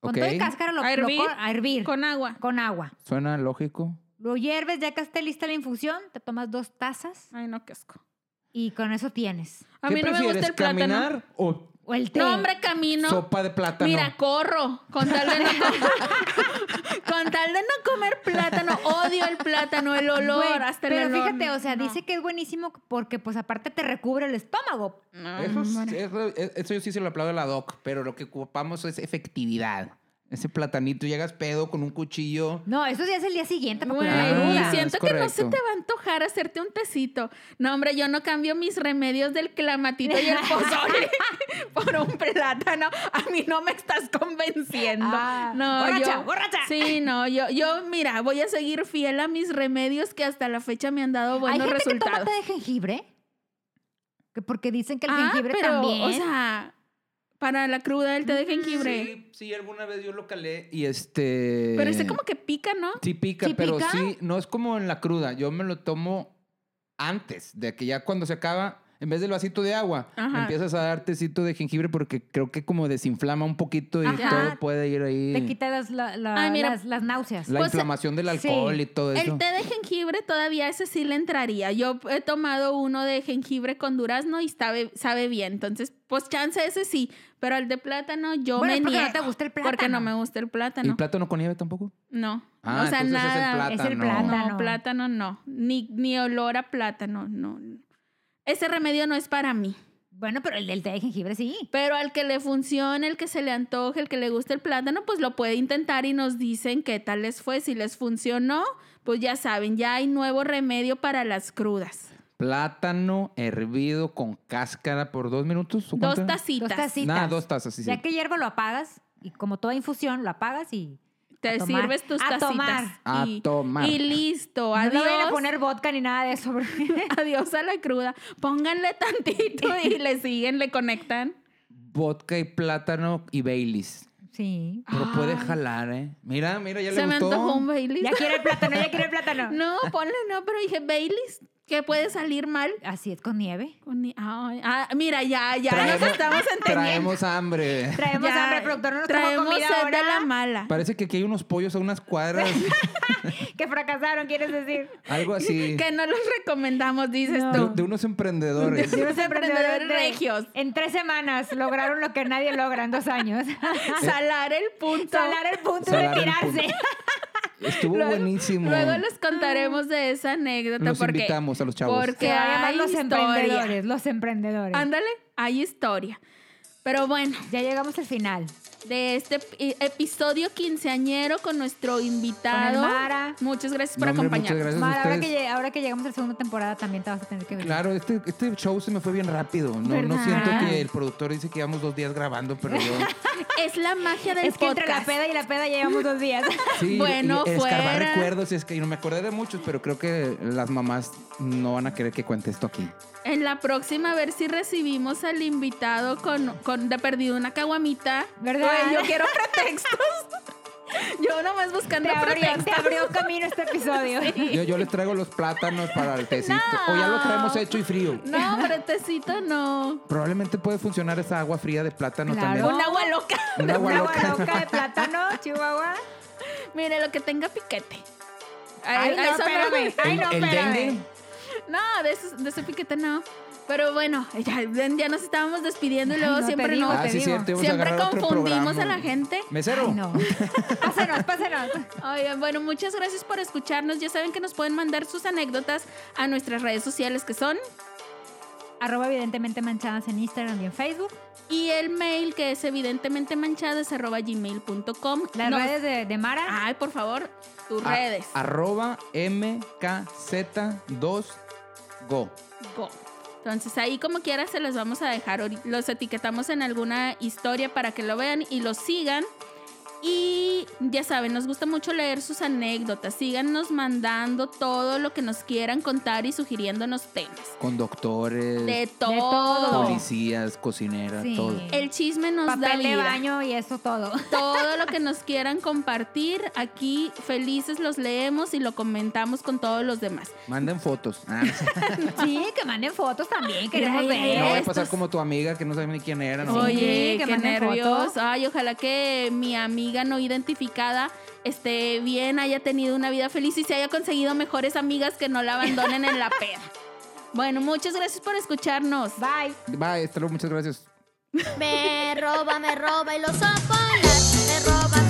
[SPEAKER 2] Con
[SPEAKER 3] Ok.
[SPEAKER 2] todo y cáscara lo,
[SPEAKER 1] ¿A
[SPEAKER 2] lo
[SPEAKER 1] hervir?
[SPEAKER 2] cor- a hervir con,
[SPEAKER 1] Con agua.
[SPEAKER 2] agua.
[SPEAKER 3] Suena lógico.
[SPEAKER 2] Lo hierves, ya que esté lista la infusión, te tomas dos tazas
[SPEAKER 1] Ay, no, qué asco.
[SPEAKER 2] y con eso tienes.
[SPEAKER 1] A
[SPEAKER 3] ¿Qué
[SPEAKER 1] mí no me gusta
[SPEAKER 3] prefieres,
[SPEAKER 1] el plátano.
[SPEAKER 3] caminar o
[SPEAKER 2] O el té.
[SPEAKER 1] No, hombre, camino.
[SPEAKER 3] sopa de plátano?
[SPEAKER 1] Mira, corro. Con tal, de no com- con tal de no comer plátano, odio el plátano, el olor,
[SPEAKER 2] Güey,
[SPEAKER 1] hasta el
[SPEAKER 2] pero
[SPEAKER 1] olor.
[SPEAKER 2] fíjate, o sea,
[SPEAKER 1] No.
[SPEAKER 2] dice que es buenísimo porque pues aparte te recubre el estómago.
[SPEAKER 1] No,
[SPEAKER 3] Eso, es-
[SPEAKER 1] hombre.
[SPEAKER 3] eso- eso yo sí se lo aplaudo a la doc, pero lo que ocupamos es efectividad. Ese platanito, llegas pedo con un cuchillo.
[SPEAKER 2] No, eso ya es el día siguiente para
[SPEAKER 1] Güey,
[SPEAKER 2] curar la
[SPEAKER 3] Ah,
[SPEAKER 2] cruda.
[SPEAKER 1] siento
[SPEAKER 3] es
[SPEAKER 1] que no se
[SPEAKER 3] correcto.
[SPEAKER 1] te va a antojar hacerte un tecito. No, hombre, yo no cambio mis remedios del clamatito y el pozole por un plátano. A mí no me estás convenciendo.
[SPEAKER 2] Ah,
[SPEAKER 1] no,
[SPEAKER 2] borracha,
[SPEAKER 1] yo-
[SPEAKER 2] borracha.
[SPEAKER 1] Sí, no, yo, yo, mira, voy a seguir fiel a mis remedios que hasta la fecha me han dado
[SPEAKER 2] Hay
[SPEAKER 1] buenos
[SPEAKER 2] gente que
[SPEAKER 1] resultados.
[SPEAKER 2] toma té de jengibre. Que porque dicen que el
[SPEAKER 1] ah,
[SPEAKER 2] jengibre
[SPEAKER 1] pero,
[SPEAKER 2] también.
[SPEAKER 1] o sea, para la cruda el té de jengibre.
[SPEAKER 3] Sí, sí, alguna vez yo lo calé y este.
[SPEAKER 1] Pero este como que pica, ¿no?
[SPEAKER 3] Sí pica,
[SPEAKER 2] ¿Sí
[SPEAKER 3] pero
[SPEAKER 2] pica?
[SPEAKER 3] sí, no es como en la cruda. Yo me lo tomo antes, de que ya cuando se acaba, en vez del vasito de agua,
[SPEAKER 1] Ajá.
[SPEAKER 3] empiezas a dar tecito de jengibre porque creo que como desinflama un poquito y
[SPEAKER 1] Ajá.
[SPEAKER 3] todo puede ir ahí.
[SPEAKER 2] te quita las, la- la-
[SPEAKER 1] Ay, mira.
[SPEAKER 2] las, las náuseas.
[SPEAKER 3] la
[SPEAKER 1] pues,
[SPEAKER 3] inflamación del alcohol
[SPEAKER 2] sí.
[SPEAKER 3] y todo eso.
[SPEAKER 1] El té de jengibre todavía ese sí le entraría. Yo he tomado uno de jengibre con durazno y sabe, sabe bien. Entonces, pues chance ese sí. Pero al de plátano yo
[SPEAKER 2] Bueno,
[SPEAKER 1] me
[SPEAKER 2] es porque no
[SPEAKER 1] niego.
[SPEAKER 2] te gusta el
[SPEAKER 1] Porque no
[SPEAKER 2] plátano.
[SPEAKER 1] me gusta el
[SPEAKER 3] ¿Y
[SPEAKER 1] plátano.
[SPEAKER 3] plátano con nieve tampoco?
[SPEAKER 1] no.
[SPEAKER 3] Ah,
[SPEAKER 1] o sea,
[SPEAKER 3] entonces
[SPEAKER 1] nada.
[SPEAKER 3] es
[SPEAKER 2] Es
[SPEAKER 3] el plátano.
[SPEAKER 2] el plátano.
[SPEAKER 1] No, plátano no. Ni, ni olor a plátano, no. Ese remedio no es para mí.
[SPEAKER 2] Bueno, pero el del té de jengibre sí.
[SPEAKER 1] Pero al que le funcione, el que se le antoje, el que le guste el plátano, pues lo puede intentar y nos dicen qué tal les fue. Si les funcionó, pues ya saben, ya hay nuevo remedio para las crudas.
[SPEAKER 3] Plátano hervido con cáscara por dos minutos. ¿o cuánto
[SPEAKER 1] Dos
[SPEAKER 3] era?
[SPEAKER 1] tacitas.
[SPEAKER 2] Dos tacitas.
[SPEAKER 3] Nada, dos tazas, sí, sí.
[SPEAKER 2] Ya que hierba lo apagas y como toda infusión lo apagas y
[SPEAKER 1] Te
[SPEAKER 2] a tomar.
[SPEAKER 1] sirves tus
[SPEAKER 2] A
[SPEAKER 1] tacitas.
[SPEAKER 2] tomar.
[SPEAKER 3] A
[SPEAKER 1] y,
[SPEAKER 3] tomar.
[SPEAKER 1] Y listo.
[SPEAKER 2] no
[SPEAKER 1] Adiós.
[SPEAKER 2] le vayan a poner vodka ni nada de eso. porque-
[SPEAKER 1] Adiós a la cruda. Pónganle tantito y le siguen, le conectan.
[SPEAKER 3] Vodka y plátano y Baileys.
[SPEAKER 2] sí.
[SPEAKER 3] Pero puede
[SPEAKER 1] Ay.
[SPEAKER 3] jalar, ¿eh? Mira, mira, ya le
[SPEAKER 1] Ah. Se me
[SPEAKER 3] gustó.
[SPEAKER 1] antojó un Baileys.
[SPEAKER 2] Ya quiere el plátano, ya quiere el plátano.
[SPEAKER 1] No, ponle no, pero dije Baileys, que puede salir mal.
[SPEAKER 2] Así es con nieve.
[SPEAKER 1] Con ni- ay, ah, mira, ya, ya
[SPEAKER 3] Traemos-
[SPEAKER 1] nos estamos entendiendo.
[SPEAKER 3] Traemos hambre.
[SPEAKER 2] Traemos
[SPEAKER 1] Ya,
[SPEAKER 2] hambre, productor, no nos traemos
[SPEAKER 1] traemos
[SPEAKER 2] comida
[SPEAKER 1] sed
[SPEAKER 2] ahora.
[SPEAKER 1] de la mala.
[SPEAKER 3] Parece que aquí hay unos pollos a unas cuadras,
[SPEAKER 2] Que fracasaron, quieres decir.
[SPEAKER 3] algo así.
[SPEAKER 1] Que no los recomendamos, dices
[SPEAKER 2] No.
[SPEAKER 1] tú.
[SPEAKER 3] De, de unos emprendedores.
[SPEAKER 1] De-
[SPEAKER 2] Sí, los
[SPEAKER 1] emprendedores regios.
[SPEAKER 2] En tres semanas lograron lo que nadie logra en dos años.
[SPEAKER 3] Eh,
[SPEAKER 1] Salar el punto.
[SPEAKER 2] Salar el punto de
[SPEAKER 3] Salar el
[SPEAKER 2] retirarse.
[SPEAKER 3] Estuvo buenísimo.
[SPEAKER 1] Luego les contaremos de esa anécdota
[SPEAKER 3] Los
[SPEAKER 1] porque
[SPEAKER 3] invitamos a los chavos.
[SPEAKER 1] porque
[SPEAKER 2] Que vayan más
[SPEAKER 1] hay
[SPEAKER 2] los
[SPEAKER 1] historia.
[SPEAKER 2] emprendedores, los emprendedores.
[SPEAKER 1] Ándale, hay historia. Pero bueno,
[SPEAKER 2] ya llegamos al final.
[SPEAKER 1] de este ep- episodio quinceañero con nuestro invitado.
[SPEAKER 2] Con el Mara.
[SPEAKER 1] Muchas gracias
[SPEAKER 3] No,
[SPEAKER 1] por
[SPEAKER 3] hombre,
[SPEAKER 1] acompañarnos.
[SPEAKER 3] Muchas gracias
[SPEAKER 2] Mara,
[SPEAKER 3] a
[SPEAKER 2] ahora que,
[SPEAKER 3] ustedes.
[SPEAKER 2] lle- ahora que llegamos a la segunda temporada también te vas a tener que venir.
[SPEAKER 3] Claro, este, este show se me fue bien rápido. No, no
[SPEAKER 1] ¿Verdad?
[SPEAKER 3] siento que el productor dice que llevamos dos días grabando, pero yo...
[SPEAKER 1] Es la magia del
[SPEAKER 2] Es que entre la
[SPEAKER 1] podcast.
[SPEAKER 2] peda y la peda ya llevamos dos días.
[SPEAKER 3] Sí,
[SPEAKER 1] Bueno,
[SPEAKER 3] y escarbar
[SPEAKER 1] fuera.
[SPEAKER 3] recuerdos, y es que yo no me acordé de muchos, pero creo que las mamás no van a querer que cuente esto aquí.
[SPEAKER 1] En la próxima a ver si recibimos al invitado con, con de perdido una caguamita.
[SPEAKER 2] ¿Verdad?
[SPEAKER 1] Ay, yo quiero pretextos. yo nomás buscando
[SPEAKER 2] te, abrió, te
[SPEAKER 1] pretextos.
[SPEAKER 2] abrió camino este episodio.
[SPEAKER 3] Yo, yo les traigo los plátanos para el tecito.
[SPEAKER 1] No.
[SPEAKER 3] O ya lo traemos hecho y frío.
[SPEAKER 1] No, pretecito no.
[SPEAKER 3] Probablemente puede funcionar esa agua fría de plátano
[SPEAKER 2] Claro.
[SPEAKER 3] también.
[SPEAKER 1] Un agua loca.
[SPEAKER 3] Un agua
[SPEAKER 2] Una
[SPEAKER 3] loca.
[SPEAKER 2] de plátano, Chihuahua.
[SPEAKER 1] Mire, lo que tenga piquete.
[SPEAKER 2] Ay, no,
[SPEAKER 1] eso
[SPEAKER 2] espérame. Ay, no,
[SPEAKER 3] el
[SPEAKER 2] espérame.
[SPEAKER 3] dengue.
[SPEAKER 1] No, de, esos- de ese piquete no. Pero bueno, ya, ya nos estábamos despidiendo y
[SPEAKER 2] Ay,
[SPEAKER 1] luego
[SPEAKER 2] no,
[SPEAKER 1] siempre
[SPEAKER 2] te digo,
[SPEAKER 1] nos-
[SPEAKER 3] Ah,
[SPEAKER 2] te
[SPEAKER 3] sí,
[SPEAKER 2] digo.
[SPEAKER 3] cierto. íbamos a
[SPEAKER 1] Siempre
[SPEAKER 3] agarrar otro
[SPEAKER 1] confundimos a
[SPEAKER 3] programa.
[SPEAKER 1] la gente.
[SPEAKER 3] Mesero.
[SPEAKER 2] Ay, no. Pásenos, pásenos.
[SPEAKER 1] Oigan, bueno, muchas gracias por escucharnos. Ya saben que nos pueden mandar sus anécdotas a nuestras redes sociales que son
[SPEAKER 2] Arroba evidentemente manchadas en Instagram y en Facebook.
[SPEAKER 1] Y el mail que es evidentemente manchada es arroba gmail.com.
[SPEAKER 2] Las
[SPEAKER 1] Nos-
[SPEAKER 2] redes de, de Mara.
[SPEAKER 1] Ay, por favor, tus
[SPEAKER 2] Ah,
[SPEAKER 3] A-
[SPEAKER 1] redes.
[SPEAKER 3] Arroba MKZ2Go.
[SPEAKER 1] Go. Entonces ahí como quiera se los vamos a dejar. ahorita- Los etiquetamos en alguna historia para que lo vean y lo sigan. Y ya saben, nos gusta mucho leer sus anécdotas. Síganos mandando todo lo que nos quieran contar y sugiriéndonos temas.
[SPEAKER 3] Con doctores,
[SPEAKER 1] De todo.
[SPEAKER 2] todo.
[SPEAKER 3] policías, cocineras,
[SPEAKER 2] Sí.
[SPEAKER 3] todo.
[SPEAKER 1] El chisme nos da
[SPEAKER 2] papel de
[SPEAKER 1] vida.
[SPEAKER 2] baño y eso todo.
[SPEAKER 1] Todo lo que nos quieran compartir aquí, felices los leemos y lo comentamos con todos los demás.
[SPEAKER 3] Manden fotos. Ah, no sé.
[SPEAKER 2] sí, que manden fotos también, queremos
[SPEAKER 1] Ay,
[SPEAKER 2] ver.
[SPEAKER 3] no voy a
[SPEAKER 1] Estos-
[SPEAKER 3] pasar como tu amiga que no sabe ni quién era. ¿no?
[SPEAKER 1] Oye,
[SPEAKER 2] que
[SPEAKER 1] qué
[SPEAKER 2] manden
[SPEAKER 1] nervios.
[SPEAKER 2] fotos.
[SPEAKER 1] Ay, ojalá que mi amiga no identificada esté bien, haya tenido una vida feliz y se haya conseguido mejores amigas que no la abandonen en la peda. Bueno, muchas gracias por escucharnos.
[SPEAKER 2] Bye.
[SPEAKER 3] Bye, hasta luego, muchas gracias.
[SPEAKER 4] Me roba, me roba y lo sopo, Me roba, me